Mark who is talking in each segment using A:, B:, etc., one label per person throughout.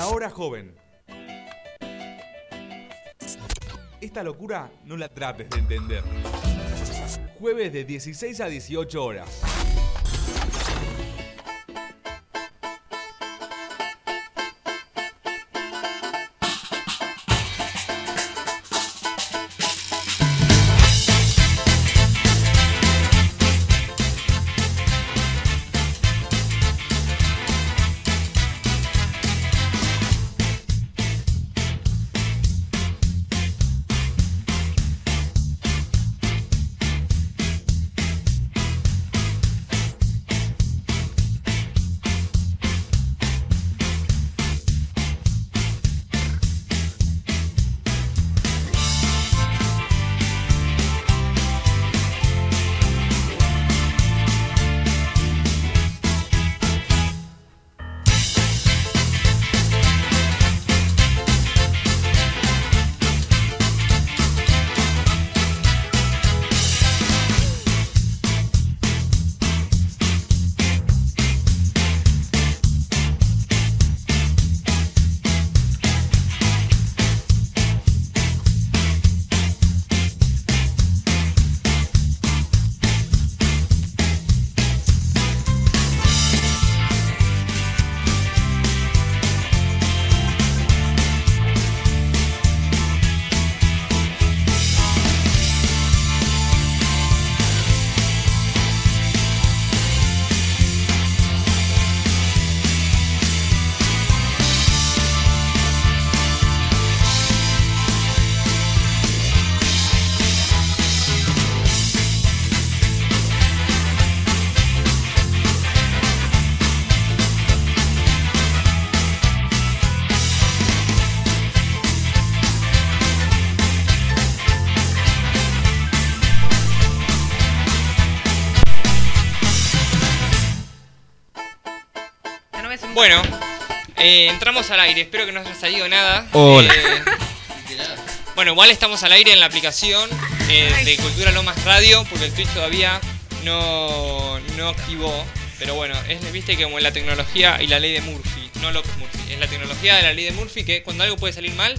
A: Ahora joven. Esta locura no la trates de entender. Jueves de 16 a 18 horas.
B: Bueno, eh, entramos al aire, espero que no haya salido nada.
C: Hola.
B: Eh, bueno, igual estamos al aire en la aplicación eh, de Cultura Lomas Radio, porque el Twitch todavía no, no activó. Pero bueno, es, viste que como en la tecnología y la ley de Murphy, no López Murphy, es la tecnología de la ley de Murphy que cuando algo puede salir mal,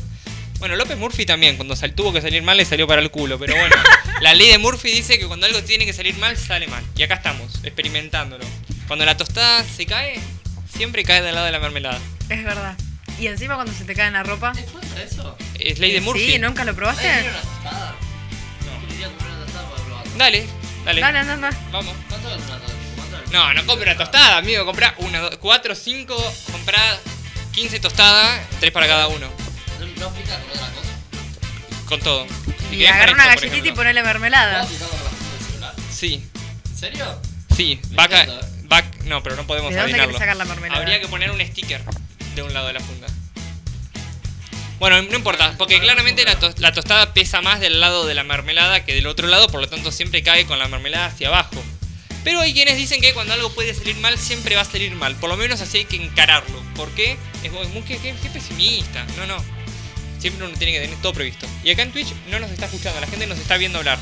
B: bueno, López Murphy también, cuando sal, tuvo que salir mal le salió para el culo, pero bueno, la ley de Murphy dice que cuando algo tiene que salir mal, sale mal. Y acá estamos, experimentándolo. Cuando la tostada se cae, siempre cae del lado de la mermelada.
D: Es verdad. Y encima cuando se te cae en la ropa.
E: eso?
B: Es ley de Murphy.
D: Sí, ¿nunca lo probaste?
E: ¿Nadie quiere una tostada? Yo quería comprar una tostada para probarla.
B: Dale, dale.
D: Dale, anda, anda.
B: Vamos.
E: ¿Cuánto vale una tostada? ¿Cuánto vale?
B: No, no compra una tostada, amigo. Compra una, dos, cuatro, cinco, comprá 15 tostadas, tres para cada uno.
E: ¿No- ¿No pica con otra cosa?
B: Con todo. Si
D: Y
B: querés
D: agarra una
B: presto, por
D: galletita y
B: ejemplo.
D: ponele mermelada.
E: ¿Puedo picar con la foto del celular?
B: Sí,
E: ¿En serio?
B: sí.
E: Me
B: Va a ca-
E: encanta.
B: va a- No, pero no podemos
D: ¿De dónde
B: adivinarlo.
D: querés sacar la mermelada?
B: Habría que poner un sticker de un lado de la funda. Bueno, no importa, porque claramente la, tos- la tostada pesa más del lado de la mermelada que del otro lado, por lo tanto siempre cae con la mermelada hacia abajo. Pero hay quienes dicen que cuando algo puede salir mal, siempre va a salir mal. Por lo menos así hay que encararlo. ¿Por qué? Es muy, muy- qué- qué- qué pesimista. No, no. Siempre uno tiene que tener todo previsto. Y acá en Twitch no nos está escuchando, la gente nos está viendo hablar,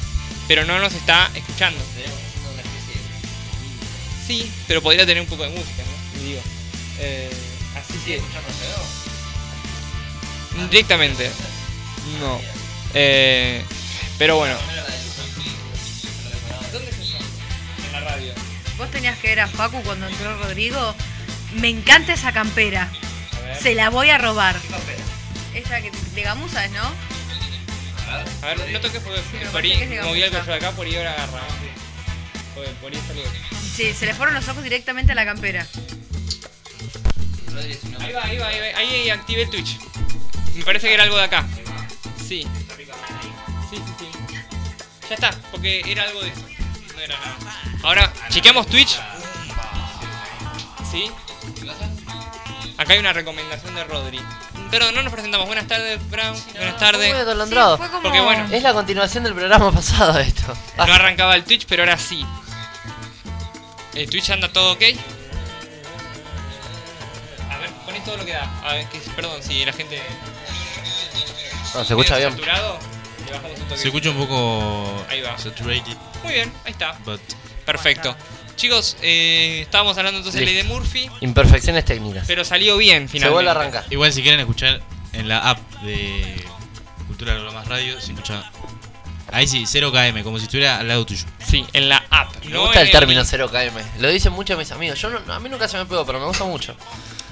B: pero no nos está escuchando.
E: Tenemos que hacer una especie de...
B: Sí, pero podría tener un poco de música, ¿no? Y digo. eh, así
E: ¿Sí
B: que.
E: escucharnos feo?
B: Directamente. No. Eh, pero bueno.
E: Poner la de Luz al Clic, la de Colorado.
B: ¿Dónde se En la radio.
D: Vos tenías que ver a Facu cuando entró Rodrigo. Me encanta esa campera.
B: A ver.
D: Se la voy a robar.
E: ¿Qué papel?
D: Esta que de gamuza es, ¿no?
E: A ver.
B: A ver, no toques porque
D: pero
B: por
D: parece que es
B: ahí
D: de
B: moví algo
D: gamuza.
B: yo de acá, por ahí ahora agarra. Por, por ahí salió.
D: Sí, se le fueron los ojos directamente a la campera.
E: Rodri es un hombre.
B: Ahí va, ahí va, ahí va. Ahí activé el Twitch. Me parece que era algo de acá. Sí. Sí, sí, sí. Ya está, porque era algo de eso. No era nada. Ahora, chequeamos Twitch. Sí.
E: ¿Qué pasa?
B: Acá hay una recomendación de Rodri. Pero no nos presentamos. Buenas tardes, Brown. Buenas tardes.
E: Muy
D: Sí,
E: atolondrado.
D: fue como...
B: Porque bueno.
E: Es la continuación del programa pasado esto.
C: Ah.
B: No arrancaba el Twitch, pero ahora sí. ¿El Twitch anda todo ok? A ver, pones todo lo que da. A ver, que- perdón, si la gente.
E: No, se escucha
B: medio
E: bien.
B: saturado, le bajamos un toque.
C: Se escucha un poco.
B: Ahí va.
C: Saturated,
B: Muy bien, ahí está.
C: but.
B: Perfecto. Chicos, eh, estábamos hablando entonces de la ley de
C: Listo.
B: Murphy,
C: Imperfecciones técnicas.
B: pero salió bien
C: Se
B: finalmente.
C: vuelve a arrancar.
F: Igual si quieren escuchar en la app de Cultura Lo Más Radio, se escucha. Ahí sí, 0KM, como si estuviera al lado tuyo.
B: Sí, en la app.
C: Me
B: no
C: gusta
B: en
C: el término 0KM. Lo dicen muchos mis amigos. Yo no- a mí nunca se me pegó, pero me gusta mucho.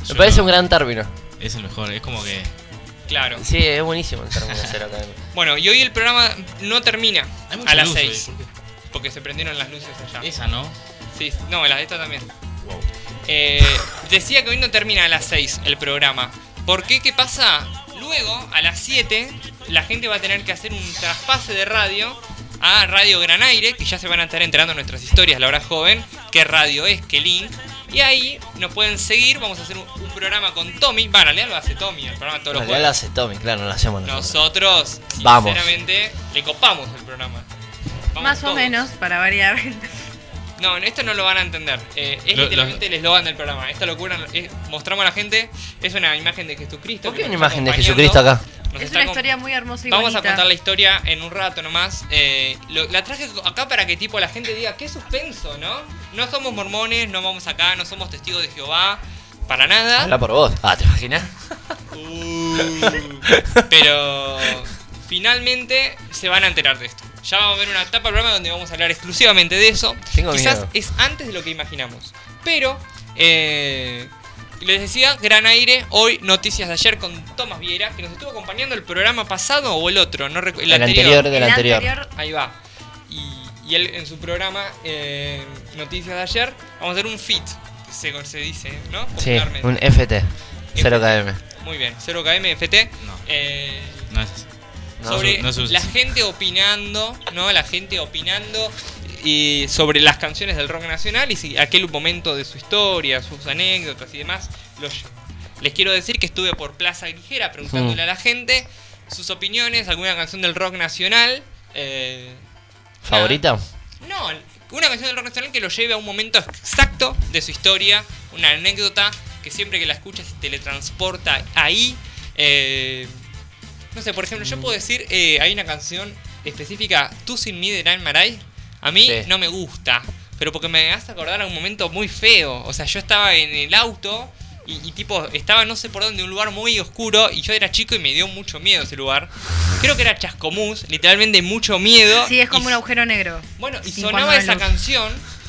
C: Me
F: Yo-
C: parece un gran término.
F: Es el mejor, es como que.
B: Claro.
C: Sí, es buenísimo el término 0KM.
B: Bueno, y hoy el programa no termina
F: Hay mucha
B: a las
F: luz hoy,
B: 6.
F: ¿por
B: Porque se prendieron las luces allá.
F: qué? Esa no.
B: Sí, no, la de esta también. Eh, decía que hoy no termina a las 6 el programa. ¿Por qué? ¿Qué pasa? Luego, a las 7, la gente va a tener que hacer un traspase de radio a Radio Gran Aire, que ya se van a estar enterando nuestras historias a la hora joven, qué radio es, qué link. Y ahí nos pueden seguir, vamos a hacer un, un programa con Tommy. Va, en realidad lo hace Tommy, el programa todos
C: En
B: los
C: realidad lo
B: jueves.
C: hace Tommy, claro, no lo hacemos nosotros.
B: Nosotros,
C: Vamos.
B: sinceramente, le copamos el programa. Vamos
D: Más o
B: todos.
D: menos, para variar.
B: No, esto no lo van a entender. Eh, es
F: Lo-
B: literalmente el eslogan del programa. Esta locura es- mostramos a la gente. Es una imagen de Jesucristo.
C: ¿Por
B: que
C: qué una
B: nos está
C: imagen de
B: acompañando.
C: Jesucristo acá?
B: Nos
D: Es
B: está
D: una
B: acom-
D: historia muy hermosa y
B: Vamos a
D: bonita.
B: contar la historia en un rato nomás. Eh, lo- la traje acá para que tipo la gente diga, qué suspenso, ¿no? No somos mormones, no vamos acá, no somos testigos de Jehová, para nada.
C: Habla por vos. Ah, ¿te imaginas?
B: Uh, pero finalmente se van a enterar de esto. Ya vamos a ver una etapa del programa donde vamos a hablar exclusivamente de eso.
C: Tengo
B: Quizás
C: miedo.
B: es antes de lo que imaginamos. Pero, eh, les decía, gran aire, hoy noticias de ayer con Tomás Viera, que nos estuvo acompañando el programa pasado o el otro, no recu-
C: El anterior del
D: El
C: anterior.
B: Ahí va. Y, y él en su programa, eh, noticias de ayer, vamos a hacer un fit, se, se dice, ¿no?
C: Sí,
B: Popularmente.
C: un FT. 0KM.
B: Muy bien, 0KM, FT.
F: No.
B: Eh,
F: No es así. No,
B: sobre
F: su- no su-
B: la gente opinando, ¿no? La gente opinando y sobre las canciones del rock nacional y si aquel momento de su historia, sus anécdotas y demás. Los- les quiero decir que estuve por Plaza Ligera preguntándole
C: Mm.
B: a la gente sus opiniones, alguna canción del rock nacional. eh,
C: ¿Favorita?
B: no, una canción del rock nacional que lo lleve a un momento exacto de su historia, una anécdota que siempre que la escuchas te teletransporta ahí. Eh, no sé, por ejemplo, yo puedo decir, eh, hay una canción específica, Tú sin mí de Nan Maray, a mí
C: Sí.
B: no me gusta, pero porque me hace acordar a un momento muy feo. O sea, yo estaba en el auto y, y tipo, estaba no sé por dónde, en un lugar muy oscuro y yo era chico y me dio mucho miedo ese lugar. Creo que era Chascomús, literalmente mucho miedo.
D: Sí, es
B: y
D: como un agujero negro.
B: bueno, y
D: Sin
B: sonaba
D: cuando la
B: esa
D: luz.
B: canción.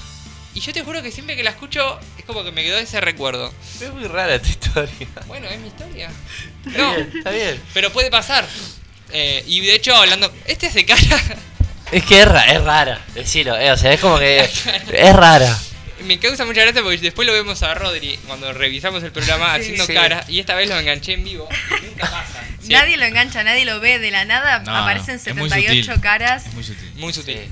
B: Y yo te juro que siempre que la escucho es como que me quedó ese recuerdo.
C: Es muy rara tu historia.
B: Bueno, es mi historia. No,
C: Está bien.
B: pero puede pasar. Eh, y de hecho, hablando. Este hace cara.
C: Es que es, ra- es rara. Decilo, eh, o sea, es como que. es rara.
B: Me causa mucha gracia porque después lo vemos a Rodri cuando revisamos el programa
C: Sí,
B: haciendo
C: sí.
B: cara. Y esta vez lo enganché en vivo. Nunca pasa. Sí,
D: Nadie lo engancha, nadie lo ve. De la nada
F: No,
D: aparecen
F: no, es muy
D: 78
F: sutil.
D: caras.
F: Es muy sutil.
B: Muy sutil.
C: Sí.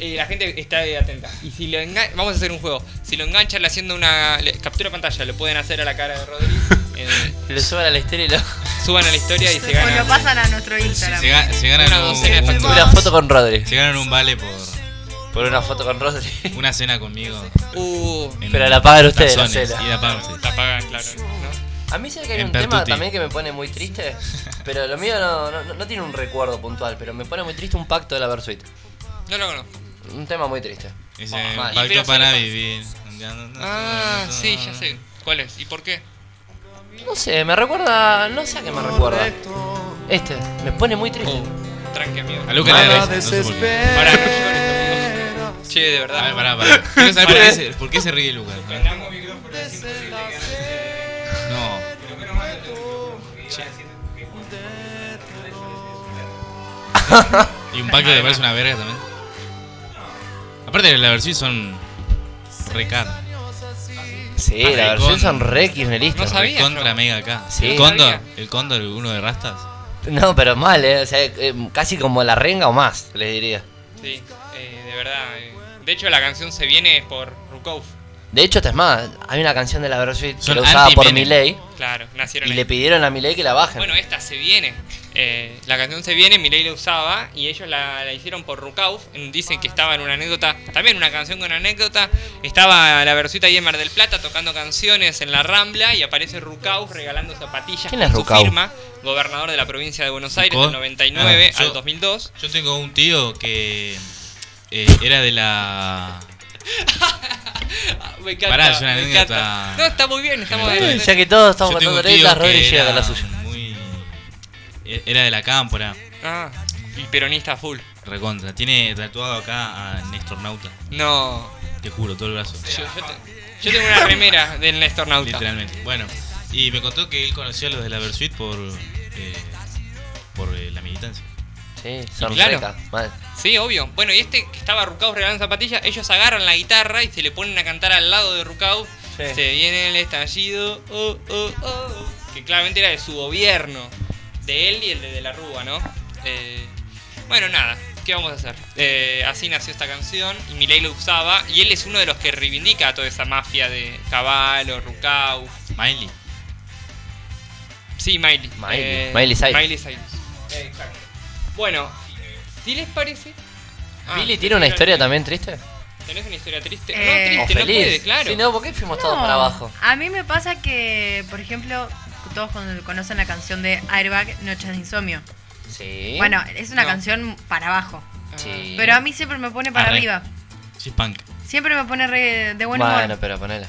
B: Eh, la gente está atenta. Y si lo engan- vamos a hacer un juego. Si lo enganchan le haciendo una le- captura de pantalla, lo pueden hacer a la cara de Rodri. eh,
C: Lo suban a la historia y lo.
B: suban a la historia y se
D: Pues
B: ganan.
D: lo pasan a nuestro Instagram.
F: Se, ga- se ganan
B: Una
F: un,
B: docena de
F: un-
C: Una foto con Rodri.
F: se ganan un vale por
C: Por una foto con Rodri.
F: una cena conmigo.
B: Uh,
F: en
C: Pero la pagan ustedes, la
F: calzones,
C: cena.
F: Y la pagan ustedes.
B: la pagan, claro. ¿no?
C: A mí sabe que hay
F: En
C: un tema
F: Pertuti.
C: también que me pone muy triste. Pero lo mío no, no- no tiene un recuerdo puntual, pero me pone muy triste un pacto de la Versuit.
B: No lo conozco.
C: Un tema muy triste.
F: Ese
C: Mal.
F: un
C: Y
B: pero
F: pacto para
B: se-
F: vivir.
B: Ah, sí, ya sé. ¿Cuál es? ¿Y por qué?
C: No sé, me recuerda. No sé a qué me recuerda. Este, me pone muy triste.
B: Oh, tranqui, amigo.
F: A Luca le da
B: Pará,
F: risa, no sé por qué.
B: pará, no llores, amigo. Che, de
F: A ver,
B: verdad.
F: pará, pará. Quiero saber por qué se, por qué se ríe Luca. No. Y un pacto te parece una verga también. Aparte, la versión son. Re cara.
C: Sí, la
F: Ah, el
C: Versuit
F: con-
C: son re
B: No
C: kirchneristas.
B: sabía. yo.
F: Contra Mega acá.
C: Sí.
B: Sabía.
F: El cóndor, el cóndor, uno de rastas.
C: No, pero mal, eh. O sea, eh, casi como la renga o más, les diría.
B: Sí, eh, de verdad. eh. De hecho, la canción se viene por Rukov.
C: De hecho, esta es más, hay una canción de la Versuit que
F: Son
C: la usaba por
F: anti-Menem.
C: Miley
B: Claro, nacieron
C: y
B: ahí.
C: le pidieron a Miley que la bajen.
B: Bueno, esta se viene. Eh, la canción se viene, Milei la usaba y ellos la, la hicieron por Rukauf. En- Dicen que estaba en una anécdota, también una canción con anécdota. Estaba la versuita ahí en Mar del Plata tocando canciones en la Rambla y aparece Rukauf regalando zapatillas
C: ¿Quién es
B: con su
C: Rucauf?
B: firma, gobernador de la provincia de Buenos Aires
F: Rucauf.
B: del 99
F: Ah, yo-
B: al 2002.
F: Yo tengo un tío que eh, era de la
B: Me encanta.
F: Pará, es una
B: me
F: anécdota.
B: encanta. No, está muy bien, está muy bien.
C: Ya que todos estamos
F: Yo tengo
C: contando
F: un tío
C: letras, Rodri
F: que
C: llega
F: era
C: con la suya.
F: muy- e- Era de la cámpora,
B: Ah, y peronista full.
F: recontra. Tiene tatuado acá a Néstor Nauta.
B: No.
F: Te juro, todo el brazo.
B: Yo, yo te- yo tengo una remera del Néstor Nauta.
F: Literalmente. Bueno, y me contó que él conoció a los de la Versuit por, eh, por eh, la militancia.
C: Sí, son
B: claro.
C: recas, mal.
B: Sí, obvio. Bueno, y este que estaba Rucaus regalando zapatillas, ellos agarran la guitarra y se le ponen a cantar al lado de Rucaus.
C: Sí.
B: Se viene el estallido, oh, oh, oh, que claramente era de su gobierno, de él y el de, de la Rúa, ¿no? Eh, bueno, nada, ¿qué vamos a hacer? Eh, así nació esta canción y Milei lo usaba y él es uno de los que reivindica a toda esa mafia de Caballo, Rucaus.
F: Miley.
B: Sí, Miley.
C: Miley. Miley Cyrus.
B: Miley Cyrus. Eh, exacto. Bueno, ¿sí les parece? Ah,
C: Billy
B: te
C: tiene una
B: tiro-
C: historia también triste.
B: ¿Tenés una historia triste?
D: Eh.
B: No,
C: O
B: triste, no
C: feliz.
B: puede, claro.
C: Sí, no, ¿por qué fuimos todos
D: No,
C: para abajo?
D: A mí me pasa que, por ejemplo, todos con- conocen la canción de Airbag, Noches de Insomnio.
C: Sí.
D: Bueno, es una
B: No.
D: canción para abajo.
B: Ah,
C: sí.
D: Pero a mí siempre me pone para
F: Arre.
D: arriba.
F: Sí, es punk.
D: Siempre me pone re- de buen humor.
C: Bueno, pero ponela.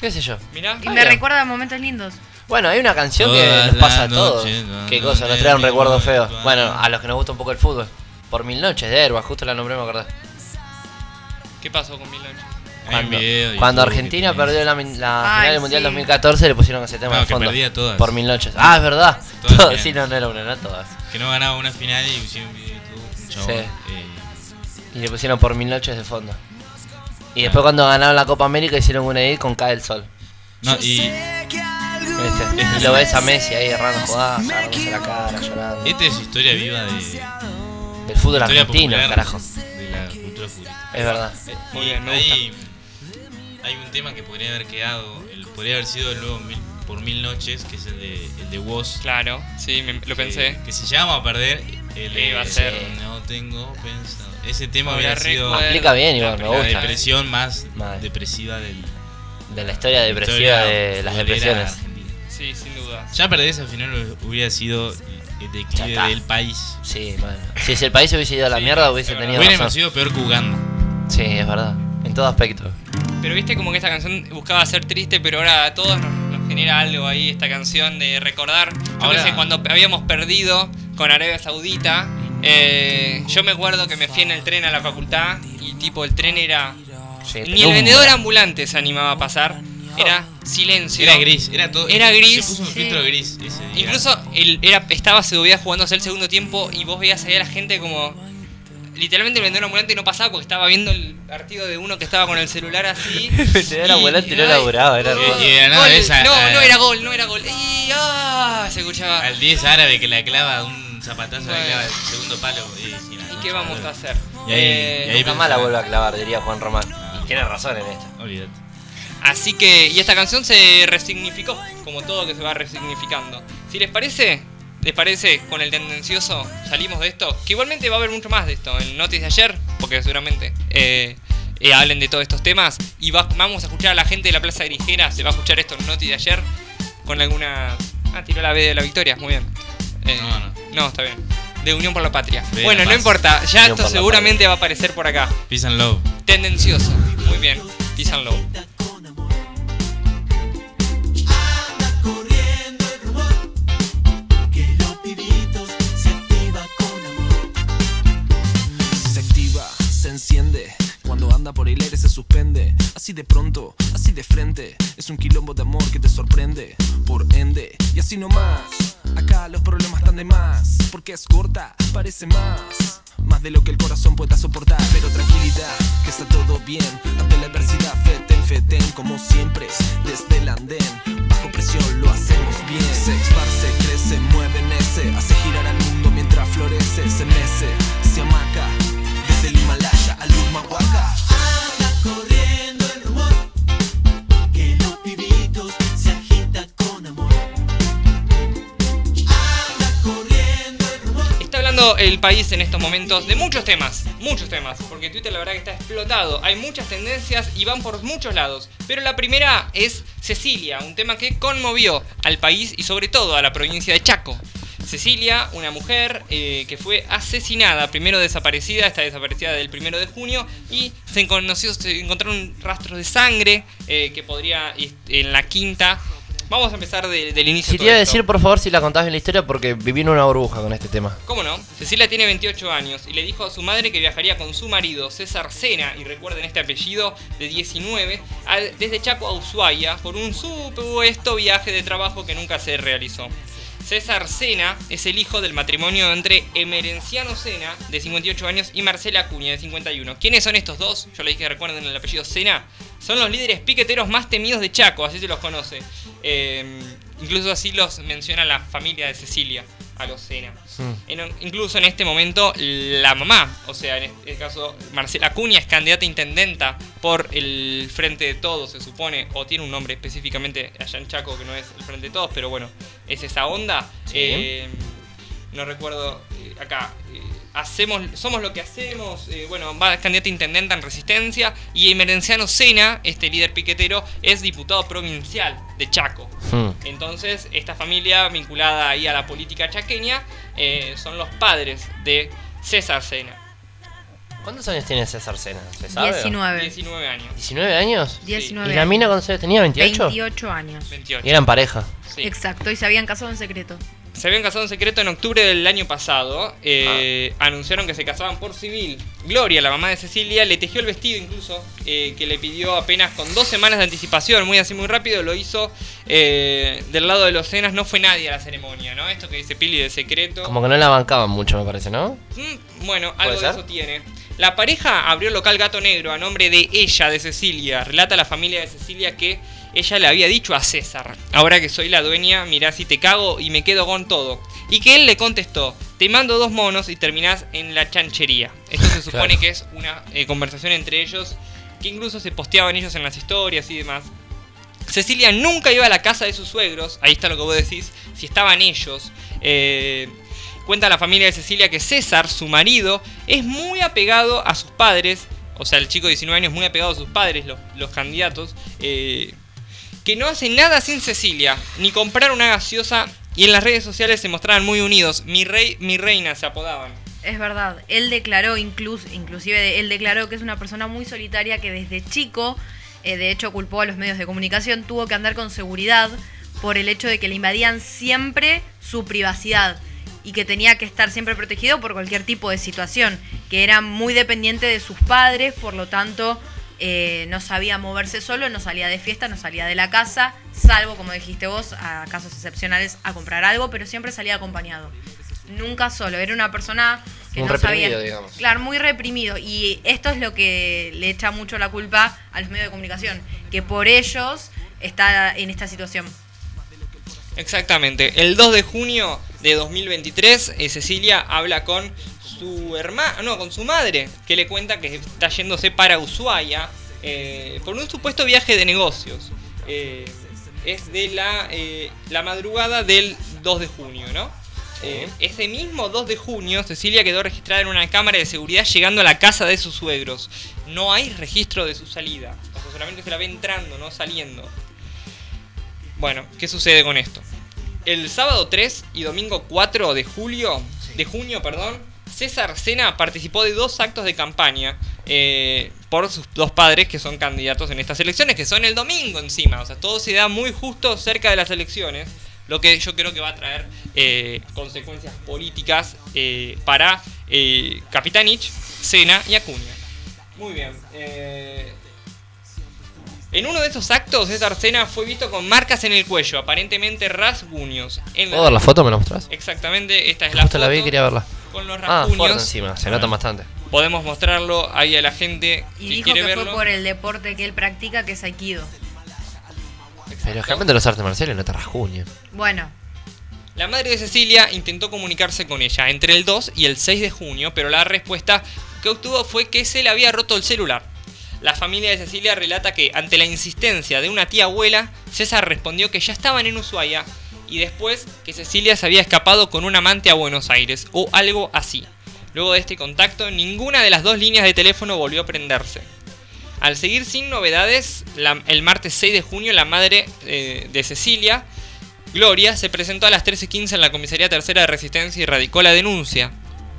C: ¿Qué sé yo?
B: Mirá,
D: y
C: ah,
D: me
C: bien.
D: recuerda a momentos lindos.
C: Bueno, hay una canción que
F: Todas
C: nos pasa a
F: las
C: todos.
F: noches, todas
C: Qué
F: las
C: cosa, nos
F: noches,
C: trae un recuerdo
F: todas las
C: feo.
F: noches.
C: Bueno, a los que nos gusta un poco el fútbol. Por mil noches de Herba, justo la nombré, me acordé.
B: ¿qué pasó con Miloncho?
F: Hay un
C: Cuando,
F: video de
C: cuando
F: YouTube que
C: Argentina
F: tiene-
C: perdió la, min- la
D: Ay,
C: final del Mundial
D: sí.
C: 2014, le pusieron ese tema
F: No,
C: de
F: que
C: fondo.
F: perdía todas.
C: Por mil noches. Ah, es verdad.
F: Todas
C: Todo-
F: bien.
C: sí, no, no era una, no todas.
F: Que no ganaba una final y hicieron un video de YouTube. Un chabón,
C: Sí.
F: eh,
C: Y le pusieron por mil noches de fondo. Y después cuando ganaron la Copa América hicieron un edit con Cae el Sol.
F: no, y
C: ¿Viste? Y lo ves a Messi ahí errando jugadas, agarrándose la cara, llorando.
F: esta es historia viva de. Este Historia
C: El fútbol argentino,
F: popular
C: carajo.
F: De la cultura futbolística.
C: Es verdad.
B: Muy
F: Y
B: bien, me
F: hay, hay un tema que podría haber quedado, el- podría haber sido el nuevo Mil- por mil noches, que es el de, el de Woz.
B: Claro, sí, me- lo pensé.
F: Que, que si llegamos a perder, el
B: Sí, va a
F: eh,
B: ser.
F: No tengo pensado. Ese tema
B: Habría
F: hubiera sido
B: recuerdo.
C: Aplica bien, igual, me
F: la
C: gusta.
F: depresión más
C: Mal.
F: depresiva del.
C: De la historia depresiva
F: historia
C: de las
F: futbolera
C: depresiones.
F: argentina.
B: Sí, sin duda.
F: Ya perdés al final hubiera sido el declive
C: Ya está.
F: del país.
C: Sí, bueno. Si si el país hubiese ido a la mierda, hubiese
B: es
C: tenido
F: Hubiéramos
C: razón.
F: sido peor que Uganda.
C: Sí, es verdad. En todo aspecto.
B: Pero viste como que esta canción buscaba ser triste, pero ahora a todos nos, nos genera algo ahí esta canción de recordar. Yo
F: Ahora-
B: pensé, cuando habíamos perdido con Arabia Saudita, eh, yo me acuerdo que me fui en el tren a la facultad y tipo el tren era... Ni
C: Sí,
B: el
C: penumbra.
B: vendedor ambulante se animaba a pasar. Era silencio.
F: Era gris, era todo.
B: Era gris.
F: Se puso un
D: Sí.
F: filtro gris ese día.
B: Incluso el, era, estaba Segovia jugándose el segundo tiempo y vos veías ahí a la gente como. Literalmente el vendedor ambulante no pasaba porque estaba viendo el partido de uno que estaba con el celular así. el
C: vendedor ambulante no laburaba, era hermoso.
F: Y- y era nada de esa-
B: No, no
F: eh,
B: era gol, no era gol. Y, ah, se escuchaba.
F: Al 10 árabe que la clava un zapatazo,
B: Bueno.
F: la clava el segundo palo. Y,
B: ¿Y qué vamos a hacer?
F: Y ahí-
B: Eh,
F: y ahí
C: Nunca más la vuelvo a clavar, diría Juan Román. Y tiene razón en esto.
F: Olvídate.
B: Así que, y esta canción se resignificó, como todo que se va resignificando. Si les parece, les parece con el tendencioso, salimos de esto, que igualmente va a haber mucho más de esto en Notis de ayer, porque seguramente eh, eh, hablen de todos estos temas, y va- vamos a escuchar a la gente de la Plaza Grigera, se va a escuchar esto en Notis de ayer, con alguna... Ah, tiró la B de la victoria, muy bien. Eh,
F: No, no.
B: está bien. De Unión por la Patria.
F: Ve
B: bueno,
F: la
B: no
F: paz.
B: importa, ya
C: Unión por
B: esto
C: la
B: seguramente va a aparecer por acá.
F: Peace and love.
B: Eh, Tendencioso, muy bien. Peace and love.
G: corriendo el rumor que los pibitos se activa con amor. Se activa, se enciende, cuando anda por el aire se suspende. Así de pronto, así de frente, es un quilombo de amor que te sorprende. Por ende, y así nomás, acá los problemas están de más, porque es corta, parece más. Más de lo que el corazón pueda soportar, pero tranquilidad, que está todo bien. Ante la adversidad, feten, feten, como siempre, desde el andén. Bajo presión lo hacemos bien. Se esparce, crece, mueve, nece, hace girar al mundo mientras florece, se mece, se amaca. Desde el Himalaya al Humahuaca.
H: Anda corriendo el rumor que los pibitos se agitan con amor. Anda corriendo el rumor.
B: Está hablando el país en estos momentos de muchos temas, muchos temas, porque Twitter la verdad que está explotado, hay muchas tendencias y van por muchos lados, pero la primera es Cecilia, un tema que conmovió al país y sobre todo a la provincia de Chaco. Cecilia, una mujer eh, que fue asesinada, primero desaparecida, está desaparecida del primero de junio, y se, conoció, se encontraron rastros de sangre eh, que podría ir en la quinta. Vamos a empezar de- del inicio.
C: Si
B: de todo
C: te iba a
B: esto.
C: decir, por favor, si la contás bien la historia, porque viví en una burbuja con este tema.
B: ¿Cómo no? Cecilia tiene 28 años y le dijo a su madre que viajaría con su marido, César Sena, y recuerden este apellido, de 19, al- desde Chaco a Ushuaia por un supuesto viaje de trabajo que nunca se realizó. César Sena es el hijo del matrimonio entre Emerenciano Sena, de 58 años, y Marcela Acuña, de 51. ¿Quiénes son estos dos? Yo les dije que recuerden el apellido Sena. Son los líderes piqueteros más temidos de Chaco, así se los conoce. Eh, incluso así los menciona la familia de Cecilia, a los Sena. En- incluso en este momento, la mamá, o sea, en este caso, Marcela Acuña es candidata a intendenta por el Frente de Todos, se supone, o tiene un nombre específicamente allá en Chaco que no es el Frente de Todos, pero bueno, es esa onda.
C: Sí.
B: Eh, no recuerdo eh, acá. eh, Hacemos, somos lo que hacemos. eh, bueno, va candidata a intendenta en resistencia. Y Emerenciano Sena, este líder piquetero, es diputado provincial de Chaco.
C: Hmm.
B: Entonces, esta familia vinculada ahí a la política chaqueña eh, son los padres de César Sena.
C: ¿Cuántos años tiene César Sena? ¿Se sabe?
D: 19.
B: 19 años.
C: 19 años.
D: 19.
C: ¿Y la mina cuántos años tenía? ¿28?
D: 28 años.
B: 28.
C: Y eran pareja.
B: Sí.
D: Exacto, y se habían casado en secreto.
B: Se habían casado en secreto en octubre del año pasado. Eh, Anunciaron que se casaban por civil. Gloria, la mamá de Cecilia, le tejió el vestido incluso, eh, que le pidió apenas con dos semanas de anticipación, muy así, muy rápido. Lo hizo eh, del lado de los cenas. No fue nadie a la ceremonia, ¿no? Esto que dice Pili de secreto.
C: Como que no la bancaban mucho, me parece, ¿no?
B: Mm, bueno, algo de
C: ser?
B: eso tiene. La pareja abrió el local Gato Negro a nombre de ella, de Cecilia. Relata la familia de Cecilia que ella le había dicho a César, ahora que soy la dueña, mirá si te cago y me quedo con todo. Y que él le contestó, te mando dos monos y terminás en la chanchería. Esto se supone
C: Claro.
B: que es una eh, conversación entre ellos, que incluso se posteaban ellos en las historias y demás. Cecilia nunca iba a la casa de sus suegros, ahí está lo que vos decís, si estaban ellos. Eh, cuenta la familia de Cecilia que César, su marido, es muy apegado a sus padres, o sea, el chico de 19 años es muy apegado a sus padres, los, los candidatos, eh, que no hace nada sin Cecilia, ni comprar una gaseosa, y en las redes sociales se mostraban muy unidos, mi rey, mi reina se apodaban.
D: Es verdad, él declaró, incluso, inclusive de- él declaró que es una persona muy solitaria que desde chico, eh, de hecho culpó a los medios de comunicación, tuvo que andar con seguridad por el hecho de que le invadían siempre su privacidad y que tenía que estar siempre protegido por cualquier tipo de situación, que era muy dependiente de sus padres, por lo tanto eh, no sabía moverse solo, no salía de fiesta, no salía de la casa, salvo, como dijiste vos, a casos excepcionales a comprar algo, pero siempre salía acompañado. Nunca solo, era una persona que
C: Un
D: no
C: reprimido,
D: sabía.
C: digamos.
D: Claro, muy reprimido. Y esto es lo que le echa mucho la culpa a los medios de comunicación, que por ellos está en esta situación.
B: Exactamente. El 2 de junio de 2023, eh, Cecilia habla con su hermana, no, con su madre, que le cuenta que está yéndose para Ushuaia eh, por un supuesto viaje de negocios. Eh, es de la, eh, la madrugada del 2 de junio, ¿no? Eh, ese mismo 2 de junio, Cecilia quedó registrada en una cámara de seguridad llegando a la casa de sus suegros. No hay registro de su salida. O sea, solamente se la ve entrando, no saliendo. Bueno, ¿qué sucede con esto? El sábado 3 y domingo 4 de julio, de junio, perdón, César Sena participó de dos actos de campaña eh, por sus dos padres que son candidatos en estas elecciones, que son el domingo encima. O sea, todo se da muy justo cerca de las elecciones, lo que yo creo que va a traer eh, consecuencias políticas eh, para eh, Capitanich, Sena y Acuña. Muy bien. eh, en uno de esos actos, César Sena fue visto con marcas en el cuello, aparentemente rasguños. En
C: ¿Puedo ver la foto? ¿Me la mostrás?
B: Exactamente, esta es la
C: Justo
B: foto
C: la vi y quería verla.
B: con los
C: Ah,
B: rasguños.
C: fuerte encima, se notan bastante.
B: Podemos mostrarlo ahí a la gente
D: Y
B: que
D: dijo
B: quiere
D: que
B: verlo.
D: fue por el deporte que él practica, que es Aikido.
C: Pero generalmente los artes marciales no te rasguñan.
D: Bueno,
B: La madre de Cecilia intentó comunicarse con ella entre el 2 y el 6 de junio, pero la respuesta que obtuvo fue que se le había roto el celular. La familia de Cecilia relata que, ante la insistencia de una tía abuela, César respondió que ya estaban en Ushuaia y después que Cecilia se había escapado con un amante a Buenos Aires o algo así. Luego de este contacto, ninguna de las dos líneas de teléfono volvió a prenderse. Al seguir sin novedades, la- el martes 6 de junio, la madre eh, de Cecilia Gloria se presentó a las 13.15 en la comisaría tercera de Resistencia y radicó la denuncia.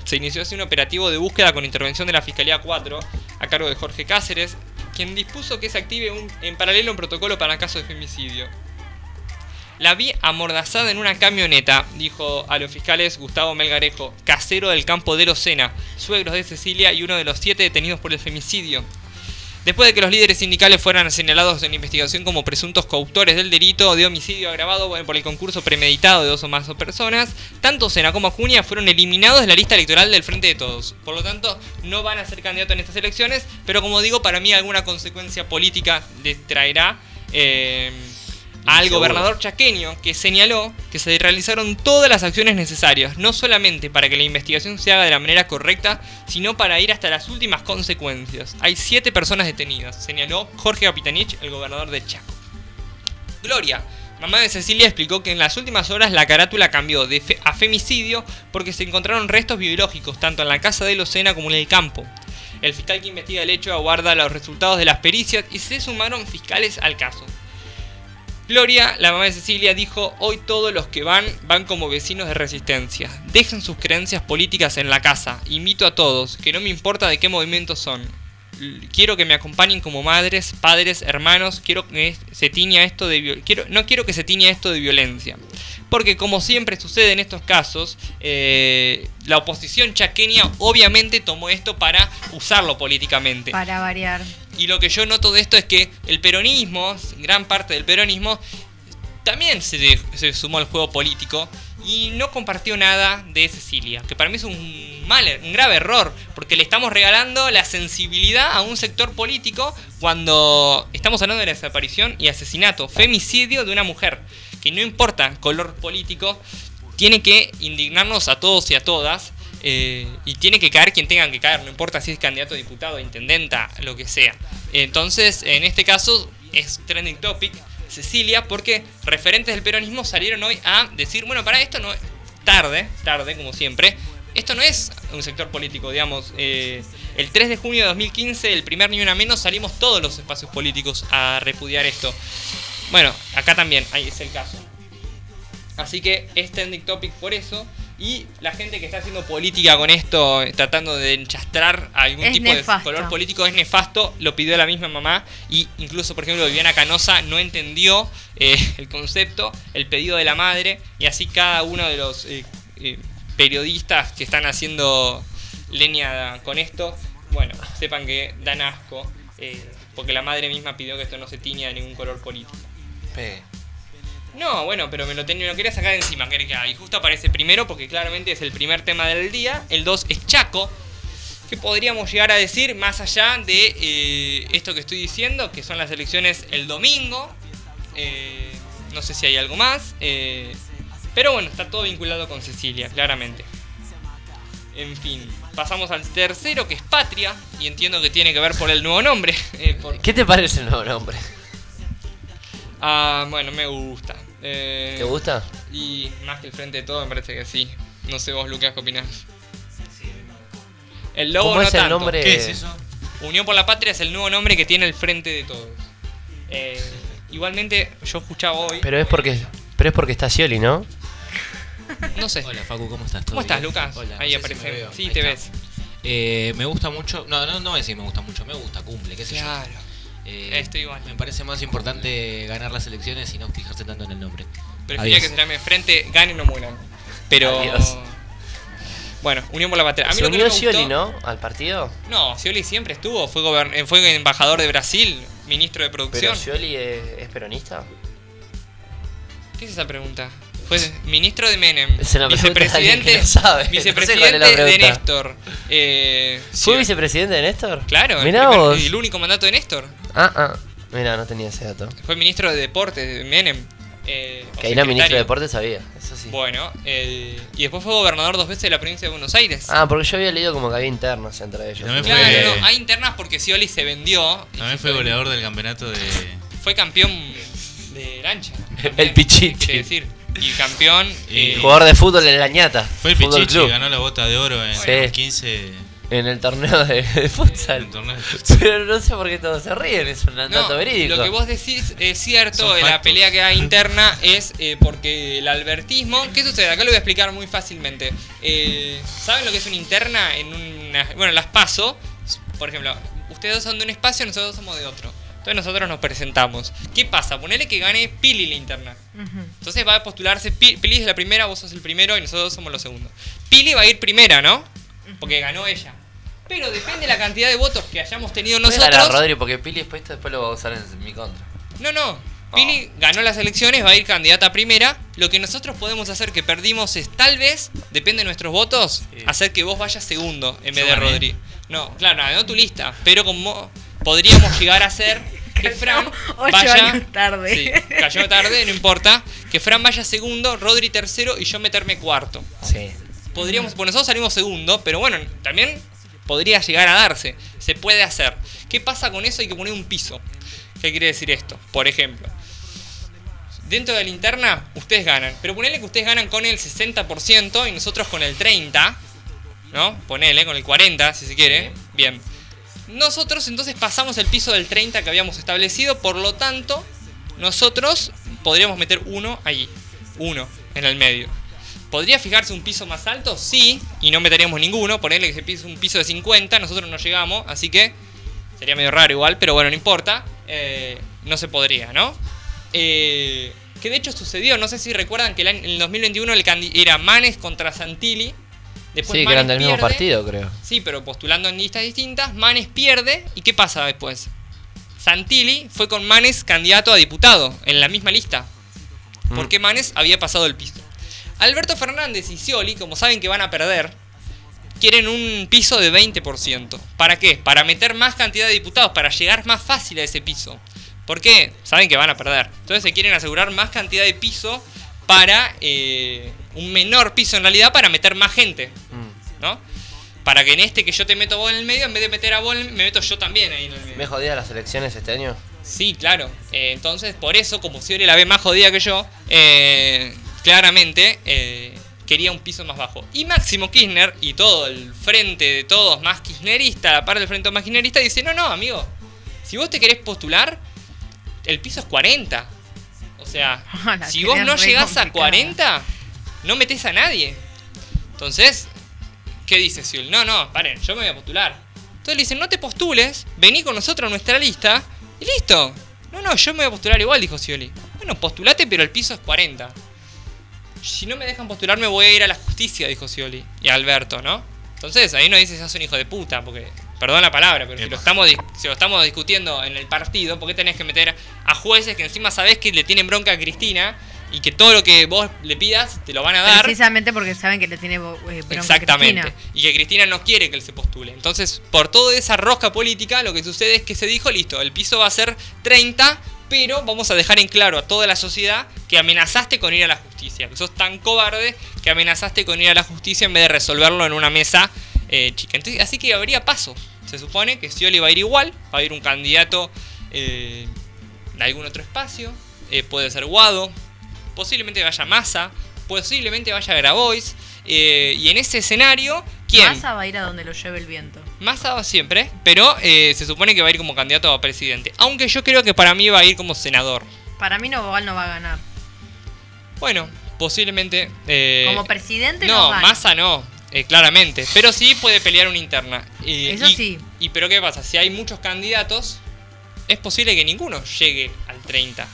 B: Se inició así un operativo de búsqueda con intervención de la Fiscalía 4 a cargo de Jorge Cáceres, quien dispuso que se active un- en paralelo un protocolo para casos de femicidio. La vi amordazada en una camioneta, dijo a los fiscales Gustavo Melgarejo, casero del campo de Locena, suegros de Cecilia y uno de los siete detenidos por el femicidio. Después de que los líderes sindicales fueran señalados en la investigación como presuntos coautores del delito de homicidio agravado bueno, por el concurso premeditado de dos o más personas, tanto Sena como Acuña fueron eliminados de la lista electoral del Frente de Todos. Por lo tanto, no van a ser candidatos en estas elecciones, pero como digo, para mí alguna consecuencia política les traerá eh, al
C: Seguro.
B: gobernador chaqueño que señaló que se realizaron todas las acciones necesarias, no solamente para que la investigación se haga de la manera correcta, sino para ir hasta las últimas consecuencias. Hay siete personas detenidas, señaló Jorge Capitanich, el gobernador de Chaco. Gloria. Mamá de Cecilia explicó que en las últimas horas la carátula cambió de fe- a femicidio porque se encontraron restos biológicos tanto en la casa de Locena como en el campo. El fiscal que investiga el hecho aguarda los resultados de las pericias y se sumaron fiscales al caso. Gloria, la mamá de Cecilia, dijo, hoy todos los que van van como vecinos de resistencia. Dejen sus creencias políticas en la casa. Invito a todos, que no me importa de qué movimiento son. L- Quiero que me acompañen como madres, padres, hermanos. Quiero que es- se tiña esto de viol- quiero, no quiero que se tiña esto de violencia. Porque como siempre sucede en estos casos, eh, la oposición chaqueña obviamente tomó esto para usarlo políticamente.
D: Para variar.
B: Y lo que yo noto de esto es que el peronismo, gran parte del peronismo, también se, de- se sumó al juego político y no compartió nada de Cecilia, que para mí es un mal, un grave error, porque le estamos regalando la sensibilidad a un sector político cuando estamos hablando de la desaparición y asesinato, femicidio de una mujer, que no importa color político, tiene que indignarnos a todos y a todas. eh, y tiene que caer quien tenga que caer, no importa si es candidato a diputado, intendenta, lo que sea. Entonces, en este caso, es trending topic Cecilia, porque referentes del peronismo salieron hoy a decir, bueno, para esto no tarde, tarde, como siempre. Esto no es un sector político, digamos. eh, el 3 de junio de 2015, el primer Ni Una Menos, salimos todos los espacios políticos a repudiar esto. Bueno, acá también, ahí es el caso. Así que es trending topic por eso. Y la gente que está haciendo política con esto, eh, tratando de enchastrar algún
D: Es
B: tipo
D: nefasto.
B: de color político, es nefasto. Lo pidió la misma mamá. Y incluso, por ejemplo, Viviana Canosa no entendió eh, el concepto, el pedido de la madre. Y así cada uno de los eh, eh, periodistas que están haciendo leña con esto, bueno, sepan que dan asco. eh, porque la madre misma pidió que esto no se tiña de ningún color político.
C: Eh,
B: No, bueno, pero me lo, tenía, lo quería sacar de encima. que- que- Y justo aparece primero porque claramente es el primer tema del día. El 2 es Chaco. ¿Qué podríamos llegar a decir más allá de eh, esto que estoy diciendo? Que son las elecciones el domingo. Eh, no sé si hay algo más. eh, pero bueno, está todo vinculado con Cecilia, claramente. En fin, pasamos al tercero que es Patria. Y entiendo que tiene que ver por el nuevo nombre. eh, por-
C: ¿Qué te parece el nuevo nombre?
B: Ah, bueno, me gusta. Eh,
C: ¿Te gusta?
B: y más que el frente de todo, me parece que sí. No sé vos, Lucas, qué opinás. El lobo no
C: ¿Cómo es el
B: tanto.
C: nombre?
F: ¿Qué es eso?
B: Unión por la Patria es el nuevo nombre que tiene el frente de todos. Eh, igualmente, yo escuchaba hoy.
C: Pero es porque, pero es porque está Scioli, ¿no?
B: No sé.
I: Hola Facu, ¿cómo estás? ¿Todo
B: eh. ¿Cómo estás,
I: bien?
B: Lucas?
I: Hola,
B: Ahí
I: no sé si me
B: aparece.
I: veo.
B: sí,
I: Ahí
B: te
I: está.
B: ves.
I: Eh, me gusta mucho. No, no, no voy a decir me gusta mucho, me gusta, cumple, qué sé
B: Claro.
I: yo. Eh,
B: Estoy igual.
I: Me parece más importante ganar las elecciones y no fijarse tanto en el nombre.
B: Prefería
I: Adiós.
B: que se llame frente, ganen o mueran. Pero.
C: Adiós.
B: Bueno, Unión por la Patria. A mí
C: Se
B: lo que
C: unió
B: no me gustó-
C: Scioli, ¿no? Al partido.
B: No, Scioli siempre estuvo. Fue, gobern- eh, fue embajador de Brasil, ministro de
C: Pero
B: producción.
C: Scioli es, es peronista.
B: ¿Qué es esa pregunta? Pues ministro de Menem,
C: Es una pregunta de alguien
B: vicepresidente,
C: que no sabe. No sé cuál es la
B: vicepresidente de
C: pregunta.
B: Néstor. Eh,
C: ¿Fue
B: sí,
C: vicepresidente de Néstor?
B: Claro, el,
C: Mirá
B: primer-
C: vos.
B: el único mandato de Néstor.
C: Ah, ah. Mirá, no tenía ese dato.
B: Fue ministro de deportes de Menem. eh, o
C: Que ahí la ministra
B: secretario.
C: de Deportes sabía, eso sí.
B: Bueno, eh, y después fue gobernador dos veces de la provincia de Buenos Aires.
C: Ah, porque yo había leído como que había internas entre ellos.
F: También
B: claro,
F: fue-
B: no, hay internas porque Scioli se vendió. y
F: También
B: se
F: fue goleador del campeonato de.
B: Fue campeón de lancha.
C: El Pichichi.
B: Quiere decir, y campeón.
F: Y
B: eh,
C: Jugador de fútbol en la ñata.
F: Fue el
C: Fútbol
F: Pichichi,
C: Club.
F: ganó la bota de oro en
C: Sí.
F: 15.
C: en el torneo de, de futsal. Pero no sé por qué todos se ríen, es un dato verídico.
B: Lo que vos decís es cierto,
C: Son
B: de la
C: factos.
B: pelea que hay interna es eh, porque el albertismo. ¿Qué sucede? Acá lo voy a explicar muy fácilmente. Eh, ¿Saben lo que es una interna? En una, bueno, las paso. Por ejemplo, ustedes dos son de un espacio, nosotros somos de otro. Entonces nosotros nos presentamos. ¿Qué pasa? Ponele que gane Pili la interna. Entonces va a postularse, Pi- Pili es la primera, vos sos el primero y nosotros somos los segundos. Pili va a ir primera, ¿no? Porque ganó ella. Pero depende de la cantidad de votos que hayamos tenido
C: Voy a dar a
B: nosotros.
C: Rodri porque Pili después, después lo va a usar en mi contra.
B: No, no.
F: Ah.
B: Pili ganó las elecciones, va a ir candidata a primera. Lo que nosotros podemos hacer que perdimos es tal vez, depende de nuestros votos, hacer que vos vayas segundo en vez
F: Yo
B: de
F: gané.
B: Rodri. No, claro, no tu lista, pero como podríamos llegar a ser que Fran
D: Ocho
B: vaya
D: años tarde.
B: Sí, cayó tarde, no importa, que Fran vaya segundo, Rodri tercero y yo meterme cuarto.
C: Sí.
B: Podríamos, bueno, nosotros salimos segundo, pero bueno, también podría llegar a darse. Se puede hacer. ¿Qué pasa con eso? Hay que poner un piso. ¿Qué quiere decir esto? Por ejemplo, dentro de la interna, ustedes ganan. Pero ponele que ustedes ganan con el 60% y nosotros con el 30%, ¿no? Ponele, con el 40% si se quiere. Bien. Nosotros entonces pasamos el piso del 30 que habíamos establecido, por lo tanto, nosotros podríamos meter uno allí, uno en el medio. ¿Podría fijarse un piso más alto? Sí, y no meteríamos ninguno, ponerle que se piso un piso de 50, nosotros no llegamos, así que sería medio raro igual, pero bueno, no importa, eh, no se podría, ¿no? Eh, que de hecho sucedió, no sé si recuerdan que el año- en el 2021 el candi- era Manes contra Santilli. Después
C: sí, que eran
B: Manes
C: del mismo
B: pierde.
C: partido, creo.
B: Sí, pero postulando en listas distintas, Manes pierde. ¿Y qué pasa después? Santilli fue con Manes candidato a diputado en la misma lista. Porque Manes había pasado el piso. Alberto Fernández y Scioli, como saben que van a perder, quieren un piso de 20%. ¿Para qué? Para meter más cantidad de diputados, para llegar más fácil a ese piso. ¿Por qué? Saben que van a perder. Entonces se quieren asegurar más cantidad de piso para eh, un menor piso en realidad para meter más gente.
C: Mm.
B: ¿No? Para que en este que yo te meto vos en el medio, en vez de meter a vos, en el- me meto yo también ahí en el medio.
C: ¿Me jodía las elecciones este año?
B: Sí, claro. Eh, entonces, por eso, como Siori la ve más jodida que yo, eh, claramente eh, quería un piso más bajo. Y Máximo Kirchner y todo el frente de todos más kirchnerista, la parte del frente más kirchnerista, dice, no, no, amigo, si vos te querés postular, el piso es 40. O sea,
D: La
B: si vos
D: tenés
B: no
D: re
B: llegás a
D: complicada.
B: 40, no metés a nadie. Entonces, ¿qué dice Siul? No, no, paren, yo me voy a postular. Entonces le dicen, no te postules, vení con nosotros a nuestra lista y listo. No, no, yo me voy a postular igual, dijo Scioli. Bueno, postulate, pero el piso es 40. Si no me dejan postular, me voy a ir a la justicia, dijo Scioli. Y Alberto, ¿no? Entonces, ahí no dices, sos un hijo de puta, porque, perdón la palabra, pero si lo, estamos, dis- si lo estamos discutiendo en el partido, ¿por qué tenés que meter a jueces que encima sabés que le tienen bronca a Cristina y que todo lo que vos le pidas te lo van a dar?
D: Precisamente porque saben que le tiene bo- eh, bronca a
B: Exactamente.
D: Cristina.
B: Y que Cristina no quiere que él se postule. Entonces, por toda esa rosca política, lo que sucede es que se dijo, listo, el piso va a ser 30, pero vamos a dejar en claro a toda la sociedad que amenazaste con ir a la justicia. Que sos tan cobarde que amenazaste con ir a la justicia en vez de resolverlo en una mesa eh, chica. Entonces, así que habría paso. Se supone que Scioli va a ir igual, va a ir un candidato eh, de algún otro espacio. eh, puede ser Guado, posiblemente vaya Massa, posiblemente vaya Grabois. eh, y en ese escenario, ¿quién?
D: Massa va a ir a donde lo lleve el viento.
B: Massa va siempre, pero eh, se supone que va a ir como candidato a presidente. Aunque yo creo que para mí va a ir como senador.
D: Para mí Noval no va a ganar.
B: Bueno, posiblemente. eh,
D: Como presidente no,
B: no,
D: gana.
B: Massa no, eh, claramente. Pero sí puede pelear una interna. Eh,
D: Eso
B: y-
D: sí.
B: ¿Y pero qué pasa? Si hay muchos candidatos, es posible que ninguno llegue al 30.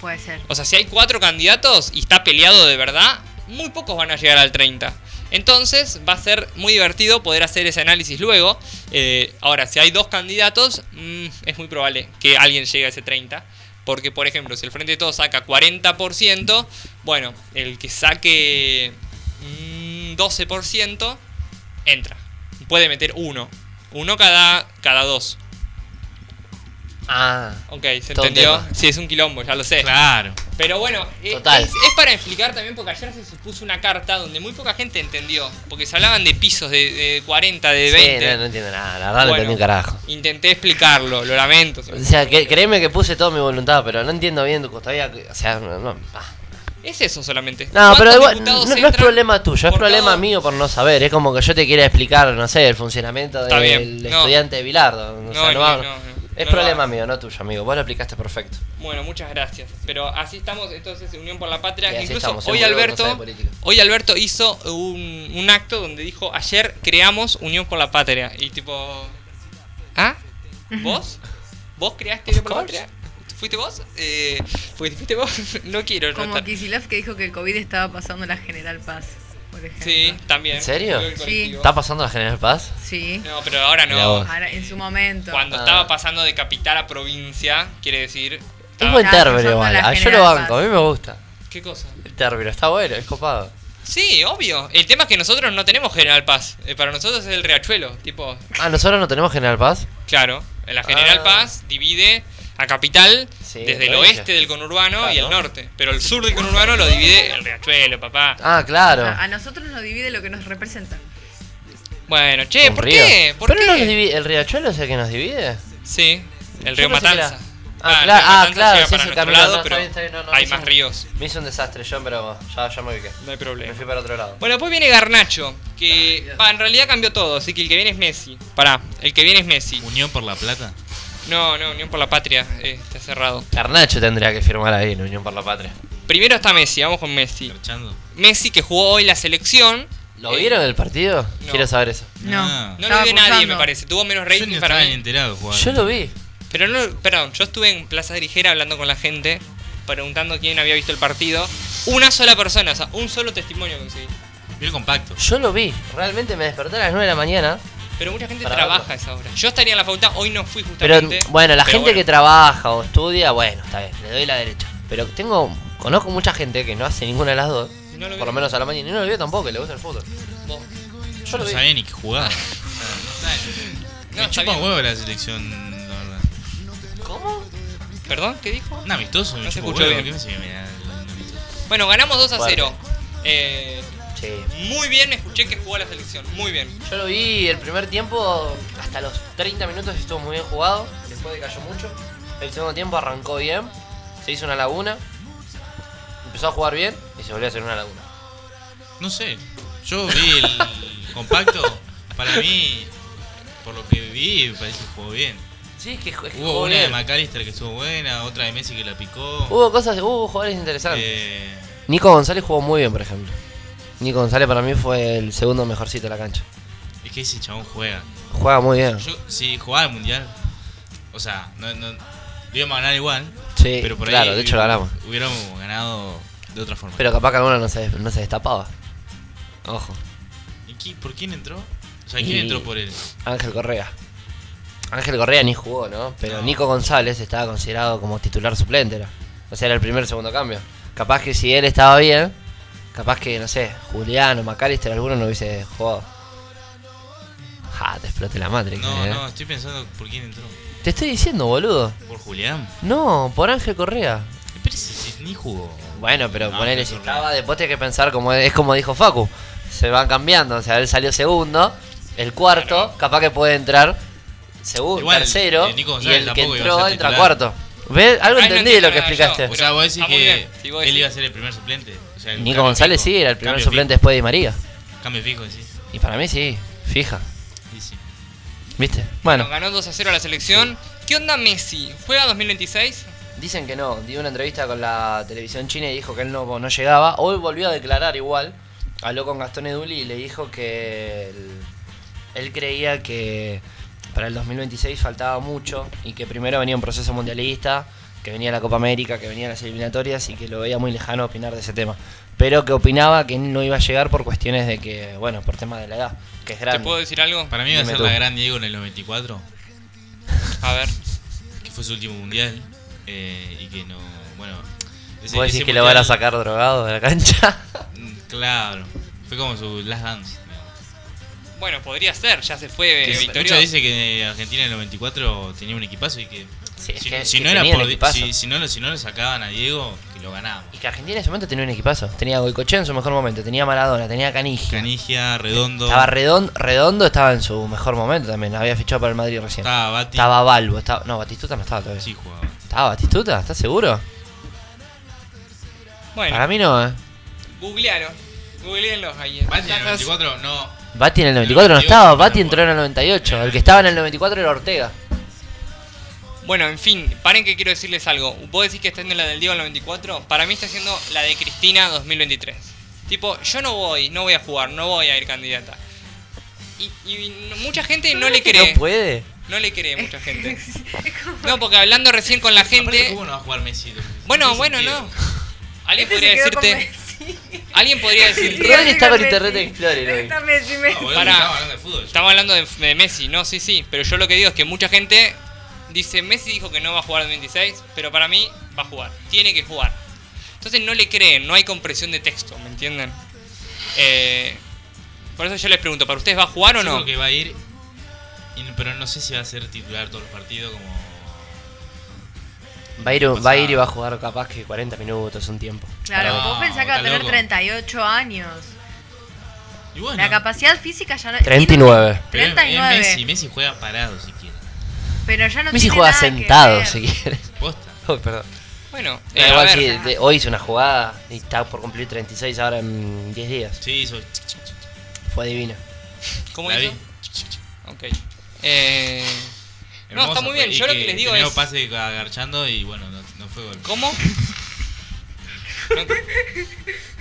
D: Puede ser.
B: O sea, si hay cuatro candidatos y está peleado de verdad, muy pocos van a llegar al 30. Entonces va a ser muy divertido poder hacer ese análisis luego. Eh, ahora, si hay dos candidatos, mm, es muy probable que alguien llegue a ese 30. Porque, por ejemplo, si el Frente de Todos saca 40%, bueno, el que saque mm, 12% entra. Puede meter uno. Uno cada, cada dos.
C: Ah.
B: Ok, ¿se
C: Todo un
B: entendió?
C: tema.
B: Sí, es un quilombo, ya lo sé.
F: Claro.
B: Pero bueno, eh,
C: Total.
B: Es, es para explicar también porque ayer se supuso una carta donde muy poca gente entendió. Porque se hablaban de pisos de, de 40, de
C: Sí,
B: 20.
C: no, no entiendo nada, la verdad no
B: Bueno,
C: entendí un carajo.
B: Intenté explicarlo, lo lamento.
C: O sea, que- créeme que puse toda mi voluntad, pero no entiendo bien todavía. que- O sea, no, no, ah.
B: Es eso solamente.
C: No, pero
B: ¿Cuántos
C: igual, no,
B: diputados
C: no es
B: entran
C: problema tuyo, es
B: por
C: problema
B: cada-
C: mío por no saber. Es como que yo te quiera explicar, no sé, el funcionamiento
B: Está
C: del
B: bien, no.
C: estudiante de Bilardo. O sea,
B: No,
C: no
B: no,
C: va-
B: no, no,
C: es
B: no
C: problema
B: lo
C: mío, no tuyo, amigo. Vos lo explicaste perfecto.
B: Bueno, muchas gracias. Pero así estamos, entonces, en Unión por la Patria.
C: Y
B: que
C: así
B: Incluso
C: estamos,
B: hoy
C: seguro que no sabe
B: Alberto,
C: política.
B: hoy Alberto hizo un, un acto donde dijo, ayer creamos Unión por la Patria. Y tipo... ¿Ah? ¿Vos? ¿Vos creaste Unión por la Patria? ¿Fuiste vos? Eh, fuiste fuiste vos. no quiero
D: Como
B: notar.
D: Kisilov que dijo que el COVID estaba pasando la General Paz, por ejemplo.
B: Sí, también.
C: ¿En serio?
B: Yo el
D: Sí.
B: colectivo.
C: ¿Está pasando la General Paz?
D: Sí.
B: No, pero ahora
F: Mirá
B: no.
F: vos.
D: Ahora, en su momento.
B: Cuando
C: Ah.
B: estaba pasando de capital a provincia, quiere decir...
C: Es
B: estaba-
C: buen
D: Estaba
C: término
D: pasando
C: igual.
D: la
C: ah, Yo lo
D: General
C: banco, a
D: Paz.
C: mí me gusta.
B: ¿Qué cosa?
C: El término está bueno, es copado.
B: Sí, obvio. El tema es que nosotros no tenemos General Paz. Eh, para nosotros es el riachuelo. Tipo,
C: Ah, nosotros no tenemos General Paz.
B: claro, la General
C: Ah.
B: Paz divide a Capital
C: Sí,
B: desde el
C: provincia.
B: oeste del conurbano y el
C: Claro.
B: norte. Pero el sur del conurbano lo divide el riachuelo, papá.
C: Ah, claro.
D: A a nosotros nos divide lo que nos representa.
B: Ah. Bueno, che,
C: Un
B: ¿por
C: río.
B: qué? ¿Por
C: Pero
B: qué?
C: no nos divide- el riachuelo es el que nos divide.
B: Sí, el
C: Yo
B: río
C: pensé que era-
B: Matanza.
C: Ah,
B: el
C: claro,
B: río
C: ah,
B: Matanza
C: claro,
B: llega para
C: sí, es el
B: nuestro
C: camino,
B: lado,
C: no,
B: pero
C: está bien, está bien, no, no,
B: hay
C: no,
B: más
C: sí.
B: ríos.
C: Me hice un desastre, yo, pero ya, ya me ubiqué.
B: No hay
C: Me
B: problema.
C: fui para otro lado.
B: Bueno, después viene Garnacho, que va, en realidad cambió todo, así que el que viene es Messi. Pará, el que viene es Messi.
F: Unión por la Plata.
B: No, no, Unión por la Patria eh, está cerrado.
C: Carnacho tendría que firmar ahí en Unión por la Patria.
B: Primero está Messi, vamos con Messi.
F: Garchando.
B: Messi que jugó hoy la selección.
C: ¿Lo
B: Eh,
C: vieron el partido?
B: no.
C: Quiero saber eso.
D: No.
F: Ah.
B: No
D: Estaba
B: lo vio nadie,
D: cursando.
B: me parece. Tuvo menos
F: Yo
B: rating
F: ni
B: para
F: estaba ni
B: mí.
F: enterado jugar.
C: Yo lo vi.
B: Pero no, perdón, yo estuve en Plaza de Ligera hablando con la gente, preguntando quién había visto el partido. Una sola persona, o sea, un solo testimonio conseguí.
F: Vi el compacto.
C: Yo lo vi. Realmente me desperté a las 9 de la mañana.
B: Pero mucha gente
C: Para
B: trabaja
C: verlo.
B: a esa hora. Yo estaría en la facultad, hoy no fui
C: Pero
B: justamente.
C: bueno, la
B: pero
C: gente que
B: bueno.
C: trabaja o estudia, bueno, está bien, le doy la derecha. Pero tengo, conozco mucha gente que no hace ninguna de las dos.
B: No lo
C: por lo
B: vi.
C: menos a la mañana. Y no lo vio tampoco, que le gusta el fútbol.
B: Vos.
C: Yo
F: No
C: lo vi.
F: sabía ni que jugaba. O sea,
B: No,
F: Me
B: está
F: chupa
B: bien.
F: un huevo la selección, la verdad.
C: ¿Cómo?
B: ¿Perdón? ¿Qué dijo?
F: Un amistoso, me
B: No se
F: chupa un
B: escuchó
F: huevo.
B: bien.
F: ¿Qué me sirve mirar un amistoso?
B: Bueno, ganamos 2 a
C: Fuerte.
B: 0. Eh,
C: Sí.
B: muy bien, escuché que jugó la selección. Muy bien.
C: Yo lo vi el primer tiempo, hasta los 30 minutos estuvo muy bien jugado, después decayó mucho. El segundo tiempo arrancó bien, se hizo una laguna, empezó a jugar bien y se volvió a hacer una laguna.
F: No sé. Yo vi el compacto. Para mí, por lo que vi, me parece que jugó bien.
C: Sí, es que, es que
F: Hubo
C: jugó
F: una de
C: bien.
F: McAllister que estuvo buena, otra de Messi que la picó.
C: Hubo cosas, hubo jugadores interesantes.
F: Eh,
C: Nico González jugó muy bien, por ejemplo. Nico González para mí fue el segundo mejorcito de la cancha.
F: es que ese chabón juega.
C: Juega muy bien.
F: Yo, si jugaba al mundial, o sea, no, no, lo íbamos a ganar igual.
C: Sí,
F: pero por
C: claro,
F: ahí
C: de hecho lo ganamos.
F: Hubiéramos ganado de otra forma.
C: Pero capaz que alguno no se, no se destapaba. Ojo,
F: ¿Y qui- ¿Por quién entró? O sea, ¿quién
C: Y-
F: entró por él?
C: Ángel Correa. Ángel Correa ni jugó, ¿no? Pero
F: No.
C: Nico González estaba considerado como titular suplente, era. O sea, era el primer segundo cambio. Capaz que si él estaba bien, capaz que, no sé, Julián o McAllister alguno no hubiese jugado. Ja, te exploté la Matrix.
F: No,
C: eh.
F: no, estoy pensando por quién entró.
C: Te estoy diciendo, boludo.
F: ¿Por Julián?
C: No, por Ángel Correa.
F: Pero ese sí, ni jugó.
C: Bueno, pero
F: No,
C: ponele
F: Ángel
C: si
F: Correa.
C: estaba, después tenés que pensar como es como dijo Facu. Se van cambiando, o sea, él salió segundo, el cuarto, capaz que puede entrar segundo,
F: Igual,
C: tercero,
F: el Nico
C: y
F: González
C: el que
F: tampoco iba a
C: entró
F: ser
C: entra
F: titular.
C: cuarto. ¿Ves? Algo
B: Ay, no
C: entendí de lo que
B: entiendo nada
C: explicaste.
F: O
B: yo.
F: sea, vos decís
B: Ah, muy
F: que
B: bien. Sí, vos
F: él
B: decís.
F: iba a ser el primer suplente. O sea, el
C: Nico
F: cambio
C: González
F: fijo.
C: sí, era el primer
F: Cambio
C: suplente
F: fijo.
C: después de Di María.
F: Cambio fijo, sí.
C: Y para mí sí, fija.
F: Sí, sí.
C: ¿Viste? Bueno,
B: Bueno, ganó 2 a 0 la selección. ¿Qué onda Messi? ¿Juega 2026?
C: dicen que no. Dio una entrevista con la televisión china y dijo que él no, no llegaba. Hoy volvió a declarar igual. Habló con Gastón Eduli y le dijo que él, él creía que para el 2026 faltaba mucho y que primero venía un proceso mundialista, que venía la Copa América, que venían las eliminatorias y que lo veía muy lejano opinar de ese tema. Pero que opinaba que él no iba a llegar por cuestiones de que, bueno, por tema de la edad, que es
B: ¿Te puedo
C: grande.
B: decir algo?
F: Para mí iba a
C: Dime
F: ser
C: tú.
F: la gran Diego en el 94,
B: A ver.
F: que fue su último mundial. eh, y que no. Bueno. ese-
C: ¿Vos decís
F: ese
C: que lo van a
F: mundial-
C: sacar drogado de la cancha?
F: Mm, Claro. Fue como su last dance. digamos.
B: Bueno, podría ser, ya se fue eh,
F: Que
B: victorioso.
F: Muchos dicen que Argentina en el 94 tenía un equipazo y que.
C: Sí, es
F: si,
C: que-
F: si
C: que
F: no era
C: tenía
F: por
C: el
F: Di-
C: equipazo.
F: si, si no, lo- si no lo sacaban a Diego, que lo ganábamos.
C: Y que Argentina en ese momento tenía un equipazo. Tenía a Goicochea en su mejor momento, tenía a Maradona, tenía a Canigia.
F: Canigia, Redondo.
C: Estaba redondo, redondo, estaba en su mejor momento también. Había fichado para el Madrid recién.
F: Estaba Bati.
C: Estaba Balbo, estaba... no, Batistuta no estaba todavía.
F: Sí, jugaba.
C: ¿Estaba Batistuta? ¿Estás seguro?
B: Bueno.
C: Para mí no, ¿eh?
B: Googlearon. Googleenlos ahí. en
F: Bati en el
B: Tajas.
F: 94 no.
C: Bati en el
F: En el
C: 94 no
F: 98,
C: estaba,
F: no
C: Bati
F: me
C: entró en el 98. El que estaba en el 94 era Ortega.
B: Bueno, en fin, paren que quiero decirles algo. Vos decís que está haciendo la del Diego 94. Para mí está haciendo la de Cristina 2023. Tipo, yo no voy, no voy a jugar, no voy a ir candidata. Y, y no- mucha gente no le cree.
C: No puede.
B: No le cree mucha gente. No, porque hablando recién con la
F: Aparte,
B: gente.
F: ¿cómo no va a jugar Messi?
B: Bueno,
F: tiene
B: bueno,
F: sentido. Este
D: este
B: no. Alguien podría decirte. Alguien podría decirte.
C: Ron está con Internet Explorer hoy.
D: Está Messi,
F: Ah,
D: Messi.
F: boludo,
B: Pará.
F: estamos hablando de fútbol.
B: Estamos hablando de, de Messi, no, sí, sí. Pero yo lo que digo es que mucha gente dice: Messi dijo que no va a jugar el 26, pero para mí va a jugar. Tiene que jugar. Entonces no le creen, no hay compresión de texto, ¿me entienden? Eh, por eso yo les pregunto: ¿para ustedes va a jugar o
F: Yo
B: no?
F: creo que va a ir, y- pero no sé si va a ser titular todos los partidos como...
C: Va a, ir, va a ir y va a jugar capaz que 40 minutos, un tiempo.
D: Claro,
F: No,
D: vos pensás que va a
F: está
D: tener
F: loco.
D: 38 años.
F: Y bueno,
D: La capacidad física ya no. tiene-
C: 39.
F: pero es- es
D: 39.
F: Messi, Messi juega parado si quiere.
D: Pero ya no
C: Messi
D: tiene
C: juega
D: nada que
C: sentado,
D: ver.
C: si quieres.
F: Posta.
C: Uy, perdón.
B: Bueno,
C: Da
B: eh, a
C: igual
B: ver,
C: si te- hoy hizo una jugada y está por cumplir 36 ahora en 10 días.
F: Sí, hizo...
C: Fue divina.
B: ¿cómo
F: la vi.
B: hizo? Ok. Eh, No, está muy
F: fue,
B: bien,
F: y
B: yo lo que les digo
F: terminó
B: es-
F: pase agarchando y bueno, no, no fue gol.
B: ¿Cómo? No-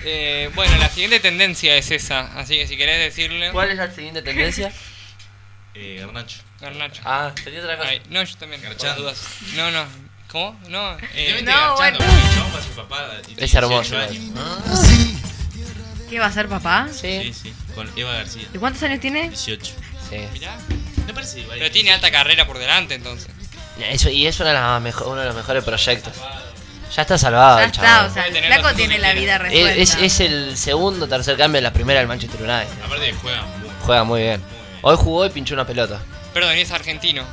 B: Eh, bueno, la siguiente tendencia es esa, así que si querés decirle.
C: ¿Cuál es la siguiente tendencia?
F: Eh, Garnacho.
B: Garnacho.
C: Ah, tenía otra cosa.
B: Ay, no, yo también. por
F: Garchando.
B: las dudas. No, no. ¿Cómo? No. eh,
F: Evidentemente
D: no,
F: garchando,
D: bueno.
F: porque el chabón va a ser papá. y tiene
C: Es hermoso.
F: 18 años.
C: ¿Ah?
D: ¿Qué va a ser papá?
C: Sí,
F: Sí, sí, con Eva García.
D: ¿Y cuántos años tiene?
F: 18.
C: sí.
B: mirá.
F: No parece igual.
B: Pero tiene alta carrera por delante entonces.
C: Eso, y es una de las mejo- uno de los mejores proyectos. Ya está salvado
D: ya
C: el chaval.
D: está, o sea,
B: Puede
D: el
B: tener los
D: flaco
B: hijos
D: tiene
B: que
D: la
B: quiera.
D: vida resuelta.
C: es, es el segundo o tercer cambio de la primera del Manchester United.
F: Aparte juega muy...
C: Juega muy bien. Hoy jugó y pinchó una pelota.
B: Perdón, y es argentino.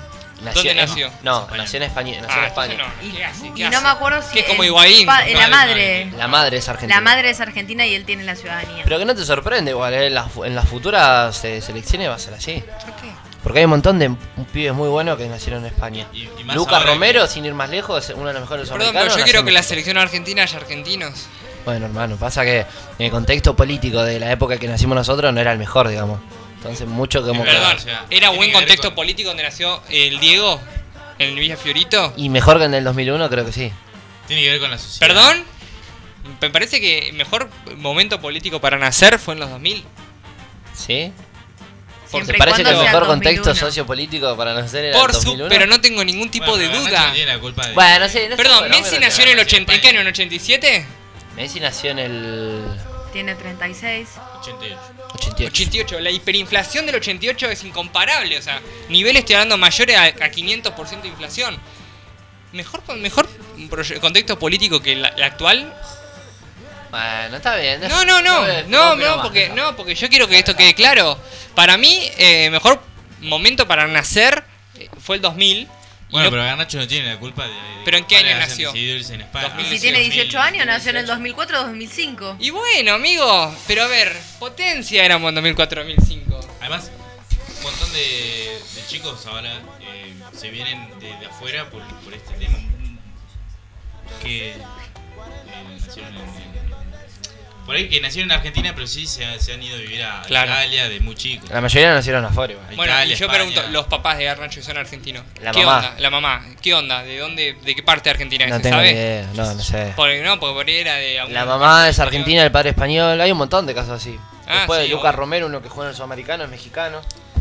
C: Nació-
B: ¿Dónde
C: eh,
B: nació?
C: No,
F: España.
C: nació en España. Nació en
B: Ah,
C: España.
B: entonces no. ¿Qué hace?
D: Y
B: ¿Qué hace?
D: no me acuerdo si.
B: Que es como
D: el
B: Higuaín.
D: pa- eh, la
F: Claro,
D: madre.
C: La madre es argentina.
D: La madre es argentina y él tiene la ciudadanía.
C: Pero que no te sorprende, igual. eh, En las, fu- en las futuras eh, selecciones va a ser así.
D: ¿Por qué?
C: Porque hay un montón de pibes muy buenos que nacieron en España.
F: Y- y más
C: Lucas
F: ahora
C: Romero, sin ir más lejos, uno de los mejores
B: Perdón,
C: americanos.
B: pero yo
C: nació
B: quiero
C: en
B: que la
C: México.
B: selección argentina haya argentinos.
C: Bueno, hermano, pasa que el contexto político de la época que nacimos nosotros no era el mejor, digamos. Entonces, mucho como. que-
B: Perdón,
F: o sea,
B: ¿era
F: tiene
B: buen
F: que ver
B: contexto
F: con-
B: político donde nació el Diego? ¿En Villa Fiorito?
C: Y mejor que en el 2001, creo que sí.
F: Tiene que ver con la sociedad.
B: ¿Perdón? Me parece que el mejor momento político para nacer fue en los 2000.
C: ¿Sí?
D: Siempre
C: ¿Te
D: y
C: parece que el
D: cuando sea
C: mejor contexto
D: 2001.
C: sociopolítico para nacer era
B: Por
C: el
B: su,
C: 2001?
B: pero no tengo ningún tipo
F: Bueno,
B: de
F: pero
B: duda.
F: Garnacho tiene la culpa de...
C: Bueno, sí, no sé,
B: Perdón,
C: pero-
B: Messi
C: pero-
B: nació en el
F: nació en
B: 80, ¿en qué año?
F: España.
B: ¿En el 87?
C: Messi nació en el
D: Tiene 36.
F: 88.
C: 88.
B: 88. La hiperinflación del 88 es incomparable. O sea, niveles estoy hablando mayores a, a 500% de inflación. Mejor, con- mejor proye- contexto político que la, la actual.
C: Bueno, está bien.
B: No, no, no.
C: eh,
B: No,
C: pero
B: no,
C: más,
B: porque,
C: no.
B: no, porque yo quiero que esto quede claro. Para mí, eh, mejor momento para nacer eh, fue el 2000. y
F: Bueno,
B: no-
F: pero Garnacho no tiene la culpa de... de-
B: ¿Pero en qué año
F: hayan
B: nació?
F: decidido irse en España.
B: ¿Y
D: Y
B: Ah,
D: si
B: sí,
D: tiene
F: 2000,
D: 18 años, nació en el 2004 o 2005.
B: Y bueno, amigo, pero a ver, potencia éramos en 2004, 2005.
F: Además, un montón de, de chicos ahora eh, se vienen de, de afuera por, por este tema. Que eh, nacieron en, en- Por ahí que nacieron en Argentina, pero sí se, se han ido a vivir a
B: Claro.
F: Italia de muy chicos.
C: La mayoría nacieron afuera, igual.
F: Ahí
B: Bueno,
F: está,
B: y
F: la
B: yo
F: España.
B: pregunto, los papás de Garnacho son argentinos.
C: La
B: ¿Qué
C: mamá.
B: onda? La mamá. ¿Qué onda? ¿De dónde? ¿De qué parte de Argentina?
C: No
B: ¿Se
C: tengo ni
B: sabe?
C: idea, no, no sé.
B: Porque no, porque por ahí era de algún-
C: La mamá es argentina, el padre español, hay un montón de casos así.
B: Ah,
C: Después de
B: sí,
C: Lucas
B: obvio.
C: Romero, uno que juega en el sudamericano, es mexicano.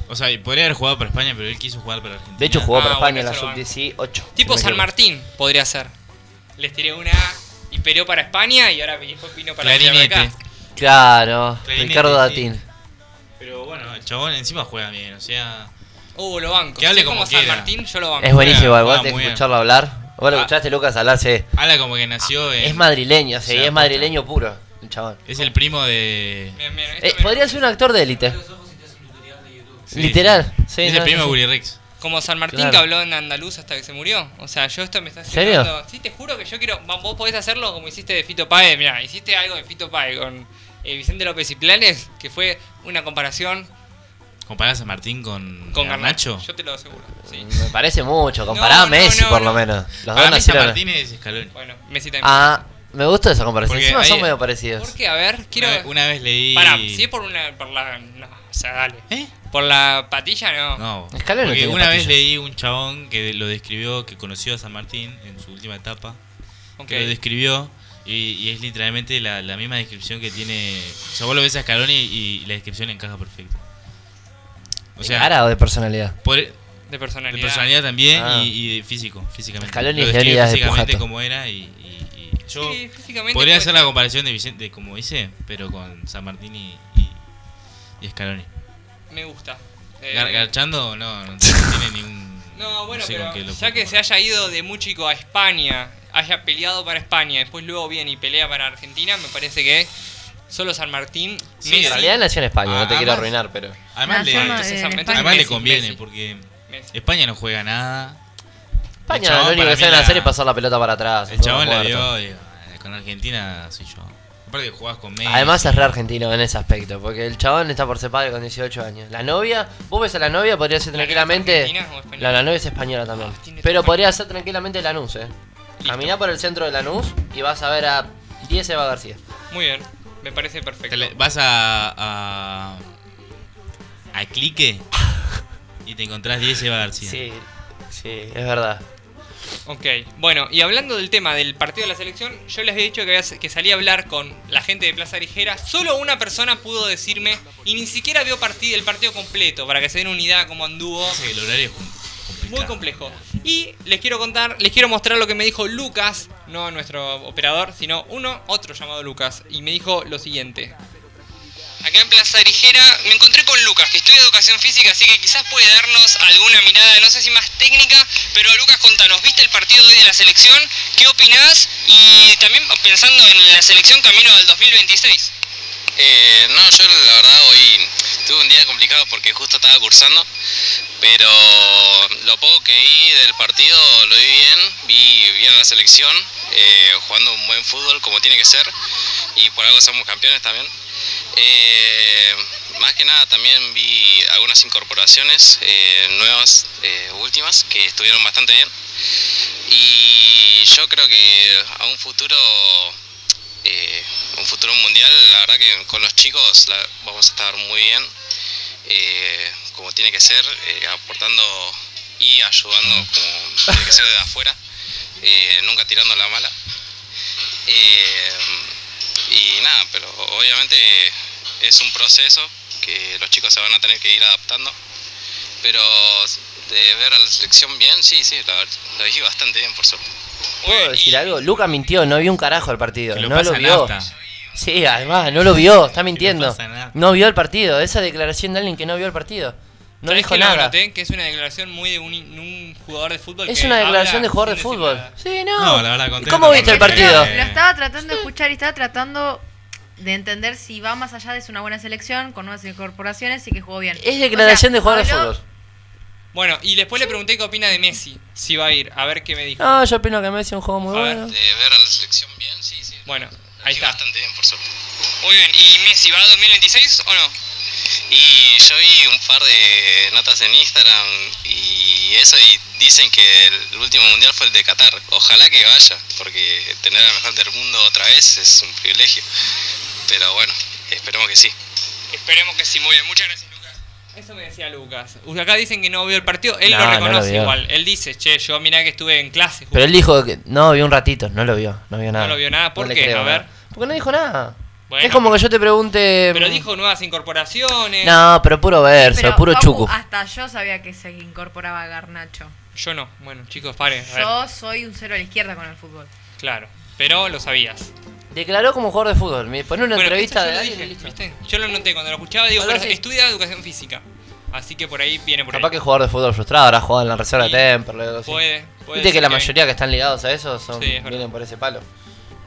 F: O sea, y podría haber jugado para España, pero él quiso jugar para Argentina.
C: De hecho, jugó
B: Ah,
C: para
B: bueno,
C: España en la
B: eso lo
C: sub-18.
B: Tipo
C: si no
B: San
C: me equivoco.
B: Martín podría ser. Les tiré una y peleó para España y ahora después vino para
F: Clarinete.
B: acá.
C: Claro,
F: Clarinete,
C: Ricardo
F: sí.
C: Datín.
F: Pero bueno, el chabón encima juega bien, o sea.
B: Uh, lo banco.
F: Que
B: Si
F: hable
B: es como,
F: como
B: San
F: quiera.
B: Martín, yo lo banco.
C: Es buenísimo,
B: ah,
F: juega
C: igual tenés
F: muy
C: que
F: bien.
C: escucharlo hablar. Vos lo
F: Ah.
C: escuchaste, Lucas, hablar, sí.
F: Ala como que nació en-
C: Ah, Es madrileño, sí,
F: o sea,
C: es madrileño puro, el chabón.
F: Es el primo de.
B: Bien, bien, esto
C: Eh,
B: me-
C: podría ser un actor de élite.
F: Sí.
C: Literal, sí.
F: es
C: no,
F: el primo de
C: sí.
F: Willy Rex.
B: Como San Martín
C: Claro.
B: que habló en andaluz hasta que se murió. O sea, yo esto me está
C: serio?
B: haciendo. Sí, te juro que yo quiero. va, Vos podés hacerlo como hiciste de Fito Páez. Mira, hiciste algo de Fito Páez con eh, Vicente López y Planes, que fue una comparación
F: ¿Comparás a Martín con,
B: con
F: Garnacho?
B: Garnacho. Yo te lo aseguro. Sí.
C: Me parece mucho, compará
B: No,
C: a
B: no,
C: Messi
B: no,
C: por
B: no.
C: lo menos. Los
F: Para
C: dos
F: mí San
C: nacieron.
F: Martín es Scaloni.
B: Bueno, Messi también.
C: Ah, Me gustó esa comparación.
B: Porque
C: Encima son
B: hay-
C: medio parecidos.
B: ¿Por qué? A ver, quiero.
F: Una, una vez leí.
B: Pará, si es por una. Por la. No, o sea, dale.
F: ¿Eh?
B: Por la patilla, no.
F: No,
C: Escalón no
F: porque
C: tiene
F: una vez
C: patillas.
F: leí un chabón que lo describió, que conoció a San Martín en su última etapa,
B: Ok.
F: que lo describió y, y es literalmente la, la misma descripción que tiene. O sea, vos lo ves a Scaloni y, y la descripción encaja perfecto. O
C: ¿De
F: sea,
C: cara o de personalidad?
F: por- de
B: De personalidad.
F: personalidad también
C: Ah.
F: y, y de físico, físicamente.
C: Scaloni
F: lo
C: es
F: describe
C: Leónidas de
F: físicamente
C: Pujato.
F: como era y, y- y yo
B: Sí, físicamente.
F: podría
B: puede-
F: hacer la comparación de Vicente, como hice, pero con San Martín y, y, y Scaloni.
B: Me gusta. Eh,
F: Gar- garchando no, no tiene ningún.
B: No, bueno,
F: sé con
B: pero
F: qué lo
B: ya que
F: comparar.
B: se haya ido de muy chico a España, haya peleado para España, después luego viene y pelea para Argentina, me parece que solo San Martín.
F: Sí,
B: Messi,
C: En realidad nació en España, no te
F: Ah,
C: quiero
F: además-
C: arruinar, pero.
F: Además,
D: Nació
F: le,
D: en-
B: entonces
D: en
B: San-
D: España.
B: entonces
F: además le
B: Messi,
F: conviene
B: Messi,
F: porque
B: Messi.
F: España no juega nada.
C: España
F: chabón
C: lo único
F: para
C: que
F: mí
C: saben
F: la-
C: hacer es pasar la pelota para atrás.
F: El chabón la
C: muerto.
F: vio y digo, "Ah, con Argentina soy yo. Aparte que jugás con Messi.
C: Además es re argentino en ese aspecto, porque el chabón está por ser padre con 18 años. La novia, vos ves a la novia, podría ser
B: ¿La novia es
C: tranquilamente...
B: argentina o española?
C: La, la novia es española también.
B: Ah, tiene
C: Pero
B: razón.
C: podría ser tranquilamente Lanús, eh. Caminá por el centro de Lanús y vas a ver a 10 Eva García.
B: Muy bien, me parece perfecto.
F: Te le- vas a. a. a clique y te encontrás 10 Eva García.
C: Sí, sí, es verdad.
B: Ok, bueno, y hablando del tema del partido de la selección, yo les había dicho que, había- que salí a hablar con la gente de Plaza Ligera. Solo una persona pudo decirme, y ni siquiera vio partid- el partido completo, para que se den una idea de cómo anduvo.
F: Pasa que el horario es com- complicado.
B: Muy complejo. Y les quiero contar, les quiero mostrar lo que me dijo Lucas, no nuestro operador, sino uno, otro llamado Lucas, y me dijo lo siguiente. Acá en Plaza Ligera me encontré con Lucas, que estudia educación física, así que quizás puede darnos alguna mirada, no sé si más técnica, pero Lucas, contanos, ¿viste el partido hoy de la selección? ¿Qué opinás? Y también pensando en la selección camino al 2026.
J: Eh, no, yo la verdad hoy tuve un día complicado porque justo estaba cursando, pero lo poco que vi del partido lo vi bien, vi bien a la selección, eh, jugando un buen fútbol como tiene que ser y por algo somos campeones también. Eh, más que nada también vi algunas incorporaciones eh, nuevas, eh, últimas, que estuvieron bastante bien. Y yo creo que a un futuro, eh, un futuro mundial, la verdad que con los chicos la- vamos a estar muy bien, eh, como tiene que ser, eh, aportando y ayudando como tiene que ser de afuera, eh, nunca tirando la mala. Eh, y nada, pero obviamente es un proceso que los chicos se van a tener que ir adaptando. Pero de ver a la selección bien, sí, sí, la, la vi bastante bien, por suerte.
C: ¿Puedo decir algo? Luca mintió, no vio un carajo el partido.
F: Que lo
C: no
F: pasa
C: lo vio.
F: nafta.
C: Sí, además, no lo vio, está mintiendo.
F: pasa nada.
C: No vio el partido, esa declaración de alguien que no vio el partido. No
B: ¿Sabés
C: dijo
B: que lo
C: nada.
B: anoté? que es una declaración muy de un, un jugador de fútbol.
C: Es
B: que
C: una declaración
B: habla
C: de jugador de
B: sin decir
C: fútbol.
B: nada.
C: Sí, no.
F: No, la verdad, contento
C: ¿Cómo
F: por
C: viste el
F: River.
C: partido?
D: Lo, lo estaba tratando de escuchar y estaba tratando de entender si va más allá de es una buena selección con nuevas incorporaciones y que jugó bien.
C: Es declaración
D: O sea,
C: de jugador de
D: habló-
C: fútbol.
B: Bueno, y después le pregunté qué opina de Messi, si va a ir, a ver qué me dijo.
C: No, yo opino que Messi es un juego muy
B: A ver, eh,
C: bueno.
J: De ver a la selección bien, sí, sí.
B: Bueno,
J: la
B: ahí
J: vi
B: está.
J: bastante bien, por suerte.
B: Muy bien, ¿y Messi va a 2026 o no?
J: Y yo vi un par de notas en Instagram y eso, y dicen que el último mundial fue el de Qatar. Ojalá que vaya, porque tener al mejor del mundo otra vez es un privilegio. Pero bueno, esperemos que sí.
B: Esperemos que sí, muy bien. Muchas gracias, Lucas. Eso me decía Lucas. Uy, Acá dicen que no vio el partido, él
C: No,
B: lo
C: no
B: reconoce
C: lo vio.
B: igual. Él dice, che, yo mirá que estuve en clase.
C: Pero él dijo que no vio un ratito, no lo vio, no vio nada.
B: lo vio nada, ¿por
C: le
B: qué?
C: creo
B: A ver.
C: nada. Porque no dijo nada.
B: Bueno,
C: es como que yo te pregunte.
B: Pero dijo nuevas incorporaciones.
C: No, pero puro verso,
D: Pero,
C: puro
D: Facu,
C: chucu.
D: Hasta yo sabía que se incorporaba Garnacho.
B: Yo no. Bueno, chicos, paren. a ver.
D: Yo soy un cero a la izquierda con el fútbol.
B: Claro. Pero lo sabías.
C: Declaró como jugador de fútbol. Me pone una
B: Bueno,
C: entrevista
B: esto
C: de
B: yo lo
C: alguien
B: dije,
C: y listo.
B: ¿viste? Yo lo noté cuando lo escuchaba, digo,
C: Ahora
B: pero
C: sí.
B: estudia educación física. Así que por ahí viene por
C: Capaz
B: ahí.
C: que jugador de fútbol frustrado, ahora jugado en la reserva
B: Y
C: de Temple. algo así.
B: Puede, puede
C: Viste
B: ser
C: que la
B: que-
C: mayoría que están ligados a eso son,
B: Sí, es verdad.
C: vienen por ese palo.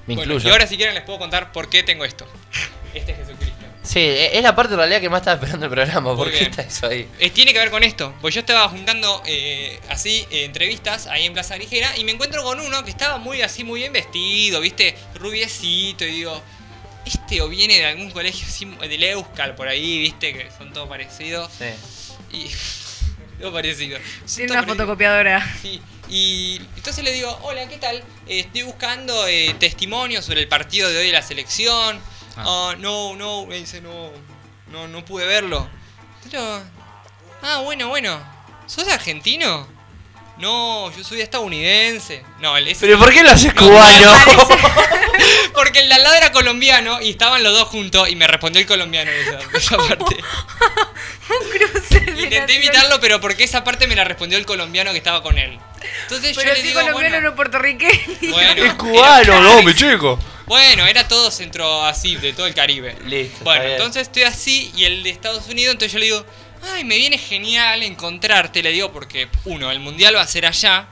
C: Me
B: Bueno,
C: incluyo.
B: y ahora si quieren les puedo contar por qué tengo esto. Este es Jesucristo.
C: Sí, e- es la parte en realidad que más estaba esperando el programa.
B: Muy
C: ¿Por qué
B: bien.
C: está eso ahí?
B: Eh, tiene que ver con esto, porque yo estaba juntando eh, así eh, entrevistas ahí en Plaza Ligera y me encuentro con uno que estaba muy así, muy bien vestido, viste, rubiecito y digo, este o viene de algún colegio así, del Euskal por ahí, viste, que son todos parecidos.
C: Sí.
B: Y Algo parecido.
D: Tiene una fotocopiadora.
B: Sí. Y entonces le digo, hola, ¿qué tal? Eh, estoy buscando eh, testimonios sobre el partido de hoy de la selección. Ah, no, no, me dice, no, no, no pude verlo. Pero, ah, bueno, bueno. ¿Sos argentino? No, yo soy estadounidense. No, el ese-
C: Pero ¿por qué lo haces
B: No,
C: cubano?
B: Porque el de al lado era colombiano y estaban los dos juntos y me respondió el colombiano de esa, de esa parte. Intenté imitarlo, pero porque esa parte me la respondió el colombiano que estaba con él. Entonces yo
D: Pero
B: le
D: sí,
B: digo,
D: colombiano no puertorriqueño.
B: Bueno,
C: es cubano, no, mi chico.
B: Bueno, era todo centro así, de todo el Caribe.
C: Listo.
B: Bueno,
C: está bien.
B: entonces estoy así y el de Estados Unidos, entonces yo le digo, ay, me viene genial encontrarte, le digo, porque uno, el mundial va a ser allá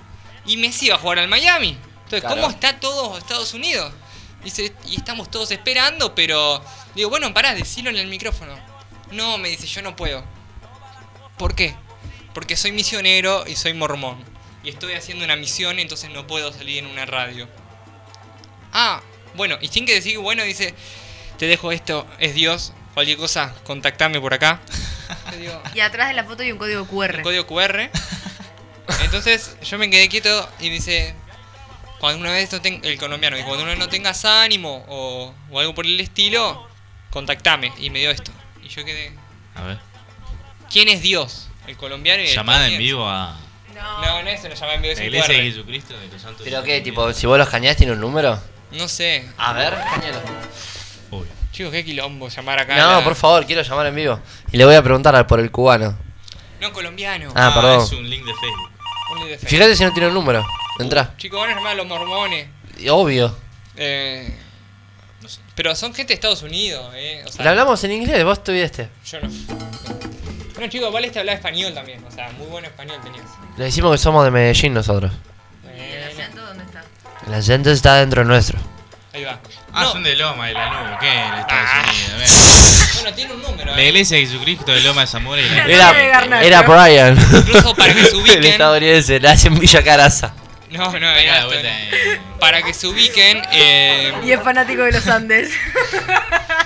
B: y Messi va a jugar al Miami. Entonces,
C: Claro.
B: ¿cómo está todo Estados Unidos? Dice, y estamos todos esperando, pero digo, bueno, pará, decilo en el micrófono. No, me dice, yo no puedo. ¿Por qué? Porque soy misionero y soy mormón. Y estoy haciendo una misión, entonces no puedo salir en una radio. Ah, bueno, y sin que decir, bueno, dice, te dejo esto, es Dios, cualquier cosa, contactame por acá.
D: Y atrás de la foto hay un código QR.
B: Un código QR. Entonces yo me quedé quieto y me dice, cuando una vez no ten- el colombiano, y cuando uno no tengas ánimo o, o algo por el estilo, contactame. Y me dio esto. Y yo quedé,
F: A ver.
B: ¿quién es Dios? El colombiano y el
F: Llamada en
B: estadounidense.
F: vivo a
B: No, no es una llamada en vivo, es
F: la
B: un
F: iglesia de
B: QR.
F: Jesucristo de los Santos.
C: ¿Pero qué? Tipo, si vos los cañás, tiene un número.
B: No sé.
C: A ver, cañalo.
B: Chicos, qué quilombo llamar acá. a
C: No,
B: la-
C: por favor, quiero llamar en vivo. Y le voy a preguntar al- por el cubano.
B: No, colombiano.
C: Ah, perdón.
F: Es un link de Facebook.
B: Only the face.
C: Fíjate si no tiene un número. Entrá.
B: Uh, Chicos, van a llamar a los mormones.
C: Y Obvio.
B: Eh, Pero son gente de Estados Unidos, eh. O sea,
C: Le hablamos en inglés, vos estuviste.
B: Yo no. Bueno, chicos, vale este hablaba español también. O sea, muy buen español tenías.
C: Le decimos que somos de Medellín nosotros.
B: ¿El acento
D: dónde está?
C: La gente está dentro nuestro.
B: Ahí va.
F: Ah,
B: No.
F: son de Loma de la Nube, ¿qué? En Estados Unidos.
B: Bueno, tiene un número.
F: Ah.
B: eh.
F: La iglesia de Jesucristo de Loma de Zamora y la
C: Era, era Brian.
B: Incluso para que se ubiquen.
C: El estadounidense, nace en Villa Caraza.
B: No, no, era esto,
C: eh.
F: eh.
B: no. Para que se ubiquen, eh,
D: Y es fanático de los Andes.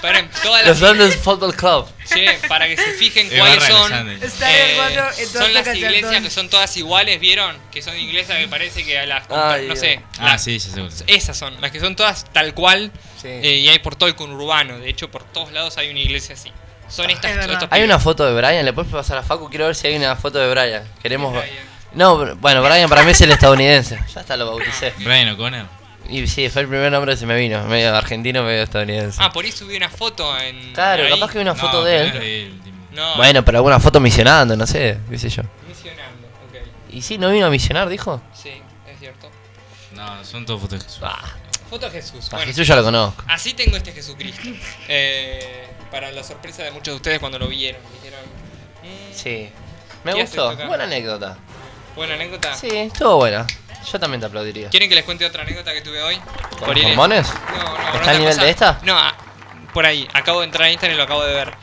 B: paren, todas las
C: Los Andes Football Club.
B: Che, para que se fijen
C: De
B: cuáles
C: barra de
B: son.
C: Los Andes.
D: Está en
B: eh,
D: cuatro, en
B: son las
D: torta
B: iglesias
D: cachatón.
B: que son todas iguales, ¿vieron? Que son iglesias que parece que a las.
C: Ay,
B: no
C: Dios.
B: sé.
F: Ah, sí, ya seguro.
B: Esas son, las que son todas tal cual. eh, y hay por todo el conurbano. De hecho, por todos lados hay una iglesia así.
D: Ah,
B: Son estas. estos
C: Hay
B: pibes.
C: una foto de Brian, ¿le puedes pasar a Facu? Quiero ver si hay una foto de Brian. Queremos ver. No, br- bueno, Brian para mí es el estadounidense. Ya está, lo bauticé.
F: Brian O'Connor.
C: Y sí, fue el primer nombre que se me vino. Medio argentino, medio estadounidense.
B: Ah, por ahí subí una foto en.
C: Claro,
B: ahí.
C: capaz que hay una
B: No,
C: foto de él.
B: claro. No,
C: Bueno, pero alguna foto misionando, no sé, qué sé yo.
B: Misionando, ok.
C: Y sí, no vino a misionar, dijo.
B: Sí, es cierto.
F: No, son todas fotos de Jesús.
B: Foto de Jesús.
C: A Ah, Jesús ya lo conozco.
B: Así tengo este Jesucristo. Eh, para la sorpresa de muchos de ustedes cuando lo vieron. Dijeron, "Mm,
C: Sí. Me
B: ¿qué haces
C: gustó.
B: este acá?". Ah.
C: Buena anécdota.
B: Buena anécdota.
C: Sí, estuvo buena. Yo también te aplaudiría.
B: ¿Quieren que les cuente otra anécdota que tuve hoy?
C: ¿Con
B: Por ir-
C: mormones?
B: No, no,
C: ¿Está
B: con
C: al
B: otra
C: nivel
B: cosa.
C: de esta?
B: No, a- por ahí. Acabo de entrar a Instagram y lo acabo de ver.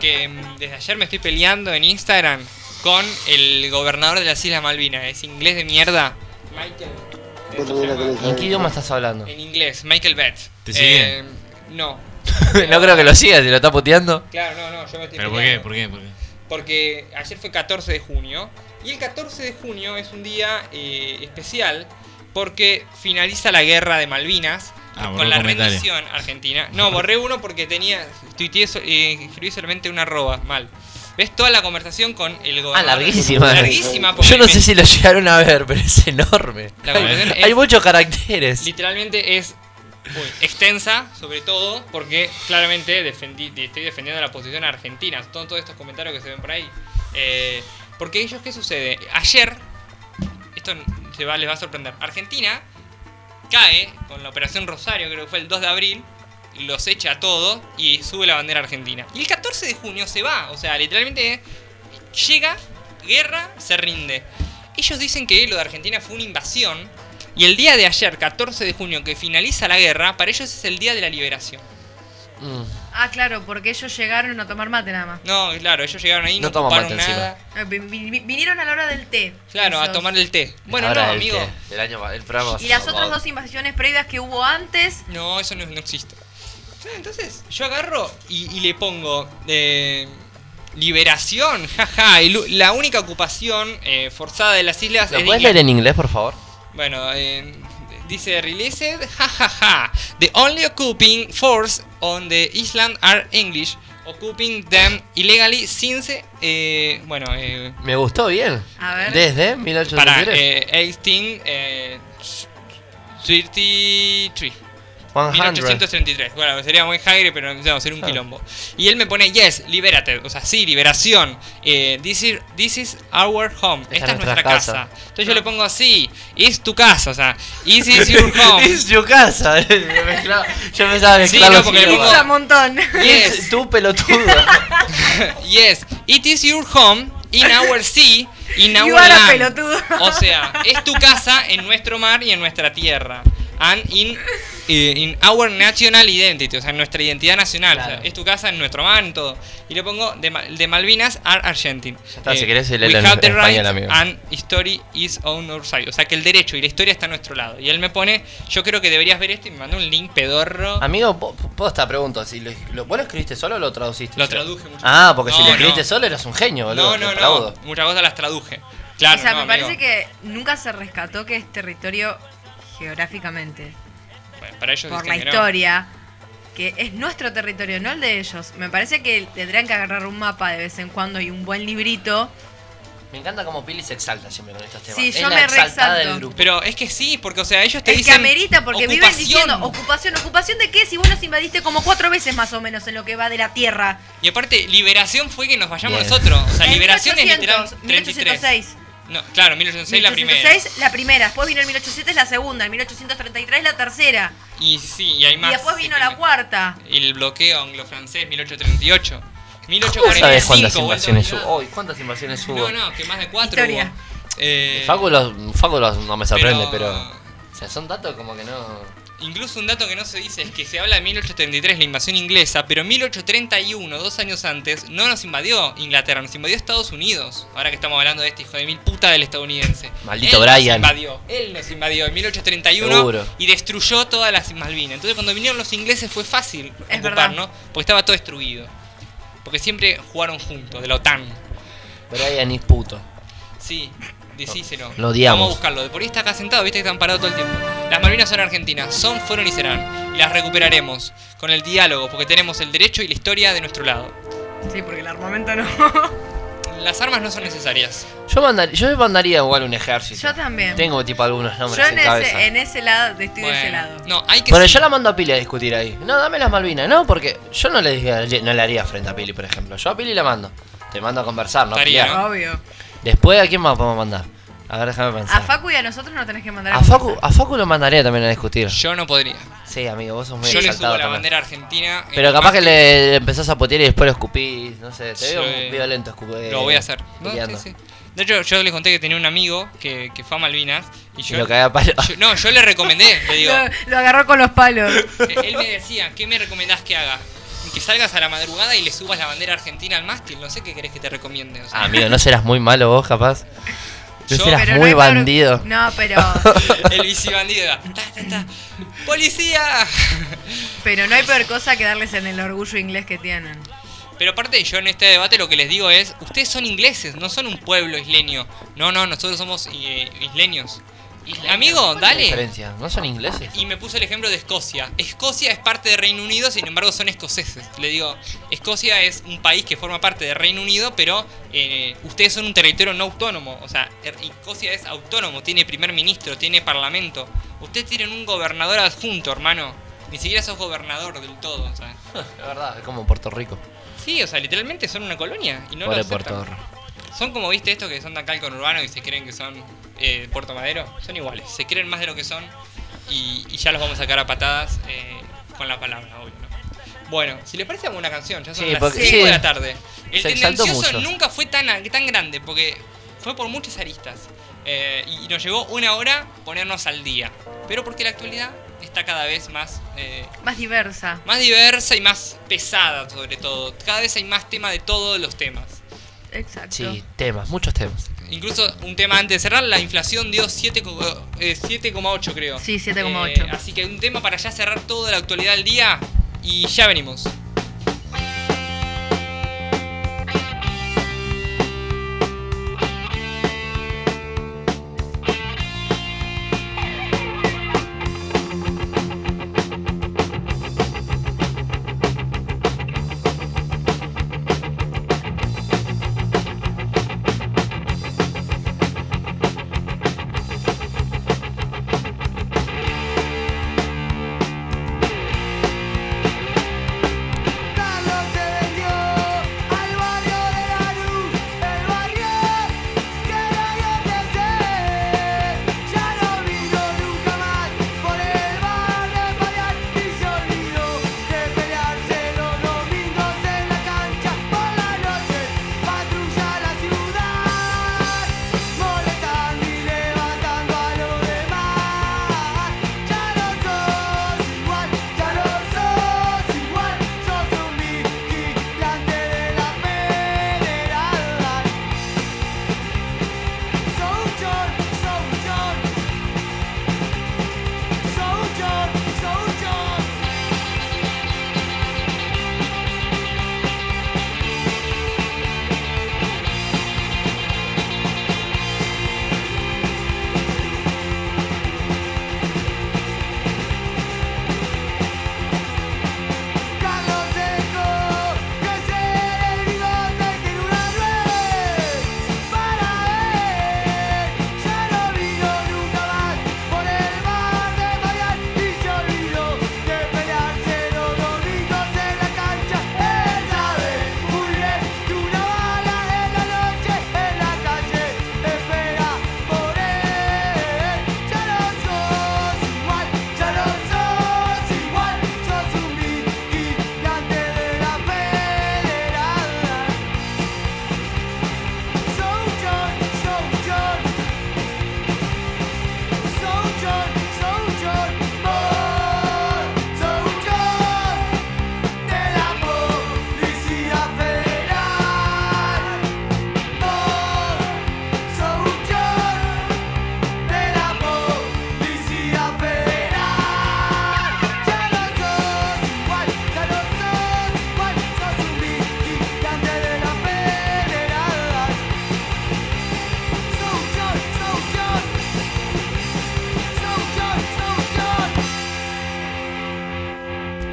B: Que mm, desde ayer me estoy peleando en Instagram con el gobernador de las Islas Malvinas. Es inglés de mierda. Michael.
C: ¿En qué idioma estás hablando?
B: En inglés, Michael Betts.
C: ¿Te sigue?
B: Eh, no.
C: no creo que lo sigas, si lo está puteando.
B: Claro, no, no, yo me estoy
F: ¿Pero por qué?
B: peleando.
F: ¿Por qué? ¿Por qué?
B: Porque ayer fue 14 de junio. Y el 14 de junio es un día eh, especial porque finaliza la guerra de Malvinas
F: Ah, borró
B: con la
F: comentario.
B: rendición argentina. No, borré uno porque tenía. tuiteé so- eh, escribí solamente una arroba, mal. ¿Ves toda la conversación con el gobernador?
C: Ah, larguísima.
B: Larguísima, porque
C: Yo no
B: me-
C: sé si lo llegaron a ver, pero es enorme.
B: La conversación
C: Hay
B: es-
C: muchos caracteres.
B: Literalmente es uy, extensa, sobre todo porque claramente defendí- de- estoy defendiendo la posición argentina. Son todos estos comentarios que se ven por ahí. Eh, porque ellos, ¿qué sucede? Ayer, esto se va- les va a sorprender, Argentina cae con la Operación Rosario, creo que fue el 2 de abril, los echa a todos y sube la bandera argentina. Y el 14 de junio se va, o sea, literalmente llega, guerra, se rinde. Ellos dicen que lo de Argentina fue una invasión y el día de ayer, 14 de junio, que finaliza la guerra, para ellos es el día de la liberación.
C: Mm.
D: Ah, claro, porque ellos llegaron a tomar mate nada más.
B: No, claro, ellos llegaron ahí, no,
C: No toma
B: ocuparon
C: mate
B: nada.
D: Eh, vi- vi- vi- Vinieron a la hora del té.
B: Claro, a
D: Esos.
B: tomar el té. Bueno,
C: Ahora
B: no,
C: el
B: amigo.
C: que- El año el programa.
D: Y las otras dos invasiones previas que hubo antes.
B: No, eso no, no existe. Entonces, yo agarro y, y le pongo eh, Liberación, jaja. el u- la única ocupación eh, forzada de las islas
C: ¿Lo
B: en
C: puedes
B: Inglaterra.
C: leer en inglés, por favor?
B: Bueno, eh, dice Released, jajaja. The only occupying force on the island are English, occupying them illegally since. eh, bueno, eh,
C: Me gustó bien.
B: A ver.
C: Desde
B: para
C: 1883.
B: eh, 18. eh, 33.
C: 100.
B: 1833. Bueno, sería muy high, pero no, sería un quilombo. Y él me pone, yes, libérate. O sea, sí, liberación. Eh, this, is, this is our home. Esta, es nuestra casa. Entonces yo le pongo así, is tu casa. O sea, this is your home.
C: Es tu casa. Me mezclaba- Yo pensaba
B: Sí,
C: mezclar
B: no,
C: los
B: porque le
C: idiomas.
B: pongo-
D: Un montón.
B: Yes.
C: Tú pelotudo.
B: yes, it is your home, in our sea, in
D: You
B: our
D: are a
B: land.
D: pelotudo.
B: O sea, es tu casa en nuestro mar y en nuestra tierra. And in, eh, in our national identity, o sea, en nuestra identidad nacional. O sea, es tu casa en nuestro mar, en todo. Y le pongo, de, Ma- de Malvinas are Argentina. Eh,
C: está, si querés, léelo
B: we
C: en
B: have the
C: español,
B: right
C: amigo.
B: And history is on our side. O sea, que el derecho y la historia está a nuestro lado. Y él me pone, yo creo que deberías ver esto y me mandó un link pedorro.
C: Amigo, po- posta, pregunto. Si lo, lo- ¿Vos lo escribiste solo o lo traduciste?
B: Lo traduje mucho.
C: Ah, porque si
B: No,
C: lo escribiste
B: no.
C: solo eras un genio, boludo.
B: No,
C: te
B: no, no.
C: aplaudo.
B: Muchas cosas las traduje. Claro,
D: o sea,
B: no,
D: me parece
B: amigo.
D: que nunca se rescató que es territorio geográficamente.
B: Bueno, para ellos
D: por
B: dicen
D: la
B: que no.
D: historia, que es nuestro territorio, no el de ellos. Me parece que tendrían que agarrar un mapa de vez en cuando y un buen librito.
C: Me encanta cómo Pili se exalta siempre con estos temas.
D: Sí,
C: es
D: yo
C: la
D: me
C: exaltada
D: reexalto.
C: del grupo.
B: Pero es que sí, porque o sea, ellos te
D: Es que
B: dicen
D: amerita, porque viven
B: ocupación.
D: diciendo ocupación, ocupación de qué si vos nos invadiste como cuatro veces más o menos en lo que va de la tierra.
B: Y aparte, liberación fue que nos vayamos
C: Bien.
B: nosotros. O sea, liberación es
D: 1800,
B: literal 33.
D: 1806.
B: No, claro, 1806 la primera.
D: 1806 la primera, después vino el 1807 la segunda, el 1833 la tercera,
B: Y sí, y hay más.
D: y después vino
B: eh,
D: la cuarta.
B: El bloqueo anglo-francés 1838.
C: ¿Cómo
B: 1845.
C: sabes cuántas
B: vuelta
C: invasiones
B: olvidada.
C: hubo? Hoy, ¿cuántas invasiones hubo?
B: No, no, que más de cuatro
D: Historia.
B: hubo. Eh,
C: Fáculos, Fáculos no me sorprende, pero...
B: pero-
C: O sea, son datos como que no...
B: Incluso un dato que no se dice es que se habla de 1833, la invasión inglesa, pero en 1831, dos años antes, no nos invadió Inglaterra, nos invadió Estados Unidos. Ahora que estamos hablando de este hijo de mil puta del estadounidense.
C: Maldito
B: Él nos
C: Brian.
B: invadió, él nos invadió en 1831
C: Seguro.
B: y destruyó todas las Malvinas. Entonces cuando vinieron los ingleses fue fácil
D: Es
B: ocuparnos, porque estaba todo destruido. Porque siempre jugaron juntos, de la OTAN.
C: Brian es puto.
B: Sí, decíselo.
C: Lo odiamos.
B: Vamos a buscarlo. Por ahí está acá sentado, viste que están parados todo el tiempo. Las Malvinas son argentinas, son, fueron y serán. Y las recuperaremos con el diálogo, porque tenemos el derecho y la historia de nuestro lado.
D: Sí, porque el armamento no.
B: Las armas no son necesarias.
C: Yo, mandar, yo mandaría igual un ejército.
D: Yo también.
C: Tengo tipo algunos nombres
D: Yo en
C: en cabeza.
D: ese, en ese lado, estoy de ese
B: Bueno,
D: lado.
B: No, hay que.
C: Pero
B: sí.
C: yo la mando a Pili a discutir ahí. No, dame las Malvinas, no, porque yo no le, dije- no le haría frente a Pili, por ejemplo. Yo a Pili la mando. Te mando a conversar, ¿no? a
B: Estaría,
C: pelear.
B: ¿no?
D: Obvio.
C: Después, ¿a quién más podemos mandar? A ver, déjame pensar.
D: A Facu y a nosotros no tenés que mandar
C: A Facu, a Facu lo mandaría también a discutir.
B: Yo no podría.
C: Sí, amigo, vos sos muy
B: Yo le subo la
C: exaltado también.
B: bandera argentina. eh,
C: Pero capaz
B: más
C: que le, le empezás a putear y después lo escupís. No sé, te veo
B: Sí.
C: muy violento escupir.
B: eh, Lo voy a hacer. No, sí,
C: puteando.
B: sí. De hecho, yo les conté que tenía un amigo que, que fue a Malvinas. Y
C: Y
B: yo.
C: lo caga a palo.
B: yo- no, yo le recomendé, le digo.
D: Lo, lo agarró con los palos.
B: Eh, Él me decía, ¿qué me recomendás que haga? Que salgas a la madrugada y le subas la bandera argentina al mástil. No sé qué querés que te recomiende. o sea.
C: Ah, Amigo, no serás muy malo vos, capaz. No
B: Yo-
C: serás
D: Pero no
C: muy
D: hay por-
C: bandido.
D: No, pero,
B: El bici bandido. Ta, ta, ta. ¡Policía!
D: pero no hay peor cosa que darles en el orgullo inglés que tienen.
B: Pero aparte, yo en este debate lo que les digo es: Ustedes son ingleses, no son un pueblo isleño. No, no, nosotros somos eh, isleños. Amigo,
C: ¿Cuál es la
B: dale.
C: diferencia? ¿No son ingleses?
B: Y me puso el ejemplo de Escocia. Escocia es parte de Reino Unido, sin embargo son escoceses. Le digo, Escocia es un país que forma parte de Reino Unido, pero eh, ustedes son un territorio no autónomo. O sea, er- Escocia es autónomo, tiene primer ministro, tiene parlamento. Ustedes tienen un gobernador adjunto, hermano. Ni siquiera sos gobernador del todo, o sea.
C: Es verdad, es como Puerto Rico.
B: Sí, o sea, literalmente son una colonia y no
C: Pobre
B: lo aceptan.
C: Puerto Rico.
B: Son como viste estos que son de acá el conurbano y se creen que son eh, Puerto Madero. Son iguales, se creen más de lo que son y, y ya los vamos a sacar a patadas eh, con la palabra, obvio, ¿no? Bueno, si les parece alguna canción, ya son
C: Sí,
B: las
C: porque-
B: 5
C: sí.
B: de la tarde. El
C: Se exaltó
B: tendencioso
C: mucho.
B: nunca fue tan, a- tan grande porque fue por muchas aristas eh, y nos llevó una hora ponernos al día. Pero porque la actualidad está cada vez más eh,
D: Más diversa.
B: más diversa y más pesada sobre todo. Cada vez hay más tema de todos los temas.
D: Exacto.
C: Sí, temas, muchos temas.
B: Incluso un tema antes de cerrar, la inflación dio 7 co- eh, 7,8 creo.
D: Sí, 7,8.
B: Eh, así que un tema para ya cerrar toda la actualidad del día y ya venimos.
H: Quiero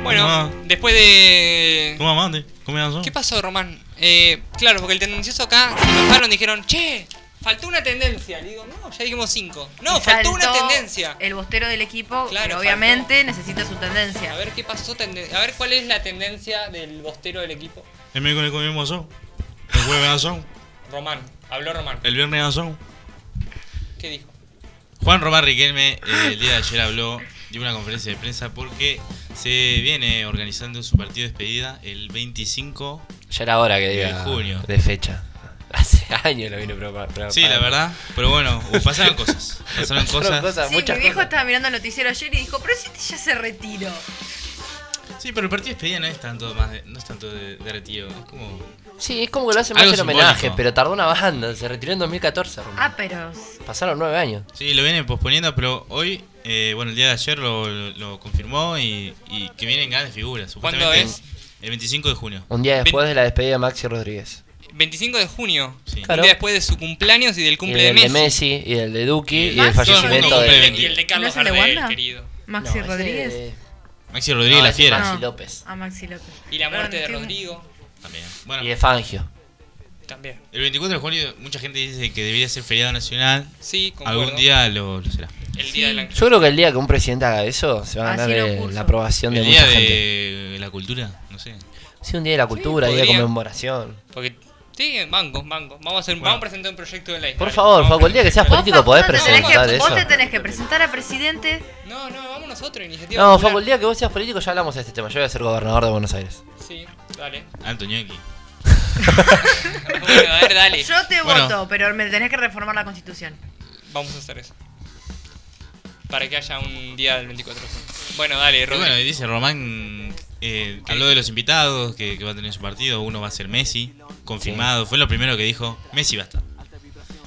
B: Bueno, después de.
F: ¿Cómo amante? ¿Cómo avanzó?
B: ¿Qué pasó, Román? Eh, claro, porque el tendencioso acá se enojaron, dijeron, che, faltó una tendencia. Le digo, no, ya dijimos cinco. No,
D: Me
B: faltó una
D: saltó
B: tendencia.
D: El bostero del equipo,
B: Claro,
D: pero obviamente necesita su tendencia.
B: A ver qué pasó, tende- a ver cuál es la tendencia del bostero del equipo.
F: El miércoles comimos asado. El jueves asado.
B: Román, habló Román.
F: El viernes asado.
B: ¿Qué dijo?
F: Juan Román Riquelme eh, el día de ayer habló de una conferencia de prensa porque se viene organizando su partido de despedida el 25
C: Ya era hora que
F: de
C: diga.
F: junio.
C: De fecha. Hace años lo vino preparando.
F: Sí, la verdad. Pero bueno, uh, pasaron cosas. Pasaron cosas.
D: Sí, mi viejo estaba mirando el noticiero ayer y dijo, pero si este ya se retiró.
F: Sí, pero el partido de despedida no es tanto más de, no es tanto de, de retiro. Es como.
C: Sí, es como que lo hacen más
F: Algo
C: en homenaje,
F: simbólico.
C: pero tardó una banda. Se retiró en 2014. Román.
D: Ah, pero...
C: Pasaron nueve años.
F: Sí, lo vienen posponiendo, pero hoy, eh, bueno, el día de ayer lo, lo- lo confirmó y, y que vienen grandes figuras.
B: ¿Cuándo
F: Supuestamente
B: es?
F: El 25 de junio.
C: Un día
B: Ven-
C: después de la despedida de Maxi Rodríguez.
B: 25 de junio.
C: Claro.
B: Un día después de su cumpleaños y del
C: Y
B: cumple
C: del
B: de
C: de
B: Messi.
C: Messi, y del de Duki, y del
B: Maxi.
C: fallecimiento
B: Todo el mundo
C: de.
B: cumple Y el de
D: ¿No
B: Carlos
D: es el de
B: Gardel,
D: Wanda?
B: querido.
D: Maxi
C: No, ese-
D: Rodríguez.
F: Maxi Rodríguez
C: No,
F: la
C: ese
F: fiera.
C: Maxi López.
D: A Maxi López.
B: Y la muerte de
D: Perdón, ¿qué-
B: Rodrigo.
F: También. Bueno,
C: Y de Fangio.
B: También.
F: el 24 de junio mucha gente dice que debería ser feriado nacional.
B: Sí, concuerdo.
F: Algún día lo, lo será.
B: El día del ángel.
C: Yo creo que el día que un presidente haga eso, se va a
D: Así
C: ganar
D: lo
C: eh,
D: puso.
C: la aprobación de
F: El
C: mucha
F: día
C: gente.
F: de la cultura, no sé.
C: Sí, un día de la cultura, día de
B: podría.
C: conmemoración.
B: Porque. Sí, banco, banco. Vamos a, hacer, vamos a presentar un proyecto de la
C: Por
B: historia.
C: favor,
B: Vamos a
C: Facu, el día que seas
D: Vos,
C: político, podés
D: Facu, te tenés que-
C: presentar eso.
D: Vos te tenés que presentar a presidente.
B: No, no, vamos nosotros, iniciativa.
C: No,
B: popular.
C: Facu, el día que vos seas político, ya hablamos de este tema. Yo voy a ser gobernador de Buenos Aires.
B: Sí, dale.
F: Antonio X.
B: Bueno, a ver, dale.
D: Yo te
F: Bueno.
D: voto, pero me tenés que reformar la constitución.
B: Vamos a hacer eso. Para que haya un día del 24 de junio. Bueno, dale,
F: Y bueno,
B: Rodrigo.
F: y dice Román, eh, habló de los invitados que, que va a tener su partido. Uno va a ser Messi, confirmado. Fue lo primero que dijo. Messi va a estar.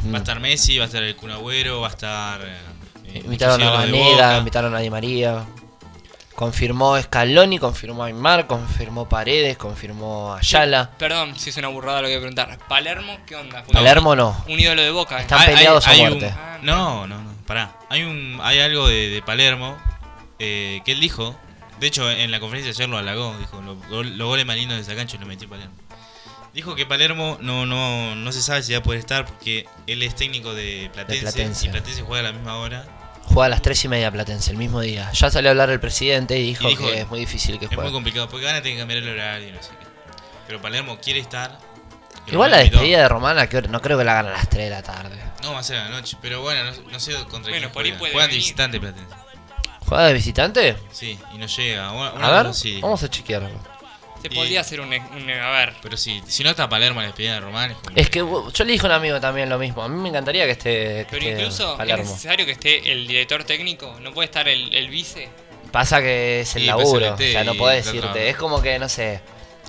C: Mm.
F: Va a estar Messi, va a estar el Kun Agüero, va a estar. eh, muchos
C: Invitaron a
F: ídolos de
C: Vanega,
F: Boca.
C: invitaron a Di María. Confirmó Scaloni, confirmó Aymar, confirmó Paredes, confirmó Ayala.
B: Perdón si es una burrada lo que voy a preguntar. ¿Palermo qué onda?
C: Palermo no.
B: Un ídolo de boca. ¿eh?
C: Están peleados a
F: un-
C: muerte.
F: no, no, no, pará. Hay, un, hay algo de, de Palermo eh, que él dijo. De hecho, en la conferencia de ayer lo halagó. Dijo: "Lo- lo- Los goles malinos de Sacancho lo metió Palermo. Dijo que Palermo no, no, no se sabe si va a poder estar porque él es técnico de Platense,
C: Platense.
F: y Platense juega a la misma hora.
C: Juega a las 3 y media Platense, el mismo día. Ya salió a hablar el presidente y dijo,
F: Y dijo,
C: que es muy difícil que
F: es muy
C: juegue.
F: complicado porque van a tener que cambiar el horario y no sé qué. Pero Palermo quiere estar. y
C: Igual
F: Román
C: la
F: lo invitó.
C: despedida de Romana, que no creo que la hagan a las 3 de la tarde.
F: No, va a ser a la noche. Pero bueno, no, no sé contra
B: Bueno,
F: quién
B: por ahí
F: juega.
B: puede
F: Juegan de
B: venir.
F: visitante Platense.
C: ¿Juega de visitante?
F: Sí, y no llega. Una- una
C: A ver,
F: cosa así.
C: vamos a chequearlo.
B: Se
F: Y-
B: podría hacer un, e- un- A ver.
F: Pero si, si no está Palermo en la despedida de Román. es como-
C: Es que bu- yo le dije a un amigo también lo mismo. A mí me encantaría que esté, que
B: Pero
C: esté
B: incluso es
C: Este, Palermo.
B: necesario que esté el director técnico. No puede estar el, el vice.
C: Pasa que es el
F: Sí, pues
C: laburo, o
F: presidente
C: sea, no
F: y
C: podés
F: tratado.
C: irte. Es como que, no sé,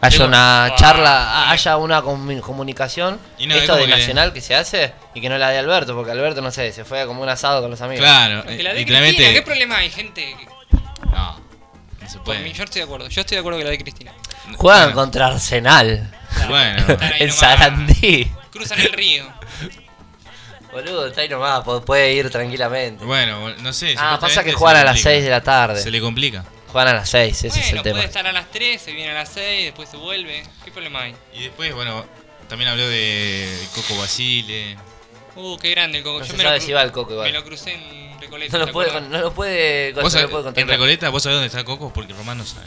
C: haya
F: como-
C: una
B: Ah,
C: charla, haya una comu- comunicación,
F: Y no, es
C: esto
F: como
C: de
F: que-
C: Nacional que se hace y que no la de Alberto, porque Alberto, no sé, se fue a como un asado con los amigos.
F: Claro,
B: Que
F: eh,
B: la de
F: literalmente.
B: Cristina. ¿Qué problema hay, gente?
F: No, no se
B: Por mí,
F: puede.
B: yo estoy de acuerdo. Yo estoy de acuerdo que la de Cristina.
C: Juegan
F: Bueno,
C: contra Arsenal
F: Bueno,
B: Están ahí
C: en
B: nomás.
C: Sarandí.
B: Cruzan el río.
C: Boludo, está ahí nomás, po- puede ir tranquilamente.
F: bueno, no sé.
C: ah, pasa
F: supuestamente
C: que
F: se
C: juegan a
F: le
C: las
F: complica.
C: 6 de la tarde.
F: Se le complica.
C: Juegan a las 6, ese es el
B: bueno,
C: tema.
B: puede estar a las 3, se viene a las 6, después se vuelve. ¿Qué problema hay?
F: Y después, bueno, también habló de Coco Basile.
B: Uh, qué grande el coco.
C: No
B: Yo
C: se
B: me lo
C: sabe
B: cru-
C: si va el coco
B: Me
C: igual.
B: lo crucé en Recoleta.
C: No
B: ¿te
C: lo puede,
B: acuerdas?
C: con- no lo puede, con-
F: ¿Vos
C: no
F: sab-
C: lo puede
F: en
C: contratar.
F: Recoleta, ¿vos sabés dónde está Coco? Porque Román no sabe.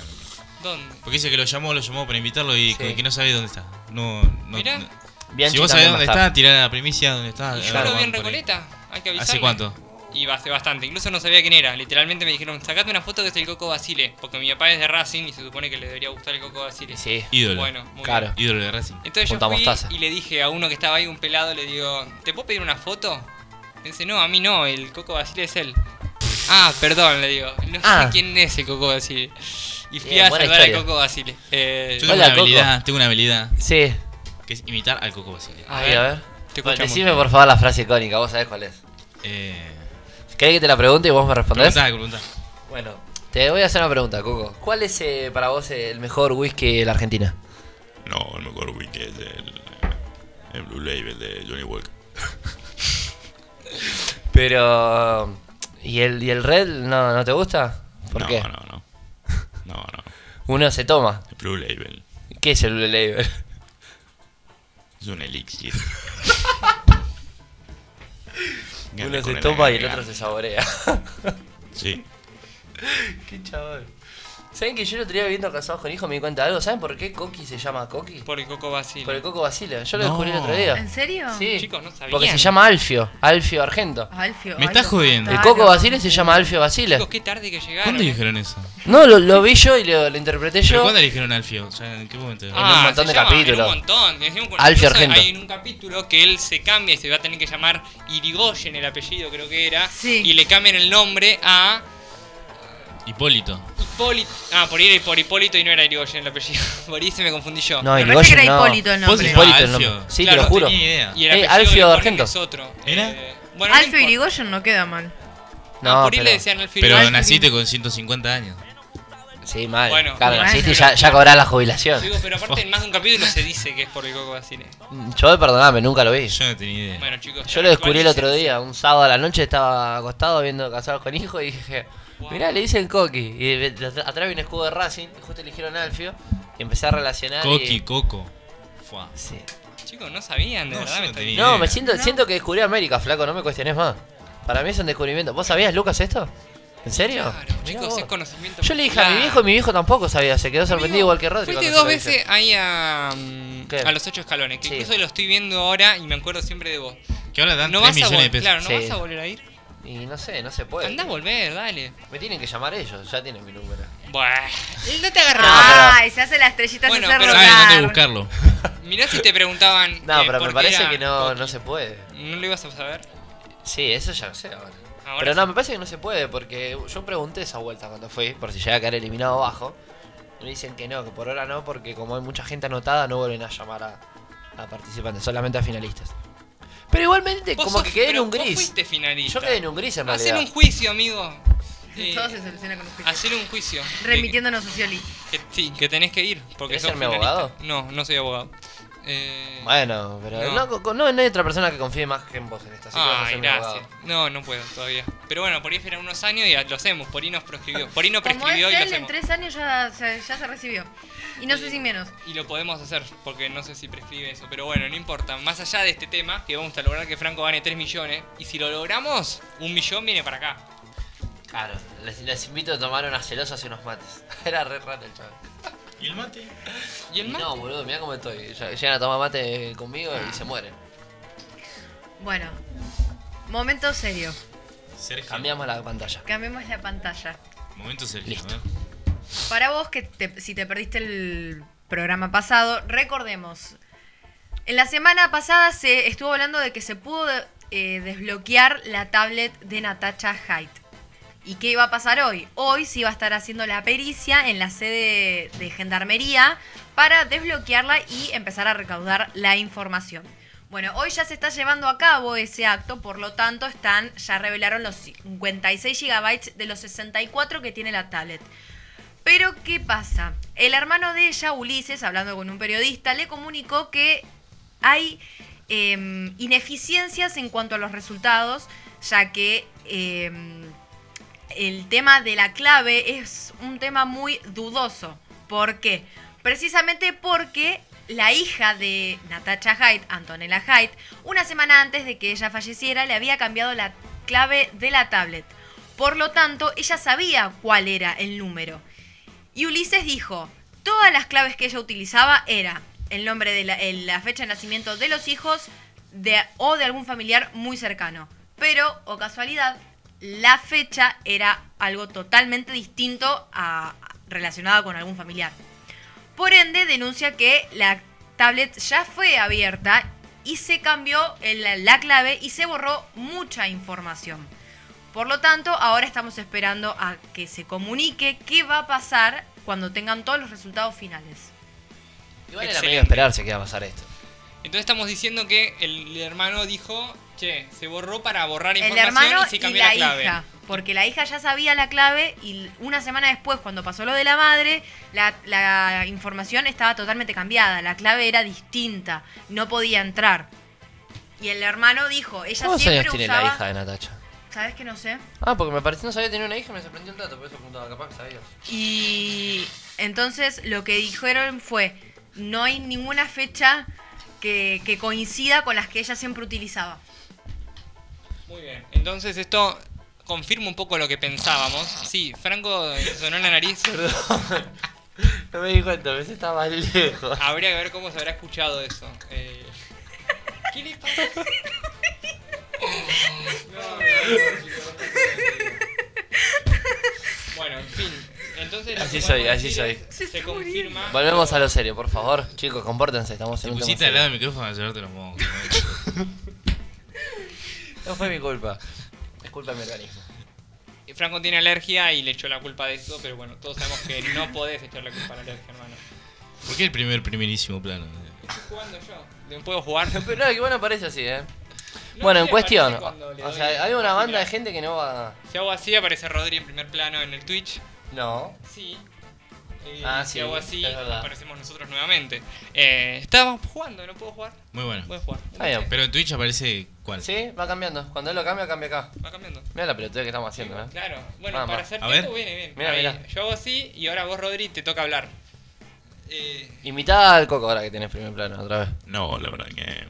B: ¿Dónde?
F: Porque dice que lo llamó, lo llamó para invitarlo y que,
C: Sí.
F: que no sabe dónde está. No, no,
B: Mirá.
F: no-
C: Bianchi
F: Si vos sabés
C: también va a
F: dónde
C: estar.
F: está, tirá la primicia dónde está.
B: Y
F: a
B: yo
F: ver,
B: lo vi
F: Román,
B: en
F: por ahí.
B: Recoleta. Hay que avisarle.
F: ¿Hace cuánto?
B: Y va- hace bastante. Incluso no sabía quién era. Literalmente me dijeron, sacate una foto que es el Coco Basile. Porque mi papá es de Racing y se supone que le debería gustar el Coco Basile.
C: Sí.
F: Ídolo.
B: Bueno, muy
C: Claro.
B: bien.
F: Ídolo de Racing.
B: Entonces
C: Punta
B: yo fui
C: mostaza.
B: y le dije a uno que estaba ahí, un pelado, le digo, ¿te puedo pedir una foto? Me dice, no, a mí no, el Coco Basile es él. Ah, perdón, le digo. No
C: Ah.
B: sé quién es el Coco Basile. Y fui
C: Bien,
B: a
C: buena
B: saludar al
C: historia.
B: Coco Basile. Eh,
F: Yo tengo
C: Hola,
F: una
C: Coco.
F: habilidad, tengo una habilidad
C: Sí.
F: que es imitar al Coco Basile.
B: a
C: Ahí,
B: ver,
C: a ver.
B: te
C: Bueno,
B: escuchamos.
C: decime por favor la frase icónica, vos sabés cuál es.
F: Eh,
C: ¿Querés que te la pregunte y vos me respondés?
F: preguntá, preguntá.
C: Bueno, te voy a hacer una pregunta, Coco. ¿Cuál es eh, para vos eh, el mejor whisky de la Argentina?
K: No, el mejor whisky es el, eh, el Blue Label de Johnny Walker.
C: Pero... ¿Y el, y el red no, no te gusta? ¿Por
K: no,
C: qué?
K: no, no. No, no.
C: uno se toma.
K: Blue Label.
C: ¿Qué es el Blue Label?
K: Es un elixir.
C: Uno se toma y el otro se saborea.
K: Sí.
C: Qué chaval. ¿Saben que yo lo tenía viendo casados con hijos? Me di cuenta de algo. ¿Saben por qué Coqui se llama Coqui?
B: Por el Coco Basile.
C: Por el Coco Basile. Yo lo
B: No.
C: descubrí el otro día.
D: ¿En serio?
C: Ah. Sí.
B: Chicos, no sabían.
C: Porque se llama Alfio. Alfio Argento.
D: Alfio.
F: Me estás jodiendo.
C: El Coco Basile se llama Alfio Basile.
B: Chicos, qué tarde que llegaron. eh.
F: ¿Cuándo dijeron eso?
C: No, lo, lo vi yo y lo, lo interpreté
F: ¿Pero
C: yo.
F: cuándo dijeron Alfio? O sea, ¿en qué momento?
C: Ah, un montón
B: se
C: de
B: llama,
C: capítulos.
B: en un montón. Decimos, bueno,
C: Alfio
B: incluso
C: Argento.
B: Hay en un capítulo que él se cambia y se va a tener que llamar Irigoyen el apellido, creo que era. Y le cambian el nombre a
F: Hipólito.
B: Hipólito. Ah, por ir por Hipólito y no era Irigoyen el apellido. Por ahí se me confundí yo.
C: No, Me parece Irigoyen que era no. Hipólito el nombre. Vos Hipólito el
B: Alfio.
C: nombre. Sí, te lo juro.
B: No tenía idea.
C: Eh,
B: apellido
C: Alfio
B: le ponen
C: Argento.
B: que Es otro.
F: ¿Era?
B: Eh, bueno,
D: Alfio Irigoyen no queda mal.
C: No,
B: por ahí le
C: pero,
B: decían Alfio
F: Pero
B: Irigoyen.
F: naciste con 150 años.
C: Sí, mal.
B: Bueno,
C: claro,
B: bueno,
C: naciste y
B: pero-
C: ya, ya cobrás la jubilación.
B: Digo, pero aparte en más de un capítulo se dice que es por el Coco Basile.
C: Yo, perdoname, nunca lo vi.
F: Yo no tenía idea.
B: Bueno, chicos.
C: Yo lo descubrí el otro día, un sábado a la noche estaba acostado viendo Casados con Hijos y dije, mirá, le dicen Coqui. Y de- de- de- atrás vi un escudo de Racing, y justo eligieron Alfio, y empecé a relacionar. y-
F: Coqui, Coco. Fua.
C: Sí.
B: Chicos, no sabían, de
F: No,
B: verdad
F: yo
B: me
F: no
B: estoy
F: tenía
C: No, me siento, siento que descubrí América, flaco, no me cuestiones más. Para mí es un descubrimiento. ¿Vos sabías, Lucas, esto? ¿En serio? Mirá
B: Chicos,
C: vos.
B: es conocimiento.
C: Yo le dije a mi
B: popular.
C: viejo y mi viejo tampoco sabía, se quedó sorprendido igual que Rodri.
B: Fuiste
C: cuando
B: dos
C: se lo dije.
B: veces ahí a, mm,
C: ¿Qué?
B: a los ocho escalones, que
C: Sí.
B: incluso lo estoy viendo ahora y me acuerdo siempre de vos.
F: Que ahora dan
B: No vas
F: tres
B: a
F: millones de
B: vol-
F: pesos.
B: Claro, no
C: Sí.
B: vas a volver a ir.
C: Y no sé, no se puede.
B: Andá a volver, dale.
C: Me tienen que llamar ellos, ya tienen mi número.
B: Buah. No te agarró.
D: Ay, se hace la estrellita
B: Bueno,
D: se hace
B: pero-
D: rogar.
B: Saben dónde
F: buscarlo.
B: Mirá si te preguntaban.
C: No,
B: eh,
C: pero
B: por
C: me
B: qué
C: parece
B: era
C: que no, no se puede.
B: No lo ibas a saber.
C: Sí, eso ya lo sé ahora.
B: Ahora
C: pero
B: sí.
C: no, me parece que no se puede, porque yo pregunté esa vuelta cuando fui, por si llega a quedar eliminado abajo. Me dicen que no, que por ahora no, porque como hay mucha gente anotada, no vuelven a llamar a, a participantes, solamente a finalistas. Pero igualmente,
B: Vos
C: Eh, como
B: sos-
C: que quedé en
B: pero
C: un
B: vos
C: gris.
B: fuiste finalista.
C: Yo quedé en un gris en
B: Hacer
C: realidad.
B: un juicio, amigo. Eh,
D: Todo se soluciona con un juicio.
B: hacer un juicio.
D: Remitiéndonos a Scioli.
B: Que, sí, que tenés que ir. Porque
C: ¿Querés
B: sos
C: serme
B: finalista.
C: abogado?
B: No, no soy abogado. Eh,
C: Bueno, pero
B: No.
C: no. co- no- no hay otra persona que confíe más que en vos en esta
B: Ay,
C: situación.
B: gracias. No, no puedo todavía. Pero bueno, por ahí esperan unos años y lo hacemos. Por ahí nos proscribió. Por ahí no
D: Como es
B: prescribió y lo
D: él, en
B: hacemos.
D: tres años ya se, ya se recibió. Y no sé si menos.
B: Y lo podemos hacer, porque no sé si prescribe eso. Pero bueno, no importa. Más allá de este tema, que vamos a lograr que Franco gane 3 millones. Y si lo logramos, un millón viene para acá.
C: Claro, les, les invito a tomar unas celosas y unos mates. Era re raro el chaval.
F: ¿Y el mate?
B: ¿Y el mate? Ah.
C: No, boludo, mirá cómo estoy. Ya- Llegan a tomar mate conmigo y se mueren.
D: Bueno, momento serio.
C: Cambiamos la pantalla.
D: Cambiemos la pantalla.
F: Momento Sergio.
C: Listo.
F: ¿eh?
D: Para vos, que te- si te perdiste el programa pasado, recordemos. En la semana pasada se estuvo hablando de que se pudo eh, desbloquear la tablet de Natasha Haidt. ¿Y qué iba a pasar hoy? Hoy se iba a estar haciendo la pericia en la sede de Gendarmería para desbloquearla y empezar a recaudar la información. Bueno, hoy ya se está llevando a cabo ese acto, por lo tanto están, ya revelaron los 56 GB de los 64 que tiene la tablet. Pero, ¿qué pasa? El hermano de ella, Ulises, hablando con un periodista, le comunicó que hay eh, ineficiencias en cuanto a los resultados, ya que eh, el tema de la clave es un tema muy dudoso. ¿Por qué? Precisamente porque la hija de Natasha Haidt, Antonella Haidt, una semana antes de que ella falleciera, le había cambiado la clave de la tablet. Por lo tanto, ella sabía cuál era el número. Y Ulises dijo, todas las claves que ella utilizaba era el nombre de la, el- la fecha de nacimiento de los hijos de- o de algún familiar muy cercano. Pero, o casualidad, la fecha era algo totalmente distinto a, relacionado con algún familiar. Por ende, denuncia que la tablet ya fue abierta y se cambió el- la- la clave y se borró mucha información. Por lo tanto, ahora estamos esperando a que se comunique qué va a pasar cuando tengan todos los resultados finales.
C: Igual era
B: Excelente.
C: medio esperarse que iba a pasar esto.
B: Entonces estamos diciendo que el hermano dijo, che, se borró para borrar
D: El
B: información
D: hermano
B: y se
D: y,
B: cambió
D: la,
B: clave.
D: hija, porque la hija ya sabía la clave y una semana después, cuando pasó lo de la madre, la, la información estaba totalmente cambiada, la clave era distinta, no podía entrar. Y el hermano dijo, ella
C: ¿Cuántos
D: siempre
C: años tiene
D: usaba
C: la hija de Natacha?
D: ¿Sabes que no sé?
C: Ah, porque me pareció no sabía que tenía una hija y me sorprendió un dato, por eso preguntaba, capaz que sabías.
D: Y entonces lo que dijeron fue, no hay ninguna fecha que, que coincida con las que ella siempre utilizaba.
B: Muy bien. Entonces esto confirma un poco lo que pensábamos. Sí, Franco sonó en la nariz.
C: No me di cuenta, pensé que estaba más lejos.
B: Habría que ver cómo se habrá escuchado eso. Eh, ¿Qué le pasó? Bueno, en fin. Entonces,
C: Así
B: lo que
C: soy,
B: podemos
C: así
B: decir
C: soy.
B: es- Se confirma.
C: Volvemos a lo serio, por favor. Chicos, compórtense, estamos en un tema
F: Pusiste al lado
C: serio.
F: del micrófono a llevarte los mocos.
C: No fue mi culpa. Es culpa del mecanismo.
B: Eh, Franco tiene alergia y le echó la culpa de eso, pero bueno, todos sabemos que no podés echar la culpa a la alergia, hermano.
F: ¿Por qué el primer, primerísimo plano?
B: Estoy jugando yo. ¿Puedo jugar?
C: Pero no, que bueno parece así, ¿eh?
B: No
C: bueno,
B: sé,
C: en cuestión.
B: parece cuando le
C: O
B: doy
C: sea, hay una
B: fácil,
C: banda
B: mirá.
C: de gente que no va.
B: Si hago así, aparece Rodri en primer plano en el Twitch.
C: No.
B: Sí. Eh,
C: Ah,
B: si
C: sí,
B: hago así,
C: es verdad.
B: aparecemos nosotros nuevamente. Eh, estábamos jugando, no puedo jugar.
F: Muy bueno.
B: Voy a jugar.
C: Está bien.
F: Pero en Twitch aparece cuál.
C: Sí, va cambiando. Cuando él lo cambia, cambia acá.
B: Va cambiando.
C: Mira la pelotuda que estamos haciendo, ¿eh?
B: Claro, bueno,
C: Mamá.
B: para hacer
C: A
B: tiempo
C: ver.
B: viene bien.
C: Mira,
B: Ahí.
C: mira.
B: Yo hago así y ahora vos, Rodri, te toca hablar. Eh,
C: Imitá al coco ahora que tenés primer plano, otra vez.
K: No, la verdad que.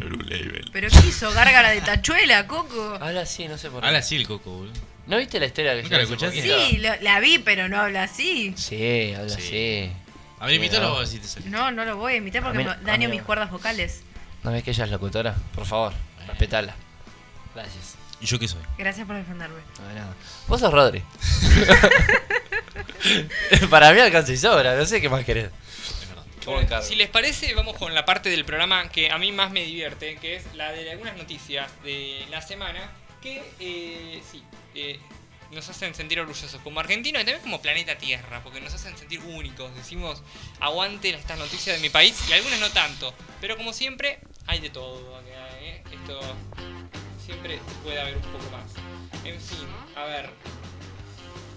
K: El Blue Label.
D: ¿Pero qué hizo? Gárgara de tachuela, Coco.
C: Habla así, no sé por
F: Habla así el coco, boludo.
C: ¿No viste la historia que
F: ¿Nunca la
C: se hizo
F: escuchaste?
C: hace poquito?
D: Sí, lo- la vi, pero no habla así.
C: Sí, habla así.
F: A ver, imítalo vos si te sale.
D: No, no lo voy a imitar porque
C: A mí-
D: me
C: a
D: daño
C: mí-
D: mis cuerdas vocales.
C: ¿No ves que ella es locutora? Por favor, respetala. Eh. Gracias.
F: ¿Y yo qué soy?
D: Gracias por defenderme.
C: No, de nada. Vos sos Rodri. Para mí alcanza y sobra, no sé qué más querés.
B: bueno, si les parece, vamos con la parte del programa que a mí más me divierte, que es la de algunas noticias de la semana que, eh, sí, eh, nos hacen sentir orgullosos como argentinos y también como planeta Tierra, porque nos hacen sentir únicos. Decimos, aguante estas noticias de mi país y algunas no tanto. Pero como siempre, hay de todo acá, ¿eh? Esto siempre puede haber un poco más. En fin, a ver.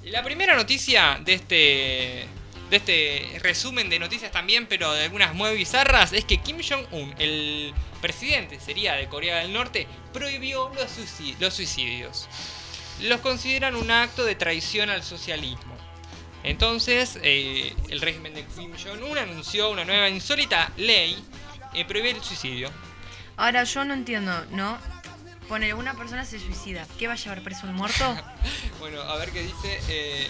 B: La primera noticia de este de este resumen de noticias también, pero de algunas muy bizarras, es que Kim Jong-un, el presidente sería de Corea del Norte, prohibió los, suici- los suicidios. Los consideran un acto de traición al socialismo. Entonces, eh, el régimen de Kim Jong-un anunció una nueva insólita ley que prohíbe el suicidio.
D: Ahora, yo no entiendo, ¿no? Pone, una persona se suicida. ¿Qué va a llevar preso el muerto?
B: Bueno, a ver qué dice. eh,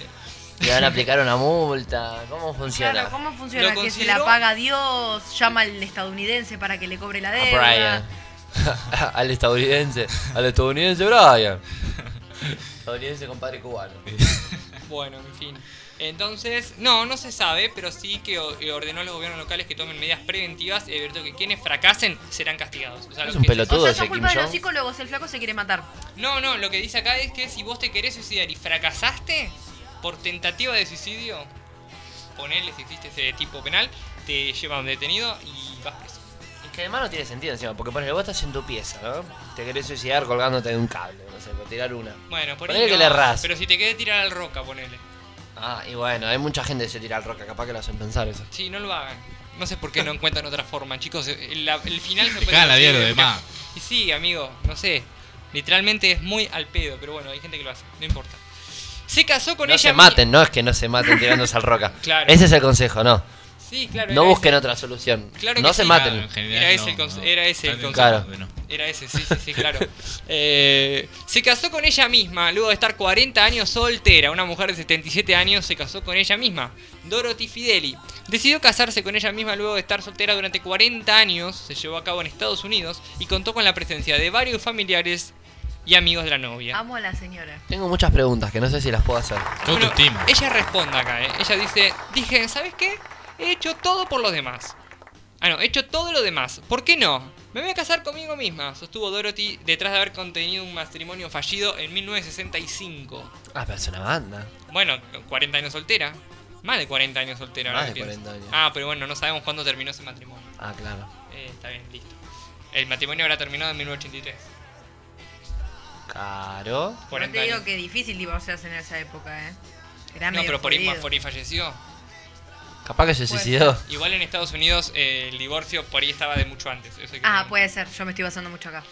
C: Le van a aplicar una multa. ¿Cómo
D: Claro,
C: funciona?
D: ¿cómo funciona?
B: Lo
D: Que se
B: consideró-
D: la paga Dios, llama al estadounidense para que le cobre la
C: A
D: deuda.
C: Brian. al estadounidense. Al estadounidense Brian. estadounidense compadre cubano.
B: Bueno, en fin. Entonces, no, no se sabe, pero sí que o- eh, ordenó a los gobiernos locales que tomen medidas preventivas y advirtió que quienes fracasen serán castigados. O sea,
C: Es
B: los
C: un
B: que se-
C: pelotudo
D: o sea,
C: ese
D: son
C: Kim
D: culpa de los
C: Jong.
D: psicólogos, el flaco se quiere matar.
B: No, no, lo que dice acá es que si vos te querés suicidar y fracasaste por tentativa de suicidio, ponele si existe ese tipo penal, te llevan detenido y vas preso.
C: Es que además no tiene sentido encima, porque ponele, vos estás en tu pieza, ¿no? Te querés suicidar colgándote de un cable, no sé, por tirar una.
B: Bueno, por
C: Ponele
B: ahí
C: que
B: no,
C: le errás.
B: Pero si te querés tirar al roca, ponele.
C: Ah, y bueno, hay mucha gente que se tira al roca, capaz que lo hacen pensar eso.
B: Sí, no lo hagan. No sé por qué no encuentran otra forma, chicos. El, la- el final se
F: Te cagan la vida
B: conseguir
F: los
B: de una-
F: demás.
B: Y sí, amigo, no sé. Literalmente es muy al pedo, pero bueno, hay gente que lo hace, no importa. Se casó con
C: No
B: ella.
C: se maten, no es que no se maten tirándose al roca.
B: Claro.
C: Ese es el consejo, no.
B: Sí, claro,
C: No
B: era
C: busquen otra solución.
B: Claro
C: no
B: que
C: se
B: sí.
C: maten.
B: Claro, en general Era ese no, el conse- no. era ese el
F: Está bien,
B: consejo.
F: claro, no.
B: Era ese, sí, sí, sí, claro. Eh, se casó con ella misma, luego de estar 40 años soltera. Una mujer de 77 años se casó con ella misma, Dorothy Fideli. Decidió casarse con ella misma luego de estar soltera durante 40 años. Se llevó a cabo en Estados Unidos y contó con la presencia de varios familiares y amigos de la novia.
D: Amo a la señora.
C: Tengo muchas preguntas que no sé si las puedo hacer.
B: Bueno, ella responde acá, ¿eh? Ella dice, dije, ¿sabes qué? He hecho todo por los demás. Ah, no, he hecho todo lo demás. ¿Por qué no? Me voy a casar conmigo misma, sostuvo Dorothy detrás de haber contenido un matrimonio fallido en 1965.
C: Ah, pero es una banda.
B: Bueno, 40 años soltera. Más de 40 años soltera.
C: Más
B: ahora
C: de
B: que pienso.
C: 40 años.
B: Ah, pero bueno, no sabemos cuándo terminó ese matrimonio.
C: Ah, claro.
B: Eh, está bien, listo. El matrimonio habrá terminado en 1983.
C: Claro.
D: No
B: 40
D: te digo
B: años.
D: que difícil divorciarse en esa época, ¿eh? Era
B: No,
D: medio
B: pero por ahí,
D: jodido.
B: por ahí falleció.
C: Capaz que se
B: Puede
C: suicidó.
B: ser. Igual en Estados Unidos eh, el divorcio por ahí estaba de mucho antes. eso hay que
D: Ah, puede ser, yo me estoy basando mucho acá.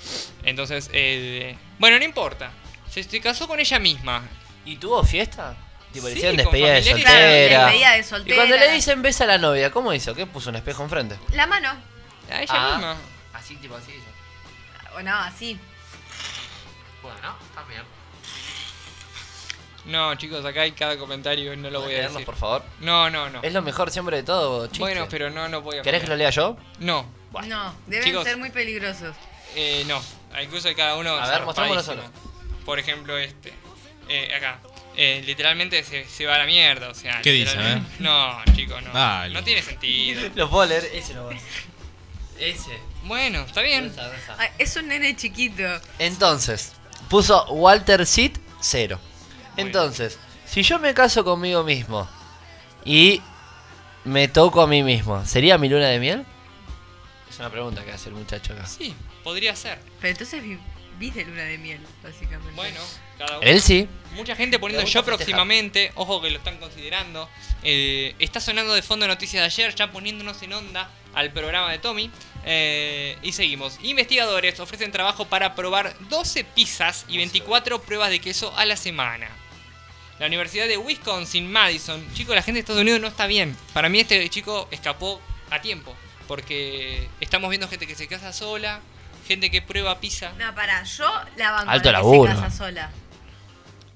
B: Entonces, eh, bueno, no importa. Se, se casó con ella misma.
C: ¿Y tuvo fiesta? Tipo, le
B: Sí,
C: hicieron
B: con
C: despedida de
B: familiares.
C: soltera.
D: Claro, despedida de soltera.
C: Y cuando le dicen besa a la novia, ¿cómo hizo? ¿Qué puso un espejo enfrente?
D: La mano.
B: A ella
C: Ah.
B: misma.
E: Así, tipo así.
D: O no, así.
E: Bueno, también.
B: No, chicos, acá hay cada comentario, no lo voy a
C: leerlos,
B: decir.
C: por favor?
B: No, no, no.
C: Es lo mejor siempre de todo, chiste.
B: Bueno, pero no, no voy a
C: ¿Querés
B: poner.
C: que lo lea yo?
B: No.
D: No, deben
B: Chicos.
D: ser muy peligrosos.
B: Eh, no, incluso hay cada uno.
C: A ver, mostrámoslo solo.
B: zarpadísimo. Por ejemplo, este. Eh, acá. Eh, literalmente se, se va a la mierda, o sea.
F: ¿Qué dice,
B: literalmente-
F: a
B: No, chicos, no.
F: Dale.
B: No tiene sentido.
C: Lo puedo leer, ese lo voy.
E: Ese.
B: Bueno, está bien.
D: Ah, es un nene chiquito.
C: Entonces, puso Walter Sid cero. Entonces, si yo me caso conmigo mismo y me toco a mí mismo, ¿sería mi luna de miel? Es una pregunta que hace el muchacho acá.
B: Sí, podría ser.
D: Pero entonces vivís de luna de miel, básicamente.
B: Bueno, cada uno.
C: Él sí.
B: Mucha gente poniendo
C: Le
B: yo
C: gusta festejar.
B: próximamente, ojo que lo están considerando. Eh, está sonando de fondo noticias de ayer, ya poniéndonos en onda al programa de Tommy. Eh, y seguimos. Investigadores ofrecen trabajo para probar 12 pizzas y 24 pruebas de queso a la semana. La Universidad de Wisconsin, Madison. Chicos, la gente de Estados Unidos no está bien. Para mí este chico escapó a tiempo. Porque estamos viendo gente que se casa sola, gente que prueba pizza.
D: No, pará, yo la banco.
C: Alto
D: la que
C: laburo.
D: Se casa sola.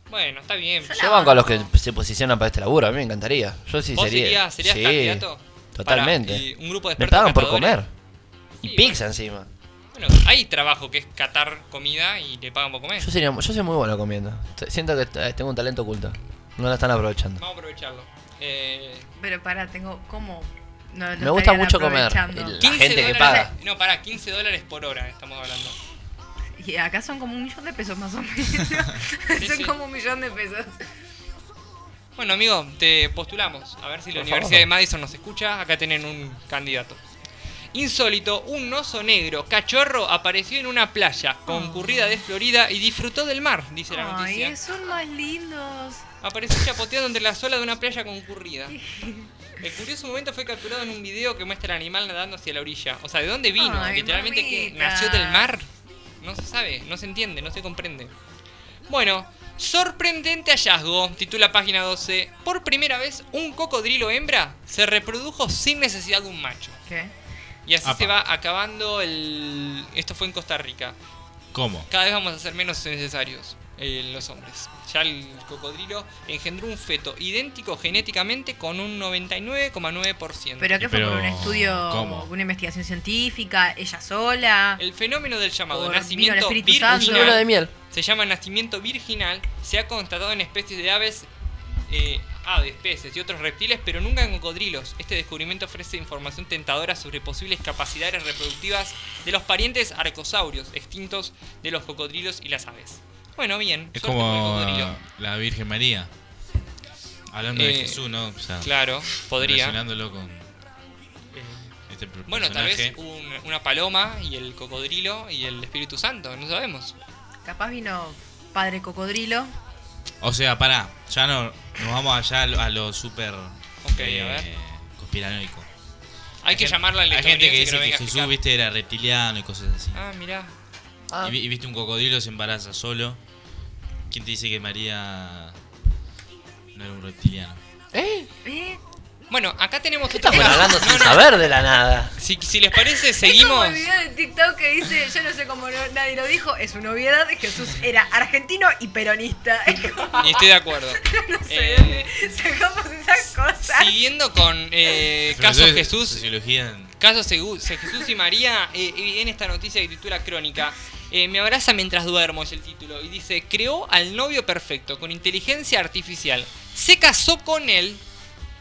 B: Bueno, está bien.
C: Yo banco a los que se posicionan para este laburo, a mí me encantaría. Yo sí
B: ¿Vos
C: sería.
B: serías- serías
C: sí,
B: candidato?
C: Totalmente.
B: Pará, y un grupo de
C: me
B: expertos
C: pagan por comer.
B: catadores.
C: Y pizza encima.
B: Bueno, hay trabajo que es catar comida y le pagan por comer.
C: Yo, sería, yo soy muy bueno comiendo. T- Siento que t- tengo un talento oculto. No lo están aprovechando.
B: Vamos a aprovecharlo. Eh,
D: Pero pará, tengo. ¿Cómo? No, no
C: Me gusta
D: estarían
C: mucho comer.
D: aprovechando.
C: El- La
B: 15
C: gente que
B: dólares-
C: paga.
B: No, pará, 15 dólares por hora estamos hablando.
D: Y acá son como un millón de pesos más o menos. son
B: sí.
D: como un millón de pesos.
B: Bueno, amigo, te postulamos. A ver si la
C: Por
B: Universidad
C: favor.
B: de Madison nos escucha. Acá tienen un candidato. Insólito, un oso negro cachorro apareció en una playa concurrida de Florida y disfrutó del mar, dice la
D: Ay,
B: noticia.
D: son más lindos.
B: Apareció chapoteando entre las olas de una playa concurrida. El curioso momento fue capturado en un video que muestra al animal nadando hacia la orilla. O sea, ¿de dónde vino?
D: Ay,
B: Literalmente que
D: mamita.
B: nació del mar. No se sabe, no se entiende, no se comprende. Bueno, sorprendente hallazgo, titula página 12. Por primera vez, un cocodrilo hembra se reprodujo sin necesidad de un macho.
D: ¿Qué?
B: Y así
F: Apa.
B: se va acabando el... Esto fue en Costa Rica.
F: ¿Cómo?
B: Cada vez vamos a ser menos necesarios eh, los hombres. Ya el cocodrilo engendró un feto idéntico genéticamente con un 99,9%.
D: ¿Pero qué fue
F: Pero,
D: por un estudio,
F: ¿cómo?
D: una investigación científica, ella sola?
B: El fenómeno del llamado
D: Por- vino el
B: nacimiento
D: Espíritu
B: virginal,
D: Santo.
C: Una luna de miel.
B: se llama nacimiento virginal, se ha constatado en especies de aves, eh, aves, peces y otros reptiles, pero nunca en cocodrilos. Este descubrimiento ofrece información tentadora sobre posibles capacidades reproductivas de los parientes arcosaurios extintos de los cocodrilos y las aves. Bueno, bien.
F: Es
B: suerte con el
F: como
B: cocodrilo.
F: la Virgen María. Hablando
B: Eh,
F: de Jesús, ¿no? O sea,
B: Claro, podría. Eh,
F: Relacionándolo con este per-
B: Bueno, tal vez
F: personaje.
B: un- una paloma y el cocodrilo y el Espíritu Santo, no sabemos.
D: Capaz vino padre cocodrilo.
F: O sea, pará, ya no nos vamos allá a lo, a lo súper
B: Ok, a ver. Ah,
F: conspiranoico.
B: Hay que llamarla al
F: Hay gente que
B: estadounidense que
F: dice
B: no
F: que,
B: venga a
F: Jesús,
B: explicar.
F: viste, era reptiliano y cosas así.
B: Ah, mirá.
C: Ah.
F: Y, vi- y viste un cocodrilo se embaraza solo. ¿Quién te dice que María no era un reptiliano?
C: ¿Eh?
D: ¿Eh?
B: Bueno, acá tenemos otra
C: Estamos hablando sin
B: No, no,
C: saber de la nada.
B: Si, si les parece,
D: Es como
B: seguimos.
D: el video de TikTok que dice, yo no sé cómo no- nadie lo dijo, es una obviedad, Jesús era argentino y peronista. Es como,
B: Y estoy de acuerdo.
D: no sé,
B: Eh,
D: sacamos esas cosas.
B: siguiendo con eh, casos
F: Profesor de
B: Jesús,
F: Sociología. en-
B: Caso Segu- Se- Jesús y María, eh, eh, en esta noticia que titula Crónica, eh, me abraza mientras duermo, es el título, y dice, creó al novio perfecto con inteligencia artificial, se casó con él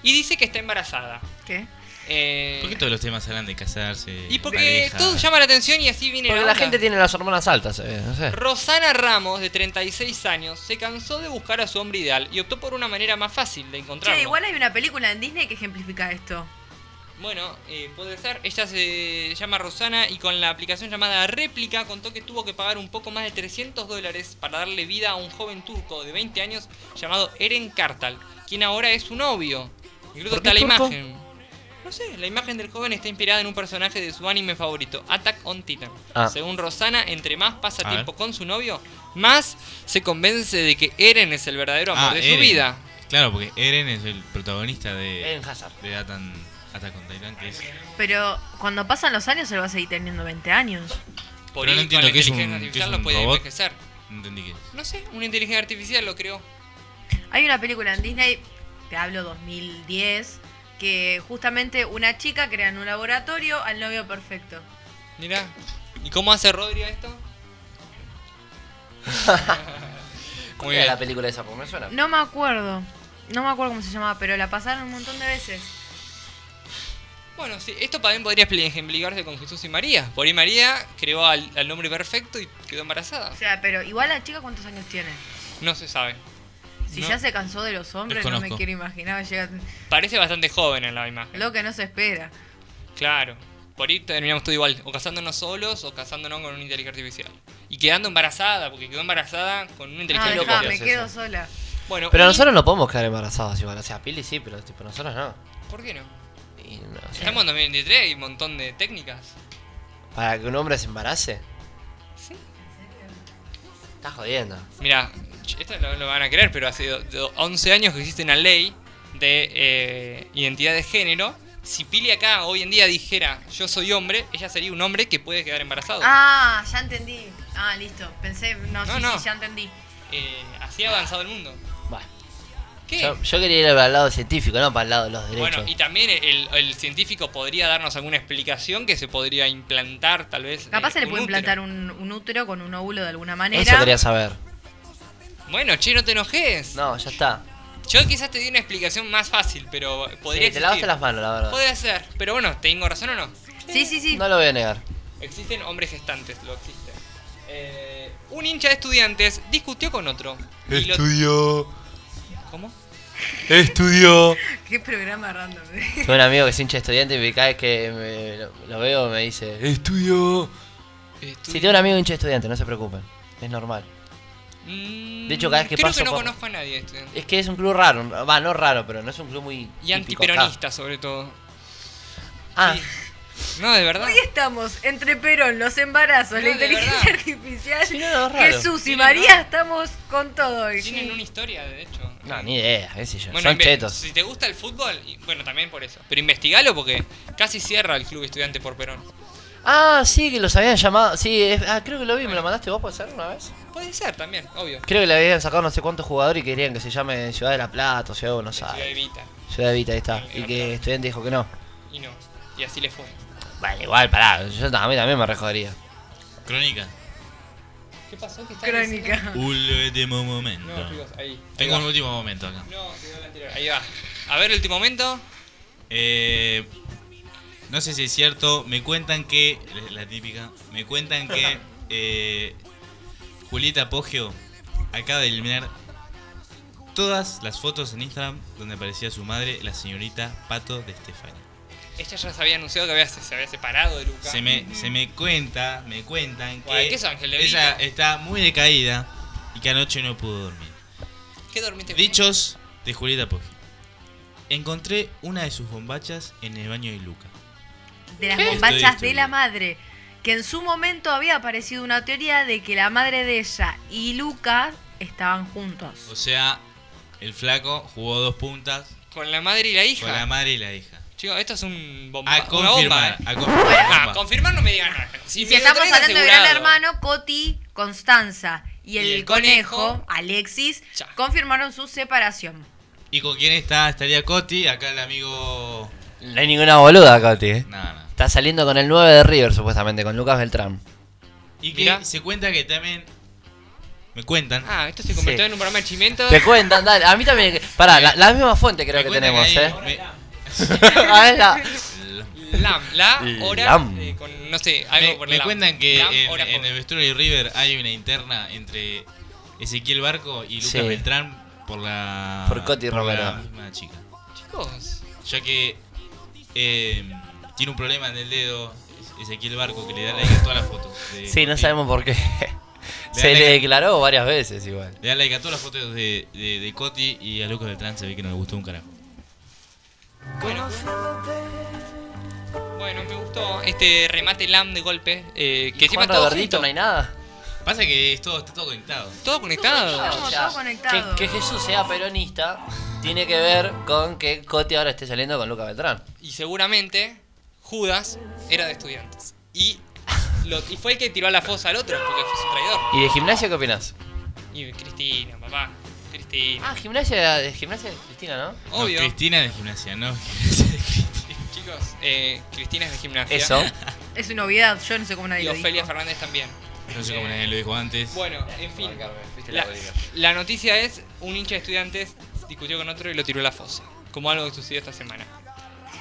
B: y dice que está embarazada.
D: ¿Qué?
B: Eh,
F: ¿Por qué todos los temas hablan de casarse?
B: y porque
F: pareja?
B: todo llama la atención y así viene
C: Porque
B: la
C: la
B: onda.
C: gente tiene las hormonas altas, eh, no sé.
B: Rosana Ramos, de 36 años, se cansó de buscar a su hombre ideal y optó por una manera más fácil de encontrarlo.
D: Che, igual hay una película en Disney que ejemplifica esto.
B: Bueno, eh, puede ser. Ella se llama Rosana y con la aplicación llamada Réplica contó que tuvo que pagar un poco más de 300 dólares para darle vida a un joven turco de 20 años llamado Eren Kartal, quien ahora es su novio. Incluso
C: ¿Por qué
B: está la
C: turco?
B: imagen. No sé, la imagen del joven está inspirada en un personaje de su anime favorito, Attack on Titan.
C: Ah.
B: Según Rosana, entre más pasa
C: A
B: tiempo con su novio, más se convence de que Eren es el verdadero amor
F: Ah,
B: de su
F: Eren.
B: vida.
F: Claro, porque Eren es el protagonista de.
D: Eren Hazard.
F: De Atan, Attack on Titan, que es.
D: Pero cuando pasan los años, él va a seguir teniendo 20 años.
B: Por
F: Pero
B: ahí
F: no
B: con
F: entiendo
B: la
F: que es un,
B: inteligencia
F: que es
B: artificial
F: un
B: lo puede
F: robot.
B: envejecer.
F: No entendí qué es.
B: No sé, una inteligencia artificial lo creó.
D: Hay una película en Disney, te hablo 2010, que justamente una chica crea en un laboratorio al novio perfecto.
B: Mirá. ¿Y cómo hace Rodri a esto?
C: ¿Cuál era la película esa? Porque me suena.
D: No me acuerdo, no me acuerdo cómo se llamaba, pero la pasaron un montón de veces.
B: Bueno, sí, esto también podría ejemplificarse con Jesús y María. Por ahí María creó al, al hombre perfecto y quedó embarazada.
D: O sea, pero igual la chica cuántos años tiene.
B: No se sabe.
D: Si
B: No.
D: ya se cansó de los hombres, no me
B: Desconozco.
D: quiero imaginar. Llega...
B: Parece bastante joven en la imagen.
D: Lo que no se espera.
B: Claro. Por ahí terminamos todo igual. O casándonos solos o casándonos con una inteligencia artificial. Y quedando embarazada, porque quedó embarazada con una
D: Ah,
B: inteligencia
D: dejá,
B: artificial.
D: me quedo sola.
B: Bueno,
C: Pero
B: un-
C: nosotros no podemos quedar embarazados igual. O sea, Pili sí, pero tipo, nosotros no.
B: ¿Por qué no?
C: Y no, o sea,
B: Estamos en 2023 y hay un montón de técnicas.
C: Para que un hombre se embarace.
B: Sí.
C: Estás jodiendo.
B: Mira, esto lo, lo van a creer, pero hace do- do- 11 años que existe una ley de eh, identidad de género. Si Pili acá hoy en día dijera yo soy hombre, ella sería un hombre que puede quedar embarazado.
D: Ah, ya entendí. Ah, listo. Pensé, no,
B: Oh. No,
D: sí,
B: no.
D: sí, ya entendí.
B: Eh, así ha avanzado el mundo.
C: Bueno.
B: ¿Qué?
C: Yo, yo quería ir para el lado científico, no para el lado de los derechos.
B: Bueno, y también el, el científico podría darnos alguna explicación que se podría implantar, tal vez.
D: Capaz
B: eh,
D: se le
B: un
D: puede
B: útero.
D: implantar un, un útero con un óvulo de alguna manera.
C: Eso quería saber.
B: Bueno, che, no te enojes.
C: No, ya está.
B: Yo quizás te di una explicación más fácil, pero podría
C: Sí, te
B: existir.
C: lavaste las manos, la verdad.
B: Puede ser, pero bueno, ¿tengo razón o no?
D: Sí, sí, sí.
C: No lo voy a negar.
B: Existen hombres gestantes, lo existe. Eh, un hincha de estudiantes discutió con otro. y lo-
K: Estudió.
B: ¿Cómo?
K: Estudió.
D: Qué programa random. ¿eh?
C: Tengo un amigo que es hincha de estudiante y cada vez que me- lo, lo veo me dice, estudio. Si tengo un amigo hincha de estudiante, no se preocupen. Es normal. De hecho, cada vez que
B: Mm, Creo
C: paso
B: que no
C: por-
B: conozco a nadie de estudiantes.
C: Es que es un club raro. Va, no raro, pero no es un club muy...
B: Y
C: típico acá.
B: antiperonista, sobre todo.
C: Ah.
B: No, de verdad.
D: Hoy estamos entre Perón, los embarazos, la inteligencia artificial,
B: raro.
D: Jesús y
B: Tienen
D: María,
B: una-
D: estamos con todo hoy.
B: Tienen una historia, de hecho.
C: No, ni idea, qué sé yo.
B: Bueno,
C: Son
B: inve-
C: chetos.
B: si te gusta el fútbol, y- bueno, también por eso. Pero investigalo porque casi cierra el club estudiante por Perón.
C: Ah, sí, que los habían llamado. Sí, es- ah, creo que lo vi, me lo mandaste vos, ¿puede ser una vez?
B: Puede ser también, obvio.
C: Creo que le habían sacado no sé cuántos jugadores y querían que se llame Ciudad de la Plata o Ciudad de Buenos
B: Ciudad
C: Aires.
B: Evita.
C: Ciudad de Vita, ahí está. Y que el estudiante dijo que no.
B: Y no. Y así le fue.
C: Vale, igual, pará, yo ta- a mí también me rejodería.
F: Crónica.
B: ¿Qué pasó? ¿Qué estaba
D: Crónica.
B: diciendo?
F: Último momento.
B: No, chicos, ahí.
F: Tengo
B: Ahí
F: un
B: va.
F: último momento acá.
B: No, quedó la anterior. Ahí va. A ver, el último momento.
F: Eh, no sé si es cierto. Me cuentan que. La típica. Me cuentan que. eh, Julieta Poggio acaba de eliminar todas las fotos en Instagram donde aparecía su madre, la señorita Pato de Estefania.
B: Ella ya se había anunciado que había, se había separado de Lucas.
F: Se me, se me cuenta, me cuentan que.
B: Guay, ¿qué es Ángel de
F: ella
B: Brito?
F: está muy decaída y que anoche no pudo dormir.
B: ¿Qué dormiste con
F: Dichos de Julieta Poggio. Encontré una de sus bombachas en el baño de Luca.
D: De las
F: ¿Qué?
D: bombachas
F: Estoy
D: de la madre. Que en su momento había aparecido una teoría de que la madre de ella y Lucas estaban juntos.
F: O sea, el flaco jugó dos puntas
B: Con la madre y la hija.
F: con la madre y la hija.
B: Chicos, esto es un bomba.
F: A
B: una bomba,
F: confirmar.
B: eh.
F: A confirmar.
B: Ah,
F: Bomba.
B: confirmar no me digan nada.
D: Y si
B: me lo
D: estamos
B: traen
D: hablando de gran
B: asegurado.
D: hermano, Coti, Constanza y el,
B: Y el
D: conejo,
B: conejo,
D: Alexis, confirmaron su separación.
F: ¿Y con quién está? Estaría Coti, acá el amigo.
C: No hay ninguna boluda, Coti. eh.
F: No, no.
C: Está saliendo con el 9 de River, supuestamente, con Lucas Beltrán.
F: Y que se cuenta que también. Me cuentan.
B: Ah, esto se convirtió
C: Sí.
B: en un programa de chimento.
C: Te cuentan, dale. A mí también. Pará, la, la misma fuente creo que
F: cuentan
C: tenemos,
F: que
C: ¿eh?
F: ahí
C: A ver, la-
B: Lam, la hora
C: Lam.
B: eh, con no sé, algo
F: Me,
B: por
F: me
B: lam.
F: cuentan que
B: Lam,
F: en,
B: hora
F: en
B: con-
F: el vestuario de River hay una interna entre Ezequiel Barco y Lucas
C: Sí.
F: Beltrán por la.
C: Por Coti Romero.
F: la misma chica.
B: Chicos,
F: Ya que eh, tiene un problema en el dedo Ezequiel Barco que le da like a todas las fotos. de
C: Sí, no
F: Coti.
C: sabemos por qué. Se
F: Dale.
C: le declaró varias veces igual.
F: Le da like a todas las fotos de, de, de Coti y a Lucas Beltrán se ve que no le gustó un carajo. Bueno,
B: Bueno, me gustó este remate LAM de golpe. eh, que
C: ¿Y
B: encima
C: Juan
B: todo
C: Robertito
B: junto.
C: no hay nada?
F: Pasa que es todo, está todo conectado.
B: Todo conectado.
C: O sea, Que, que Jesús sea peronista tiene que ver con que Coti ahora esté saliendo con Luca Beltrán.
B: Y seguramente Judas era de estudiantes. Y, lo- y fue el que tiró a la fosa al otro, porque fue un traidor.
C: ¿Y de gimnasia qué opinás?
B: Y Cristina, papá. Cristina.
C: Ah, gimnasia de gimnasia de Cristina, ¿no?
F: No,
B: Obvio.
F: Cristina de gimnasia, no.
B: Chicos, eh, Cristina es de gimnasia.
F: Eso.
D: Es una obviedad, yo no sé cómo nadie
B: Y
D: lo dijo.
B: Ofelia Fernández también.
F: No sé cómo nadie lo dijo antes.
B: Bueno, en fin.
F: la
B: La, la noticia es, un hincha de estudiantes discutió con otro y lo tiró a la fosa. Como algo que sucedió esta semana.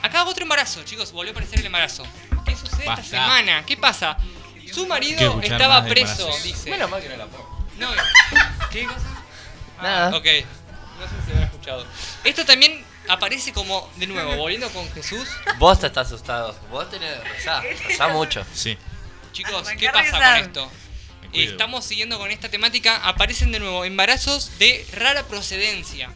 B: Acá otro embarazo, chicos. Volvió a aparecer el embarazo. ¿Qué sucede
F: Basta.
B: esta semana? ¿Qué pasa? Su
F: Quiero
B: marido
F: escuchar
B: estaba
F: más de
B: preso,
F: embarazos.
B: dice.
C: Menos mal que no la pongo.
B: No, ¿qué cosa? Ah,
C: Nada.
B: Ok, no sé si se habrá escuchado. Esto también aparece como, de nuevo, volviendo con Jesús.
C: Vos te estás asustado. Vos tenés rezá, rezá mucho.
F: Sí.
B: Chicos,
D: Arrancá
B: ¿qué
D: a
B: pasa
D: rezar.
B: con esto?
C: cuido.
B: Estamos siguiendo con esta temática. Aparecen de nuevo embarazos de rara procedencia.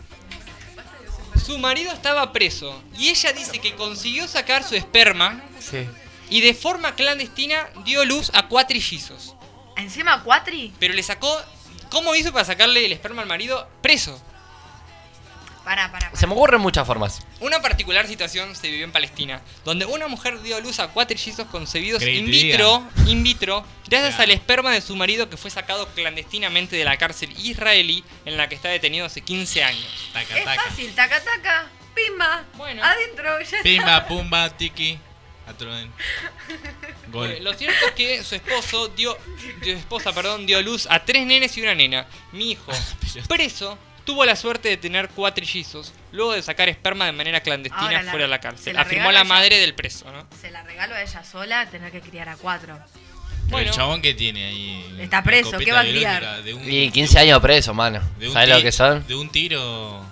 B: Su marido estaba preso y ella dice que consiguió sacar su esperma
C: Sí.
B: y de forma clandestina dio luz a cuatrillizos.
D: Encima, Cuatri,
B: Pero le sacó. ¿Cómo hizo para sacarle el esperma al marido preso?
D: pará, pará.
C: Se me ocurren muchas formas.
B: Una particular situación se vivió en Palestina, donde una mujer dio a luz a cuatro hechizos concebidos
F: Creí que
B: in
F: te diga.
B: vitro, in vitro, gracias al esperma de su marido que fue sacado clandestinamente de la cárcel israelí en la que está detenido hace 15 años.
D: Es fácil, taca, taca, pimba, adentro, ya está.
F: Pimba, pumba, tiki. Atroden.
B: Eh,
F: Gol.
B: Lo cierto es que su esposo dio, su esposa, perdón, dio a luz a tres nenes y una nena. Mi hijo,
F: Ah,
B: preso, tuvo la suerte de tener cuatro hechizos luego de sacar esperma de manera clandestina
D: Ahora la-
B: fuera de la
D: se
B: cárcel.
D: la
B: Afirmó
D: regala
B: la
D: ella.
B: madre del preso, ¿no?
D: Se la regalo a ella sola, tener que criar a cuatro.
F: Pero
B: Bueno.
F: el chabón que tiene ahí.
D: Está
F: una
D: preso,
F: escopeta
D: ¿qué va a
F: biológica
D: criar?
F: De un,
C: Y 15 años preso, mano.
F: de un
C: ¿Sabes
F: ti-
C: lo que son?
F: De un tiro.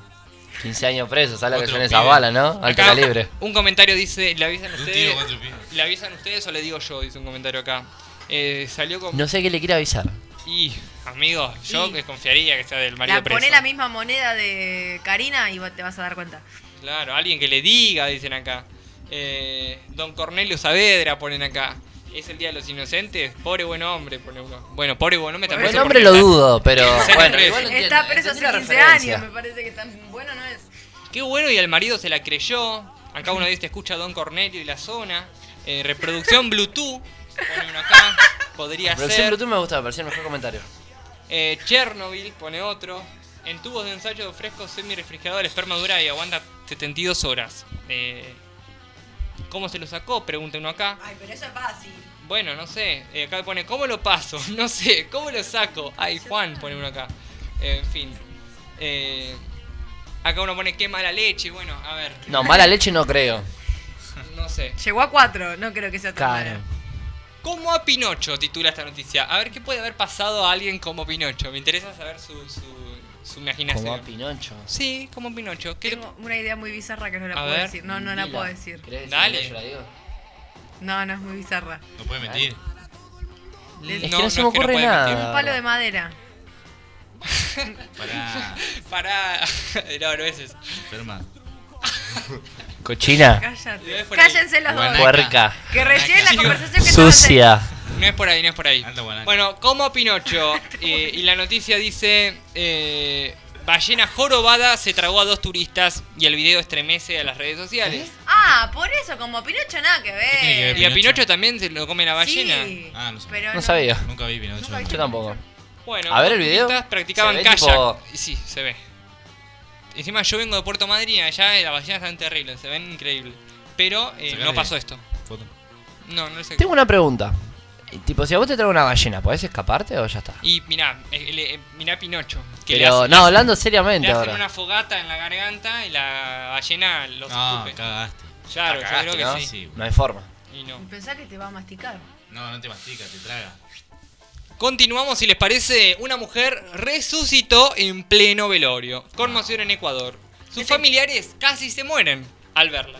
C: 15 años preso, ¿sabes lo que
F: Otro
C: son esas
F: pibe.
C: balas, no? Alto
B: Acá,
C: calibre.
B: Un comentario dice, ¿le avisan
F: tiro,
B: ustedes?
F: cuatro pies.
B: ¿Le avisan ustedes o le digo yo? Dice un comentario acá. Eh, salió con...
C: No sé qué le quiere avisar.
B: Y, amigos, yo
D: Y-
B: desconfiaría que sea del marido
D: La
B: preso.
D: pone la misma moneda de Karina y vos te vas a dar cuenta.
B: Claro, alguien que le diga, dicen acá. Eh, don Cornelio Saavedra ponen acá. ¿Es el Día de los Inocentes? Pobre buen hombre, pone uno. Bueno, pobre buen hombre también.
C: Buen hombre lo dudo, pero
B: Exacto.
C: bueno.
B: Pero
C: igual
B: igual
C: entiendo,
D: Está preso hace
C: entendí la
D: 15
C: referencia.
D: años, me parece que tan bueno no es.
B: Qué bueno, y el marido se la creyó. Acá uno dice, escucha a Don Cornelio y la zona. Eh, reproducción Bluetooth, pone uno acá. Podría
C: Pero
B: ser.
C: siempre tú me gusta, me pareció el mejor comentario.
B: Eh, Chernobyl pone otro. En tubos de ensayo de fresco semi-refrigerador, esperma dura y aguanta 72 horas. Eh, ¿Cómo se lo sacó? Pregunta uno acá.
D: Ay, pero eso es fácil.
B: Bueno, no sé. Eh, acá pone, ¿cómo lo paso? No sé. ¿Cómo lo saco? Ay, Juan pone uno acá. Eh, en fin. Eh, acá uno pone, qué mala leche. Bueno, a ver.
C: No, mala leche no creo.
B: No sé.
D: Llegó a cuatro, no creo que sea tan
C: Claro.
D: malo.
B: ¿Cómo a Pinocho? Titula esta noticia. A ver qué puede haber pasado a alguien como Pinocho. Me interesa saber su, su- su imaginación.
C: Como a Pinocho.
B: Sí, como Pinocho. ¿Qué le-
D: Tengo una idea muy bizarra que no la
B: A
D: puedo
B: ver.
D: decir. No, no la
C: Dila.
D: puedo decir.
C: ¿Querés decir
B: Dale.
C: que yo la digo?
D: No, no es muy bizarra.
F: No puede mentir.
C: Es que
B: No,
C: no,
B: no,
C: se
B: es que
C: me
B: no
C: ocurre
B: puede
C: nada.
B: mentir.
D: Un palo de madera.
F: Pará.
B: Pará. No, no es eso.
F: Enferma.
C: Cochina.
B: No
D: Cállate.
B: es por ahí.
D: Cállense los dos.
F: Guanaca.
C: Puerca.
D: Que recién la
B: Chicos.
D: conversación que estaban
C: Sucia.
B: No es por ahí, no es por ahí.
F: Anda, guanaca.
B: Bueno, como a Pinocho. eh, y la noticia dice... eh, ballena jorobada se tragó a dos turistas y el video estremece a las redes sociales.
D: teniendo. Ah, por eso, como Pinocho nada que ver.
F: ¿Qué tiene que ver
B: Y a
F: Pinocho?
B: Pinocho también se lo come la ballena.
D: Sí,
F: Ah, no sé.
D: pero
C: No sabía.
F: Nunca vi Pinocho.
D: Nunca vi
C: Yo tampoco.
B: Bueno,
C: A ver
B: los
C: el video.
B: turistas practicaban
C: Se ve
B: kayak.
C: tipo-
B: Y Sí, se ve. Encima yo vengo de Puerto Madryn, allá las ballenas están terribles, se ven increíbles. Pero eh,
F: Sacale
B: no pasó esto.
F: Foto.
B: No, no sé.
C: Tengo una pregunta. Y, Tipo, si a vos te trae una ballena, ¿podés escaparte o ya está?
B: Y mirá, eh, le- eh, mirá Pinocho. Que le
C: Pero,
B: hacen-
C: no, hablando
B: le
C: seriamente
B: hacen
C: ahora.
B: una fogata en la garganta y la ballena los
F: No,
B: escupe.
F: cagaste.
B: Claro, yo creo que
C: ¿no?
B: sí.
C: No hay forma.
B: Y no.
D: Y pensá que te va a masticar.
F: No, no te mastica, te traga.
B: Continuamos, si les parece, una mujer resucitó en pleno velorio. Conmoción en Ecuador. Sus familiares casi se mueren al verla.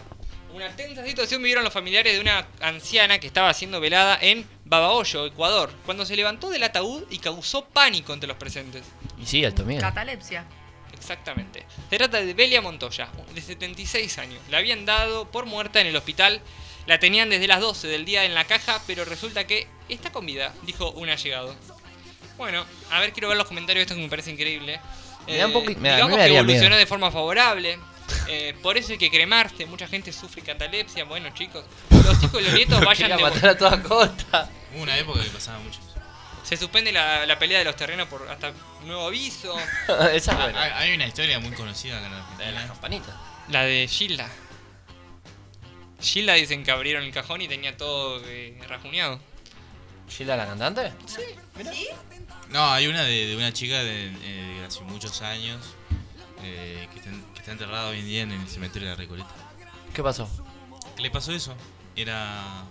B: Una tensa situación vivieron los familiares de una anciana que estaba siendo velada en Babahoyo, Ecuador, cuando se levantó del ataúd y causó pánico entre los presentes.
C: Y sí, alto miedo.
D: Catalepsia.
B: Exactamente. Se trata de Belia Montoya, de 76 años. La habían dado por muerta en el hospital La tenían desde las 12 del día en la caja, pero resulta que está comida, dijo un allegado. Bueno, a ver, quiero ver los comentarios de estos que me parece increíble. Eh,
C: Me da un poco- me da- me
B: digamos que
C: daría miedo.
B: evolucionó de forma favorable. Eh, por eso hay que cremarse, mucha gente sufre catalepsia. Bueno, chicos, los hijos y los nietos vayan
C: Quería
B: de
C: matar a toda costa.
F: Hubo una época que pasaba mucho.
B: Se suspende la, la pelea de los terrenos por hasta nuevo aviso.
F: Ah, hay- Hay una historia muy conocida acá en Argentina. De las
C: campanitas.
B: La de Gilda. Gilda dicen que abrieron el cajón y tenía todo eh, rajuneado.
C: ¿Gilda la cantante?
B: Sí.
F: No, hay una de, de una chica de, eh, de hace muchos años eh, que, está, en- que está enterrada hoy en día en el cementerio de la Recoleta.
C: ¿Qué pasó?
F: ¿Qué le pasó eso? Era.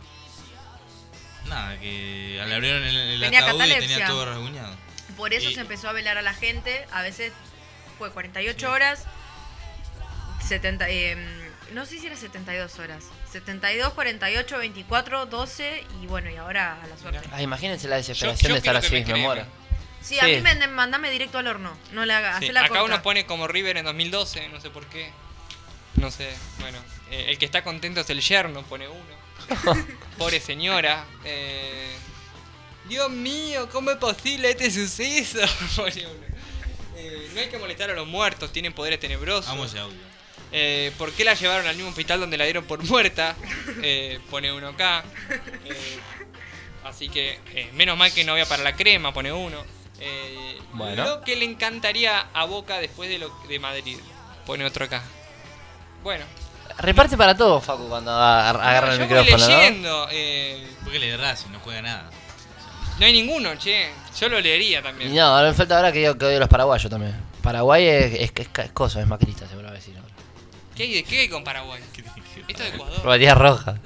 F: Nada, que le abrieron el, el
D: Tenía
F: ataúd y
D: catalepsia.
F: tenía todo rasguñado.
D: Por eso
F: Y-
D: se empezó a velar a la gente. A veces fue 48 horas, 70, eh, no sé si era 72 horas. 72, 48, 24, 12 y bueno, y ahora a la suerte.
C: Ah, imagínense la desesperación
B: Yo- yo
C: de estar
B: quiero que
C: así,
B: me
C: me,
B: crean.
C: muero.
D: Sí, a
C: Sí.
D: mí me, mandame directo al horno. No la haga,
B: Sí,
D: hacela
B: Acá
D: corta.
B: uno pone como River en 2012, no sé por qué. No sé, bueno. eh, el que está contento es el yerno, pone uno. Pobre señora. eh, Dios mío, ¿cómo es posible este suceso? Pone uno. Eh, no hay que molestar a los muertos, tienen poderes tenebrosos.
F: Vamos a audio.
B: Eh, ¿Por qué la llevaron al mismo hospital donde la dieron por muerta? Eh, pone uno acá. Eh, así que eh, menos mal que no había para la crema, pone uno. Eh,
C: Bueno.
B: Lo que le encantaría a Boca después de, lo, de Madrid. Pone otro acá. Bueno,
C: Reparte para todos, Facu, cuando a- agarra el
B: yo voy
C: micrófono, ¿no?
B: leyendo. eh,
F: ¿Por qué le errás si no juega nada?
B: no hay ninguno, che. Yo lo leería
C: Y
B: también.
C: no, ahora me falta ahora que yo que odio a los paraguayos también. Paraguay es, es, es, es cosa, es macrista, seguro va a decir. ahora.
B: ¿Qué hay, qué hay con Paraguay? Esto es Ecuador.
C: Barbaridad roja.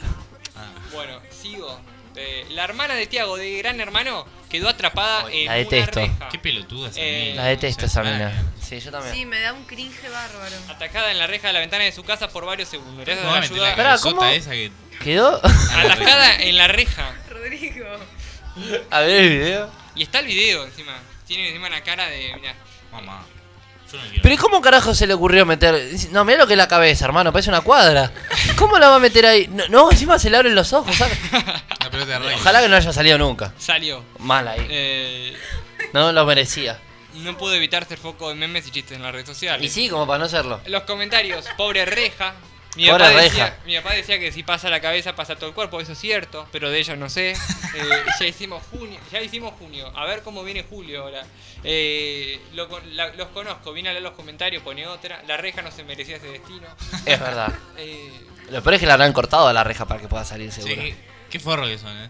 B: Bueno, sigo. Eh, la hermana de Tiago, de Gran Hermano, quedó atrapada en
C: la
B: una
C: detesto.
B: reja.
F: Qué pelotuda esa mina.
C: La detesto esa mina.
B: Sí, yo
D: Sí, me da un cringe bárbaro.
B: Atacada en la reja de la ventana de su casa por varios segundos. Gracias
F: No,
B: a la
F: metí
B: ayuda.
F: la Pará, cabezota ¿cómo? esa que-
C: ¿Quedó?
B: Atascada en la reja.
D: Rodrigo.
C: A ver el video.
B: Y está el video encima. Tiene encima una cara de. Mira.
F: Mamá.
C: Pero ¿y cómo carajo se le ocurrió meter? No, mirá lo que es la cabeza, hermano, parece una cuadra. ¿Cómo la va a meter ahí? No, no, encima se le abren los ojos, ¿sabes?
F: La pelota de rey.
C: Ojalá que no haya salido nunca.
B: Salió.
C: Mal ahí.
B: Eh,
C: No lo merecía.
B: no pudo evitar ser foco de memes y chistes en las redes sociales.
C: Y sí, como para no serlo.
B: Los comentarios, pobre reja. Mi
C: Pobre
B: papá,
C: reja.
B: Decía, mi papá decía que si pasa la cabeza pasa todo el cuerpo, eso es cierto, pero de ellos no sé. Eh, ya hicimos junio, ya hicimos junio, a ver cómo viene julio ahora. Eh, lo con- la- los conozco, vine a leer los comentarios, pone otra, la reja no se merecía ese destino.
C: Es verdad.
B: Eh,
C: Lo peor es que la habrán cortado a la reja para que pueda salir seguro.
F: Sí, qué forro que son, eh.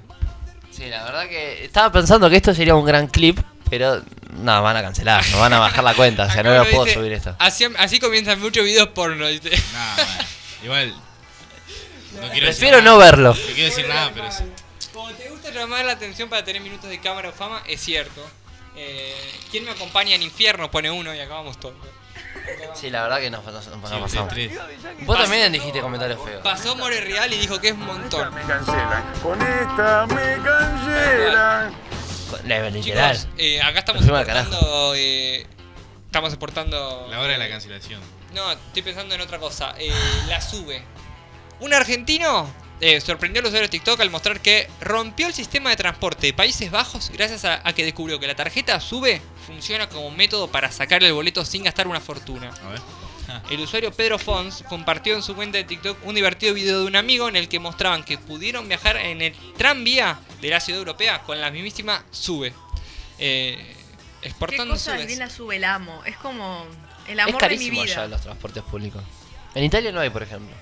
C: Sí, la verdad que. Estaba pensando que esto sería un gran clip, pero no, van a cancelar, nos van a bajar la cuenta, o sea, no
B: Acá
C: lo
B: uno
C: puedo
B: dice,
C: subir esto.
B: Así, así comienzan muchos videos porno, dice.
F: Igual. No quiero decir
C: Prefiero
F: nada.
C: no verlo.
F: No quiero decir nada, pero sí.
B: Como te gusta llamar la atención para tener minutos de cámara o fama, es cierto. Eh, ¿Quién me acompaña en infierno? Pone uno y acabamos todo.
C: Sí, la verdad que nos, nos- nos
B: Sí, Ah.
C: pasamos.
B: sí,
C: Vos también dijiste comentarios feos.
B: Pasó More Real y dijo que es un montón.
C: Con esta me cancelan. Literal.
B: Chicos, eh, acá estamos
C: Encima del carajo.
B: exportando. eh, estamos exportando.
F: La hora de la cancelación.
B: No, estoy pensando en otra cosa. Eh, la sube. Un argentino eh, sorprendió a los usuarios de TikTok al mostrar que rompió el sistema de transporte de Países Bajos gracias a, a que descubrió que la tarjeta sube funciona como método para sacar el boleto sin gastar una fortuna. El usuario Pedro Fons compartió en su cuenta de TikTok un divertido video de un amigo en el que mostraban que pudieron viajar en el tranvía de la ciudad europea con la mismísima Sube. Eh,
D: Qué
B: exportando
D: cosa
B: Subes.
D: divina sube el amo. Es como el
C: Es
D: amor de mi
C: carísimo
D: vida.
C: allá los transportes públicos. En Italia no hay, por ejemplo.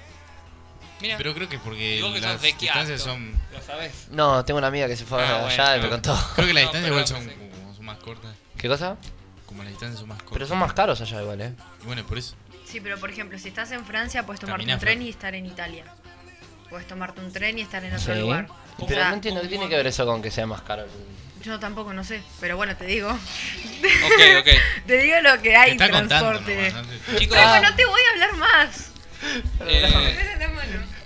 F: Pero creo que es porque
B: Y vos que
F: las
B: sos de Quiato,
F: distancias son.
B: Lo sabés.
C: No, tengo una amiga que se fue
F: Ah,
C: allá
F: bueno,
C: y me
F: pero-
C: contó.
F: Creo que las
B: No,
F: distancias
B: perdón,
F: igual son, como- son más cortas.
C: ¿Qué cosa?
F: Como las distancias son más cortas.
C: Pero son más caros allá igual, eh.
F: Y bueno, por eso.
D: Sí, pero por ejemplo, si estás en Francia, puedes tomarte
C: Caminá,
D: un tren y estar en Italia. Puedes tomarte un tren y estar en otro
C: Sí.
D: lugar. O
C: Pero
D: sea,
C: no entiendo qué tiene que ver eso con que sea más caro.
D: Yo tampoco no sé, pero bueno, te digo.
B: Ok, ok.
D: Te digo lo que hay
B: Te está contando
D: transporte.
B: nomás, no
D: Pero
B: te- Chicos-
C: Ah.
D: no te voy a hablar más.
B: Eh,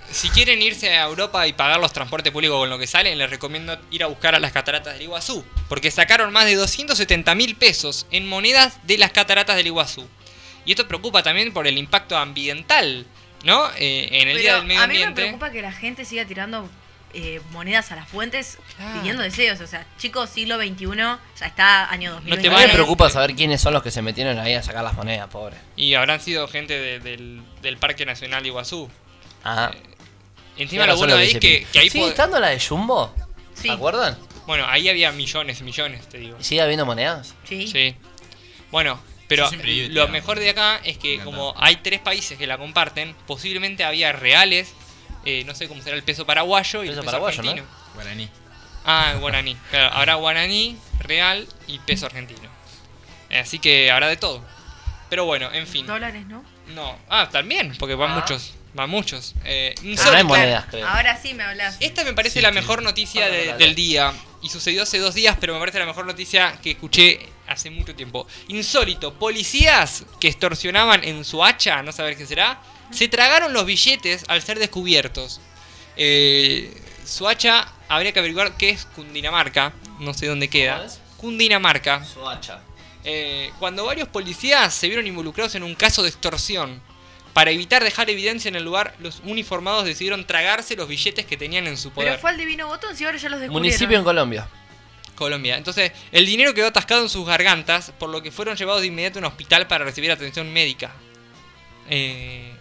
B: si quieren irse a Europa y pagar los transportes públicos con lo que salen, les recomiendo ir a buscar a las cataratas del Iguazú, porque sacaron más de 270 mil pesos en monedas de las cataratas del Iguazú. Y esto preocupa también por el impacto ambiental ¿No? Eh, en el
D: Pero
B: Día del Medio
D: a mí me
B: Ambiente.
D: preocupa que la gente siga tirando eh, monedas a las fuentes pidiendo deseos. O sea, chicos, siglo XXI, ya está año 2000.
C: No te me preocupa saber quiénes son los que se metieron ahí a sacar las monedas, pobre.
B: Y habrán sido gente de- del, del Parque Nacional Iguazú.
C: Ajá.
B: Encima lo bueno ahí es que, que ahí
C: ¿Sigue
B: pod-
C: estando la de Jumbo?
D: Sí.
C: ¿Se acuerdan?
B: Bueno, ahí había millones y millones, te digo.
C: ¿Y sigue habiendo monedas?
D: Sí.
B: Bueno, pero
C: Yo siempre iba y
B: lo
C: tiraba.
B: mejor de acá es que como hay tres países que la comparten, posiblemente había reales, eh, no sé cómo será el peso paraguayo y el
C: Peso
B: peso
C: paraguayo, ¿no?
B: argentino. Ah, guaraní. Claro, habrá guaraní, real y peso argentino. Eh, Así que habrá de todo. Pero bueno, en fin.
D: Dólares, ¿no?
B: No. Ah, también, porque van
D: Ah.
B: muchos. Van muchos. Eh,
C: Pero
B: solo-
C: no hay monedas, creo.
D: Ahora sí me hablas.
B: Esta me parece la mejor noticia de- del día. Y sucedió hace dos días, pero me parece la mejor noticia que escuché hace mucho tiempo. Insólito, policías que extorsionaban en su hacha, no saber qué será, se tragaron los billetes al ser descubiertos. Eh, su hacha habría que averiguar qué es Cundinamarca, no sé dónde queda. Cundinamarca.
C: Soacha.
B: Eh, cuando varios policías se vieron involucrados en un caso de extorsión, para evitar dejar evidencia en el lugar, los uniformados decidieron tragarse los billetes que tenían en su
D: Pero
B: poder.
D: fue al divino botón, si ahora ya los descubrieron.
C: Municipio en Colombia.
B: Colombia. Entonces, el dinero quedó atascado en sus gargantas, por lo que fueron llevados de inmediato a un hospital para recibir atención médica. Eh,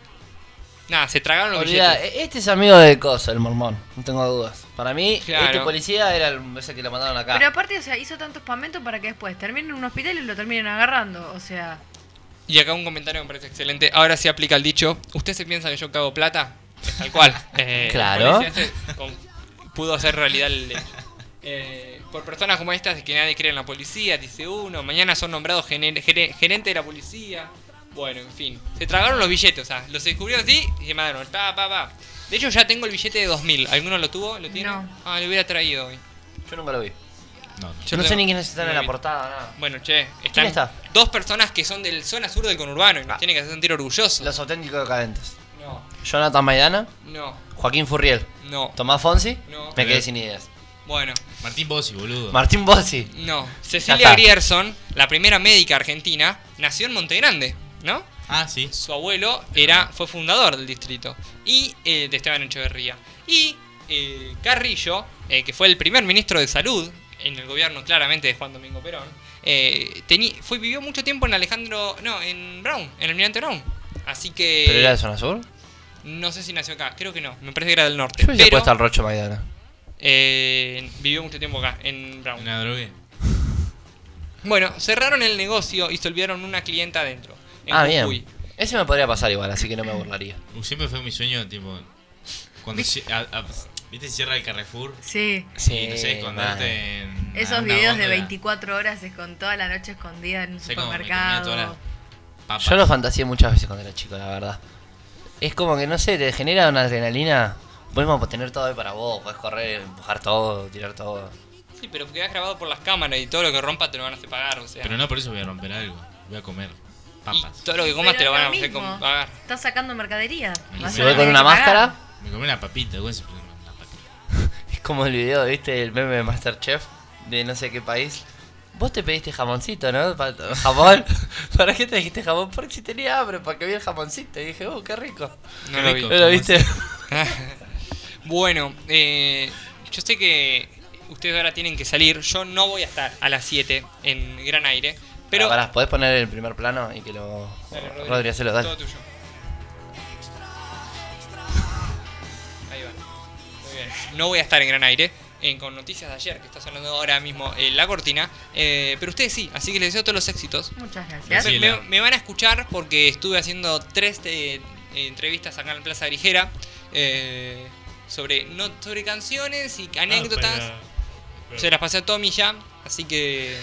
B: nada, se tragaron los
C: Olvida,
B: billetes.
C: e- este es amigo de Coso, el mormón. No tengo dudas. Para mí,
B: Claro.
C: este policía era el ese que lo mandaron acá.
D: Pero aparte, o sea, hizo tanto espamento para que después terminen en un hospital y lo terminen agarrando. O sea,
B: Y acá un comentario que me parece excelente. Ahora sí aplica el dicho. ¿Usted se piensa que yo cago plata? Es tal cual. Eh,
C: Claro.
B: el policía este con- pudo hacer realidad el hecho. Eh, por personas como estas, que nadie cree en la policía, dice uno. Mañana son nombrados gener- gere- gerente de la policía. Bueno, en fin. Se tragaron los billetes, o sea, los descubrieron así y se mandaron. Pa, pa, pa. De hecho, ya tengo el billete de 2000. ¿Alguno lo tuvo? ¿Lo tiene?
C: No.
B: Ah, lo hubiera traído hoy.
C: Yo nunca lo vi.
F: No, no.
C: Yo no sé ni quiénes están en la
B: vi.
C: portada, nada.
B: Bueno, che, están
C: está? Ah.
B: dos personas que son del zona sur del conurbano y nos tienen que hacer sentir orgullosos.
C: Los auténticos decadentes.
B: No.
C: Jonathan Maidana.
B: No.
C: Joaquín Furriel.
B: No.
C: Tomás Fonsi.
B: No.
C: Me quedé sin ideas.
B: Bueno.
F: Martín Bossi, boludo.
C: Martín Bossi.
B: No,
C: Ya
B: Cecilia
C: está.
B: Grierson, la primera médica argentina, nació en Montegrande, ¿no?
F: Ah, sí.
B: Su abuelo era, fue fundador del distrito y eh, de Esteban Echeverría. Y eh, Carrillo, eh, que fue el primer ministro de Salud en el gobierno claramente de Juan Domingo Perón, eh, teni- fue, vivió mucho tiempo en Alejandro, no, en Brown, en el Almirante Brown. Así que...
C: ¿Pero era de Zona Sur?
B: No sé si nació acá, creo que no, me parece que era del norte.
C: Yo hubiese
B: pero-
C: puesto al Rocho Maidana.
B: eh, vivió mucho tiempo acá, en Brown.
F: En la drogué.
B: Bueno, cerraron el negocio y se olvidaron una clienta adentro. En
C: Ah,
B: Jujuy.
C: bien. Ese me podría pasar igual, así que no me burlaría.
F: Siempre fue mi sueño, tipo. Cuando. cie- a- a- ¿Viste? Cierra el Carrefour.
D: Sí.
F: Sí, no
C: Sí,
F: sé, esconderte en.
D: esos
F: Ah, una
D: videos de
F: góndola.
D: 24 horas es con toda la noche escondida en un
F: Sé cómo me comía todas las
D: supermercado.
F: papas.
C: Yo lo fantaseé muchas veces cuando era chico, la verdad. Es como que, no sé, te genera una adrenalina. Podemos tener todo ahí para vos, podés correr, empujar todo, tirar todo.
B: Sí, pero quedás grabado por las cámaras y todo lo que rompa te lo van a hacer pagar, o sea.
F: Pero no por eso voy a romper algo. Voy a comer papas.
B: Todo lo que comas
D: Pero
B: te lo
D: es
B: van a
D: lo
B: hacer
D: mismo.
B: com- pagar.
D: Estás sacando mercadería.
C: Y
B: Ah,
D: Vas
C: si
D: a
C: voy
D: tener
C: con
D: que
C: una
D: pagar.
C: máscara,
F: Me comí una papita, güey. siempre una papita.
C: es como el video, ¿viste? El meme de Masterchef de no sé qué país. Vos te pediste jamoncito, ¿no? Pa- ¿Jamón? ¿Para qué te dijiste jamón? Porque si tenía hambre, para que vi el jamoncito. Y dije, oh, qué rico.
B: No lo vi.
C: ¿No lo viste?
B: Bueno, eh, yo sé que ustedes ahora tienen que salir. Yo no voy a estar a las 7 en Gran Aire. Pero.
C: Pero... ¿podés poner el primer plano y que lo...
B: Dale,
C: Rodri,
B: Rodri,
C: hacelo, dale.
B: Todo tuyo. Ahí va. Muy bien. No voy a estar en Gran Aire. eh, con noticias de ayer, que está sonando ahora mismo eh, la cortina. eh, pero ustedes sí, así que les deseo todos los éxitos.
D: Muchas
B: Me,
D: gracias.
B: me- me van a escuchar porque estuve haciendo tres eh, entrevistas acá en Plaza Grigera eh, sobre, no, sobre canciones y
F: Ah,
B: anécdotas. Se las pasé a Tommy ya, así que...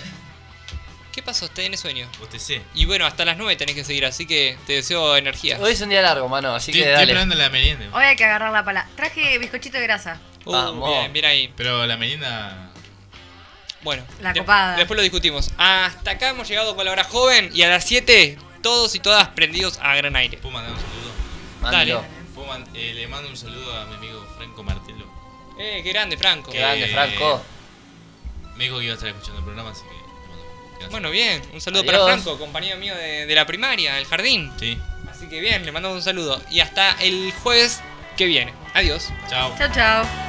B: ¿Qué pasó? ¿Te en sueño?
F: Bostecé.
B: Y bueno, hasta las 9 tenés que seguir, así que te deseo energía.
C: Hoy es un día largo, mano, así
F: Estoy,
C: que
F: estoy
C: dale.
F: esperando la merienda.
D: Hoy hay que agarrar la pala. Traje bizcochito de grasa.
B: Uh,
C: Vamos.
B: bien, bien ahí.
F: Pero la merienda.
B: Bueno,
D: La copada.
B: después lo discutimos. Hasta acá hemos llegado con la hora joven y a las 7 todos y todas prendidos a gran aire.
F: ¿Puedo mandar un saludo?
B: Dale.
C: Mándalo.
F: ¿Puedo man- eh, le mando un saludo a mi amigo Franco Martelo.
B: Eh, qué grande, Franco.
C: Qué grande,
F: Eh,
C: Franco.
F: Me dijo que iba a estar escuchando el programa, así que. Bueno, gracias.
B: Bueno, bien. Un saludo
C: Adiós.
B: para Franco, compañero mío de, de la primaria, del jardín.
F: Sí.
B: Así Así que bien, le mandamos un saludo. Y hasta el jueves que viene. Adiós. Chao.
D: Chao, chao.